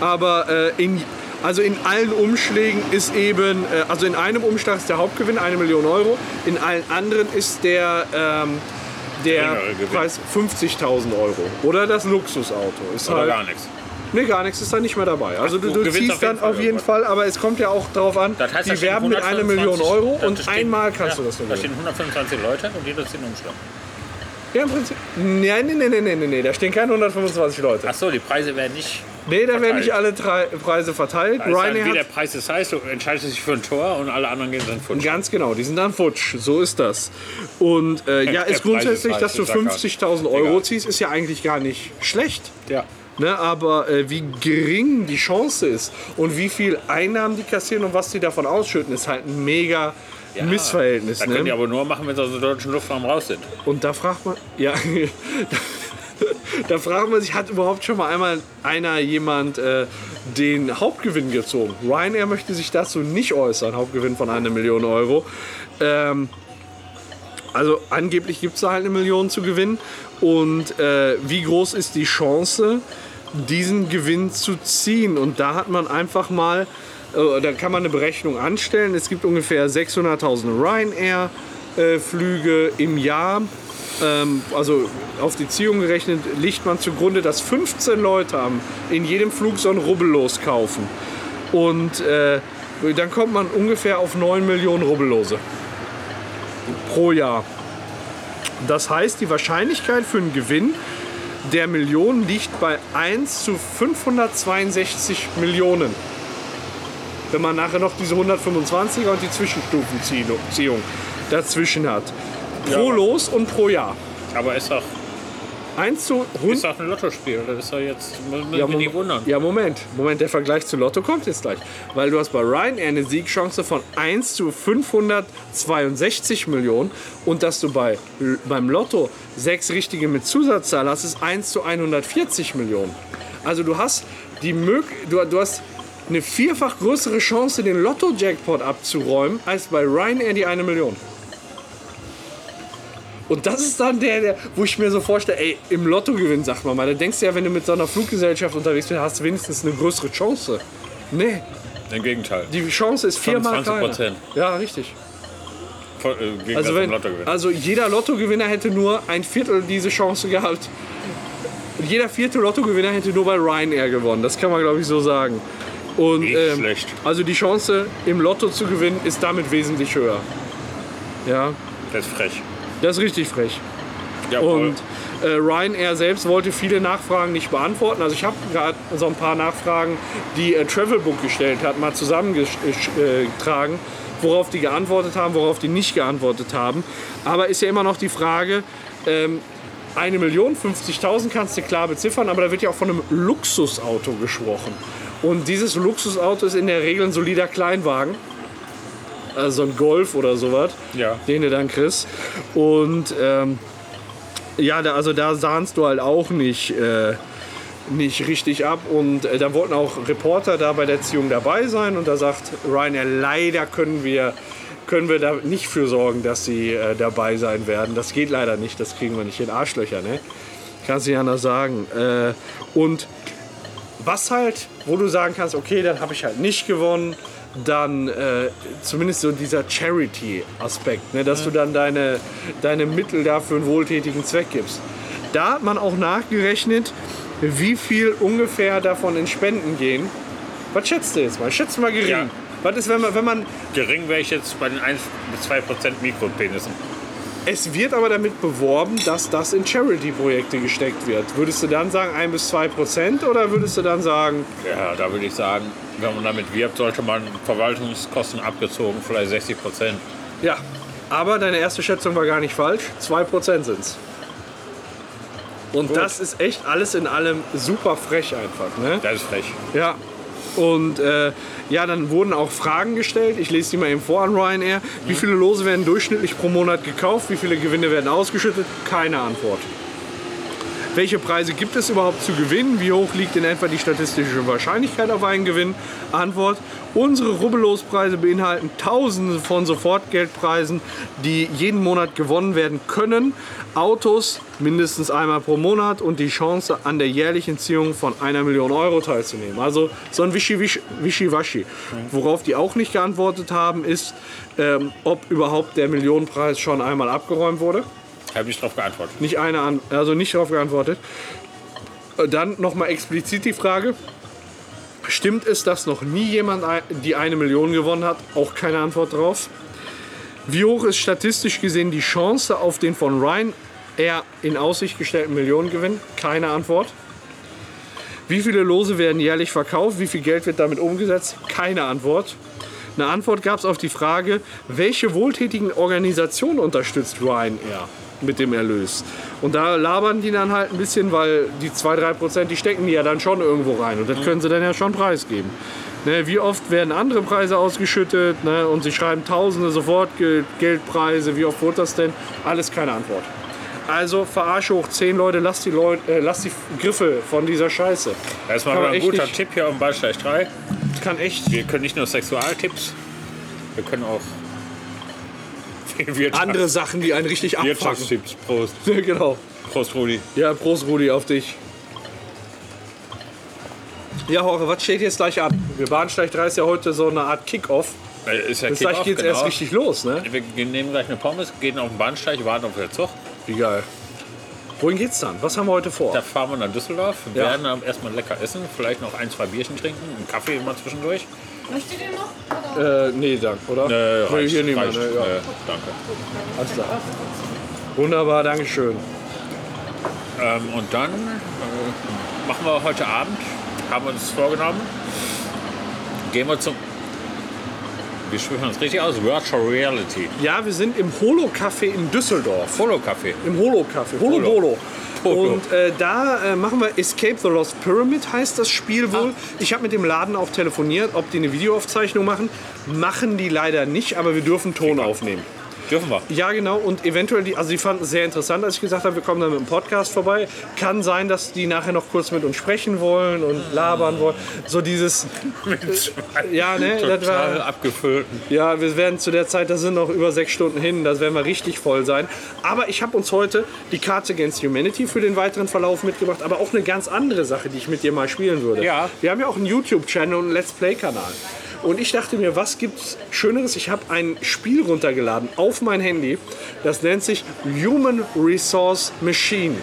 Speaker 3: Aber äh, in, also in allen Umschlägen ist eben, äh, also in einem Umschlag ist der Hauptgewinn 1 Million Euro, in allen anderen ist der, ähm, der
Speaker 2: Geringere Gewinn.
Speaker 3: Preis 50.000 Euro. Oder das Luxusauto. Ist
Speaker 2: Oder
Speaker 3: halt,
Speaker 2: gar nichts.
Speaker 3: Nee, gar nichts ist da nicht mehr dabei. Also
Speaker 2: Ach,
Speaker 3: du,
Speaker 2: du
Speaker 3: du
Speaker 2: gewinnst auf
Speaker 3: ziehst
Speaker 2: jeden
Speaker 3: dann
Speaker 2: Fall
Speaker 3: auf jeden
Speaker 2: irgendwas.
Speaker 3: Fall, aber es kommt ja auch darauf an,
Speaker 2: Das heißt, da
Speaker 3: die
Speaker 2: stehen
Speaker 3: werben mit einer
Speaker 2: 125
Speaker 3: Million Euro
Speaker 2: da
Speaker 3: und
Speaker 2: stehen-
Speaker 3: einmal kannst
Speaker 2: ja,
Speaker 3: du das nur
Speaker 2: Da
Speaker 3: gewinnen.
Speaker 2: stehen 125 Leute und jeder zieht einen Umschlag.
Speaker 3: Ja, im Prinzip. Nein, nein, nein, nein, nein, nein, nee, da stehen keine 125 Leute.
Speaker 2: Achso, die Preise werden nicht.
Speaker 3: Nee, da werden
Speaker 2: verteilt.
Speaker 3: nicht alle drei Preise verteilt.
Speaker 2: Da ist dann, wie
Speaker 3: Ryanair
Speaker 2: der
Speaker 3: hat
Speaker 2: Preis ist heißt, du entscheidest dich für ein Tor und alle anderen gehen dann futsch.
Speaker 3: Ganz genau, die sind dann futsch, so ist das. Und äh, ja,
Speaker 2: Der Preis
Speaker 3: ist
Speaker 2: ist
Speaker 3: grundsätzlich,
Speaker 2: heiß,
Speaker 3: dass du
Speaker 2: ich sag gar
Speaker 3: 50.000 Euro
Speaker 2: Egal.
Speaker 3: ziehst, ist ja eigentlich gar nicht schlecht.
Speaker 2: Ja.
Speaker 3: Ne, aber äh, wie gering die Chance ist und wie viel Einnahmen die kassieren und was die davon ausschütten, ist halt ein mega Missverhältnis.
Speaker 2: Das können die
Speaker 3: Ne?
Speaker 2: aber nur machen, wenn sie aus dem deutschen Luftraum raus sind.
Speaker 3: Und da fragt man, ja, da fragt man sich, hat überhaupt schon mal einmal einer jemand äh, den Hauptgewinn gezogen? Ryanair möchte sich dazu nicht äußern, Hauptgewinn von einer Million Euro. Ähm, also angeblich gibt es da halt eine Million zu gewinnen. Und äh, wie groß ist die Chance, diesen Gewinn zu ziehen? Und da hat man einfach mal, äh, da kann man eine Berechnung anstellen. Es gibt ungefähr 600.000 Ryanair-Flüge im Jahr. Ähm, also auf die Ziehung gerechnet liegt man zugrunde, dass 15 Leute am, in jedem Flug so ein Rubbel loskaufen. Und äh, dann kommt man ungefähr auf 9 Millionen Rubbellose pro Jahr. Das heißt, die Wahrscheinlichkeit für einen Gewinn der Millionen liegt bei 1 zu 562 Millionen. Wenn man nachher noch diese 125er und die Zwischenstufenziehung dazwischen hat. Pro
Speaker 2: Ja.
Speaker 3: Los und pro Jahr.
Speaker 2: Aber ist
Speaker 3: Hm?
Speaker 2: doch,
Speaker 3: 1 zu
Speaker 2: ist doch ein Lottospiel. Das ist doch jetzt, müssen
Speaker 3: Ja,
Speaker 2: wir
Speaker 3: Mom-
Speaker 2: nicht wundern.
Speaker 3: Ja, Moment. Moment, der Vergleich zu Lotto kommt jetzt gleich. Weil du hast bei Ryanair eine Siegchance von 1 zu 562 Millionen und dass du bei, beim Lotto sechs richtige mit Zusatzzahl hast, ist 1 zu 140 Millionen. Also du hast die Mög du, du hast eine vierfach größere Chance, den Lotto-Jackpot abzuräumen, als bei Ryanair die eine Million. Und das ist dann der, der, wo ich mir so vorstelle, ey, im Lottogewinn, sagt man mal. Da denkst du ja, wenn du mit so einer Fluggesellschaft unterwegs bist, hast du wenigstens eine größere Chance. Nee,
Speaker 2: Im Gegenteil.
Speaker 3: die Chance ist viermal
Speaker 2: 25%.
Speaker 3: kleiner. Ja, richtig.
Speaker 2: Voll, äh, Gegensatz
Speaker 3: Also,
Speaker 2: zum
Speaker 3: wenn,
Speaker 2: Lottogewinn.
Speaker 3: also jeder Lottogewinner hätte nur ein Viertel diese Chance gehabt. Und Jeder vierte Lottogewinner hätte nur bei Ryanair gewonnen. Das kann man, glaube ich, so sagen. Und,
Speaker 2: Nicht
Speaker 3: ähm,
Speaker 2: schlecht.
Speaker 3: Also die Chance, im Lotto zu gewinnen, ist damit wesentlich höher. Ja,
Speaker 2: Das ist frech.
Speaker 3: das ist richtig frech.
Speaker 2: Jawohl.
Speaker 3: Ah. Und äh, Ryanair selbst wollte viele Nachfragen nicht beantworten. Also ich habe gerade so ein paar Nachfragen, die äh, Travelbook gestellt hat, mal zusammengetragen, worauf die geantwortet haben, worauf die nicht geantwortet haben. Aber ist ja immer noch die Frage, ähm, eine Million, 50.000 kannst du klar beziffern, aber da wird ja auch von einem Luxusauto gesprochen. Und dieses Luxusauto ist in der Regel ein solider Kleinwagen. Also ein Golf oder sowas,
Speaker 2: Ja.
Speaker 3: den du dann kriegst. Und ähm, ja, da, also da sahnst du halt auch nicht, äh, nicht richtig ab. Und äh, dann wollten auch Reporter da bei der Ziehung dabei sein. Und da sagt Ryanair, leider können wir, können wir da nicht für sorgen, dass sie äh, dabei sein werden. Das geht leider nicht, das kriegen wir nicht in Arschlöcher. Ne? Kannst du nicht anders sagen. Äh, und was halt, wo du sagen kannst, okay, dann habe ich halt nicht gewonnen, dann äh, zumindest so dieser Charity-Aspekt, ne, dass du dann deine, deine Mittel dafür einen wohltätigen Zweck gibst. Da hat man auch nachgerechnet, wie viel ungefähr davon in Spenden gehen. Was schätzt du jetzt mal? Schätzt mal gering.
Speaker 2: Ja.
Speaker 3: Was ist, wenn man, wenn man,
Speaker 2: Gering wäre ich jetzt bei den 1 bis 2% Mikropenissen.
Speaker 3: es wird aber damit beworben, dass das in Charity-Projekte gesteckt wird. Würdest du dann sagen 1 bis 2 Prozent oder würdest du dann sagen,
Speaker 2: Ja, da würde ich sagen, wenn man damit wirbt, sollte man Verwaltungskosten abgezogen, vielleicht 60 Prozent.
Speaker 3: Ja, aber deine erste Schätzung war gar nicht falsch. 2% sind's. Und das ist echt alles in allem super frech einfach, ne?
Speaker 2: Das ist frech.
Speaker 3: Ja. Und äh, ja, dann wurden auch Fragen gestellt. Ich lese die mal eben vor an Ryanair. Wie viele Lose werden durchschnittlich pro Monat gekauft? Wie viele Gewinne werden ausgeschüttet? Keine Antwort. Welche Preise gibt es überhaupt zu gewinnen? Wie hoch liegt in etwa die statistische Wahrscheinlichkeit auf einen Gewinn? Antwort: Unsere Rubbellospreise beinhalten Tausende von Sofortgeldpreisen, die jeden Monat gewonnen werden können. Autos mindestens einmal pro Monat und die Chance, an der jährlichen Ziehung von einer Million Euro teilzunehmen. Also so ein Wischiwisch- Wischiwaschi. Worauf die auch nicht geantwortet haben, ist, ähm, ob überhaupt der Millionenpreis schon einmal abgeräumt wurde.
Speaker 2: Ich habe nicht drauf geantwortet.
Speaker 3: Nicht eine, an, also nicht darauf geantwortet. Äh, Dann nochmal explizit die Frage. Stimmt es, dass noch nie jemand, ei- die eine Million gewonnen hat? Auch keine Antwort drauf. Wie hoch ist statistisch gesehen die Chance auf den von Ryanair in Aussicht gestellten Millionengewinn? Keine Antwort. Wie viele Lose werden jährlich verkauft? Wie viel Geld wird damit umgesetzt? Keine Antwort. Eine Antwort gab es auf die Frage, welche wohltätigen Organisationen unterstützt Ryanair mit dem Erlös? Und da labern die dann halt ein bisschen, weil die 2-3%, die stecken die ja dann schon irgendwo rein. Und das können sie dann ja schon preisgeben. Ne, wie oft werden andere Preise ausgeschüttet? Ne, und sie schreiben Tausende Sofortgeldpreise. Wie oft wurde das denn? Alles keine Antwort. Also verarsche hoch 10 Leute, lasst die, Leut, äh, lasst die Griffe von dieser Scheiße.
Speaker 2: Erstmal wieder
Speaker 3: Kann man
Speaker 2: ein
Speaker 3: echt
Speaker 2: guter
Speaker 3: nicht-
Speaker 2: Tipp hier am Ballsteig 3.
Speaker 3: Kann echt
Speaker 2: Wir können nicht nur Sexualtipps, wir können auch Wirtschafts-
Speaker 3: andere Sachen, die einen richtig abfassen.
Speaker 2: Wirtschaftstipps. Prost.
Speaker 3: Ja, genau.
Speaker 2: Prost, Rudi.
Speaker 3: Ja, Prost, Rudi, auf dich. Ja, Hore, was steht jetzt gleich an? Wir Bahnsteig 3 ist ja heute so eine Art Kick-Off.
Speaker 2: Äh, Ist ja
Speaker 3: Bis gleich
Speaker 2: Kick-Off, genau.
Speaker 3: geht's erst richtig los, ne?
Speaker 2: Wir gehen- nehmen gleich eine Pommes, gehen auf den Bahnsteig, warten auf den Zug.
Speaker 3: Wie geil. Wohin geht's dann? Was haben wir heute vor?
Speaker 2: Da fahren wir nach Düsseldorf,
Speaker 3: Ja.
Speaker 2: werden dann erstmal lecker essen, vielleicht noch ein, zwei Bierchen trinken, einen Kaffee immer zwischendurch.
Speaker 1: Möchtet ihr noch?
Speaker 3: Äh, nee, danke, oder?
Speaker 2: Äh,
Speaker 3: nee,
Speaker 2: reicht,
Speaker 3: hier nicht mehr,
Speaker 2: reicht.
Speaker 3: ne? Ja.
Speaker 2: Äh, danke.
Speaker 3: Alles klar. Wunderbar, Dankeschön.
Speaker 2: Ähm, und dann äh, machen wir heute Abend, haben wir uns vorgenommen, gehen wir zum, wie sprechen wir das richtig aus? Virtual Reality.
Speaker 3: Ja, wir sind im Holo-Café in Düsseldorf.
Speaker 2: Polo-Café.
Speaker 3: Im Holo-Café. Holo Bolo.
Speaker 2: Polo.
Speaker 3: Und äh, da äh, machen wir Escape the Lost Pyramid, heißt das Spiel wohl. Ich habe mit dem Laden auch telefoniert, ob die eine Videoaufzeichnung machen. Machen die leider nicht, aber wir dürfen Ton aufnehmen.
Speaker 2: Dürfen wir.
Speaker 3: Ja, genau. Und eventuell, die, also die fanden es sehr interessant, als ich gesagt habe, wir kommen dann mit dem Podcast vorbei. Kann sein, dass die nachher noch kurz mit uns sprechen wollen und labern wollen. So dieses, ja, ne, das war-
Speaker 2: Total abgefüllt.
Speaker 3: ja, wir werden zu der Zeit, das sind noch über sechs Stunden hin, das werden wir richtig voll sein. Aber ich habe uns heute die Cards Against Humanity für den weiteren Verlauf mitgebracht, aber auch eine ganz andere Sache, die ich mit dir mal spielen würde.
Speaker 2: Ja.
Speaker 3: Wir haben ja auch einen YouTube-Channel und einen Let's Play-Kanal. Und ich dachte mir, was gibt's Schöneres? Ich habe ein Spiel runtergeladen auf mein Handy. Das nennt sich Human Resource Machine.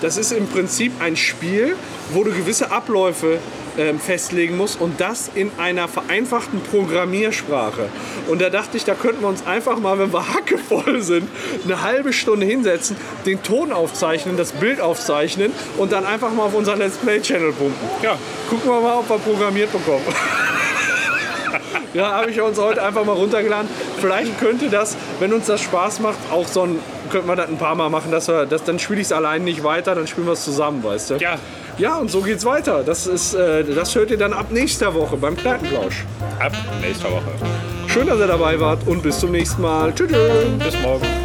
Speaker 3: Das ist im Prinzip ein Spiel, wo du gewisse Abläufe ähm, festlegen musst und das in einer vereinfachten Programmiersprache. Und da dachte ich, da könnten wir uns einfach mal, wenn wir hackevoll sind, eine halbe Stunde hinsetzen, den Ton aufzeichnen, das Bild aufzeichnen und dann einfach mal auf unseren Let's Play Channel pumpen.
Speaker 2: Ja,
Speaker 3: Gucken wir mal, ob wir programmiert bekommen. ja, habe ich uns heute einfach mal runtergeladen. Vielleicht könnte das, wenn uns das Spaß macht, auch so ein, könnten wir das ein paar Mal machen, dass wir das, dann spiele ich es allein nicht weiter, dann spielen wir es zusammen, weißt du?
Speaker 2: Ja.
Speaker 3: Ja, und so geht's weiter. Das ist, äh, das hört ihr dann ab nächster Woche beim Kneipenplausch.
Speaker 2: ab nächster Woche.
Speaker 3: Schön, dass ihr dabei wart und bis zum nächsten Mal. Tschüss. tschüss.
Speaker 2: Bis morgen.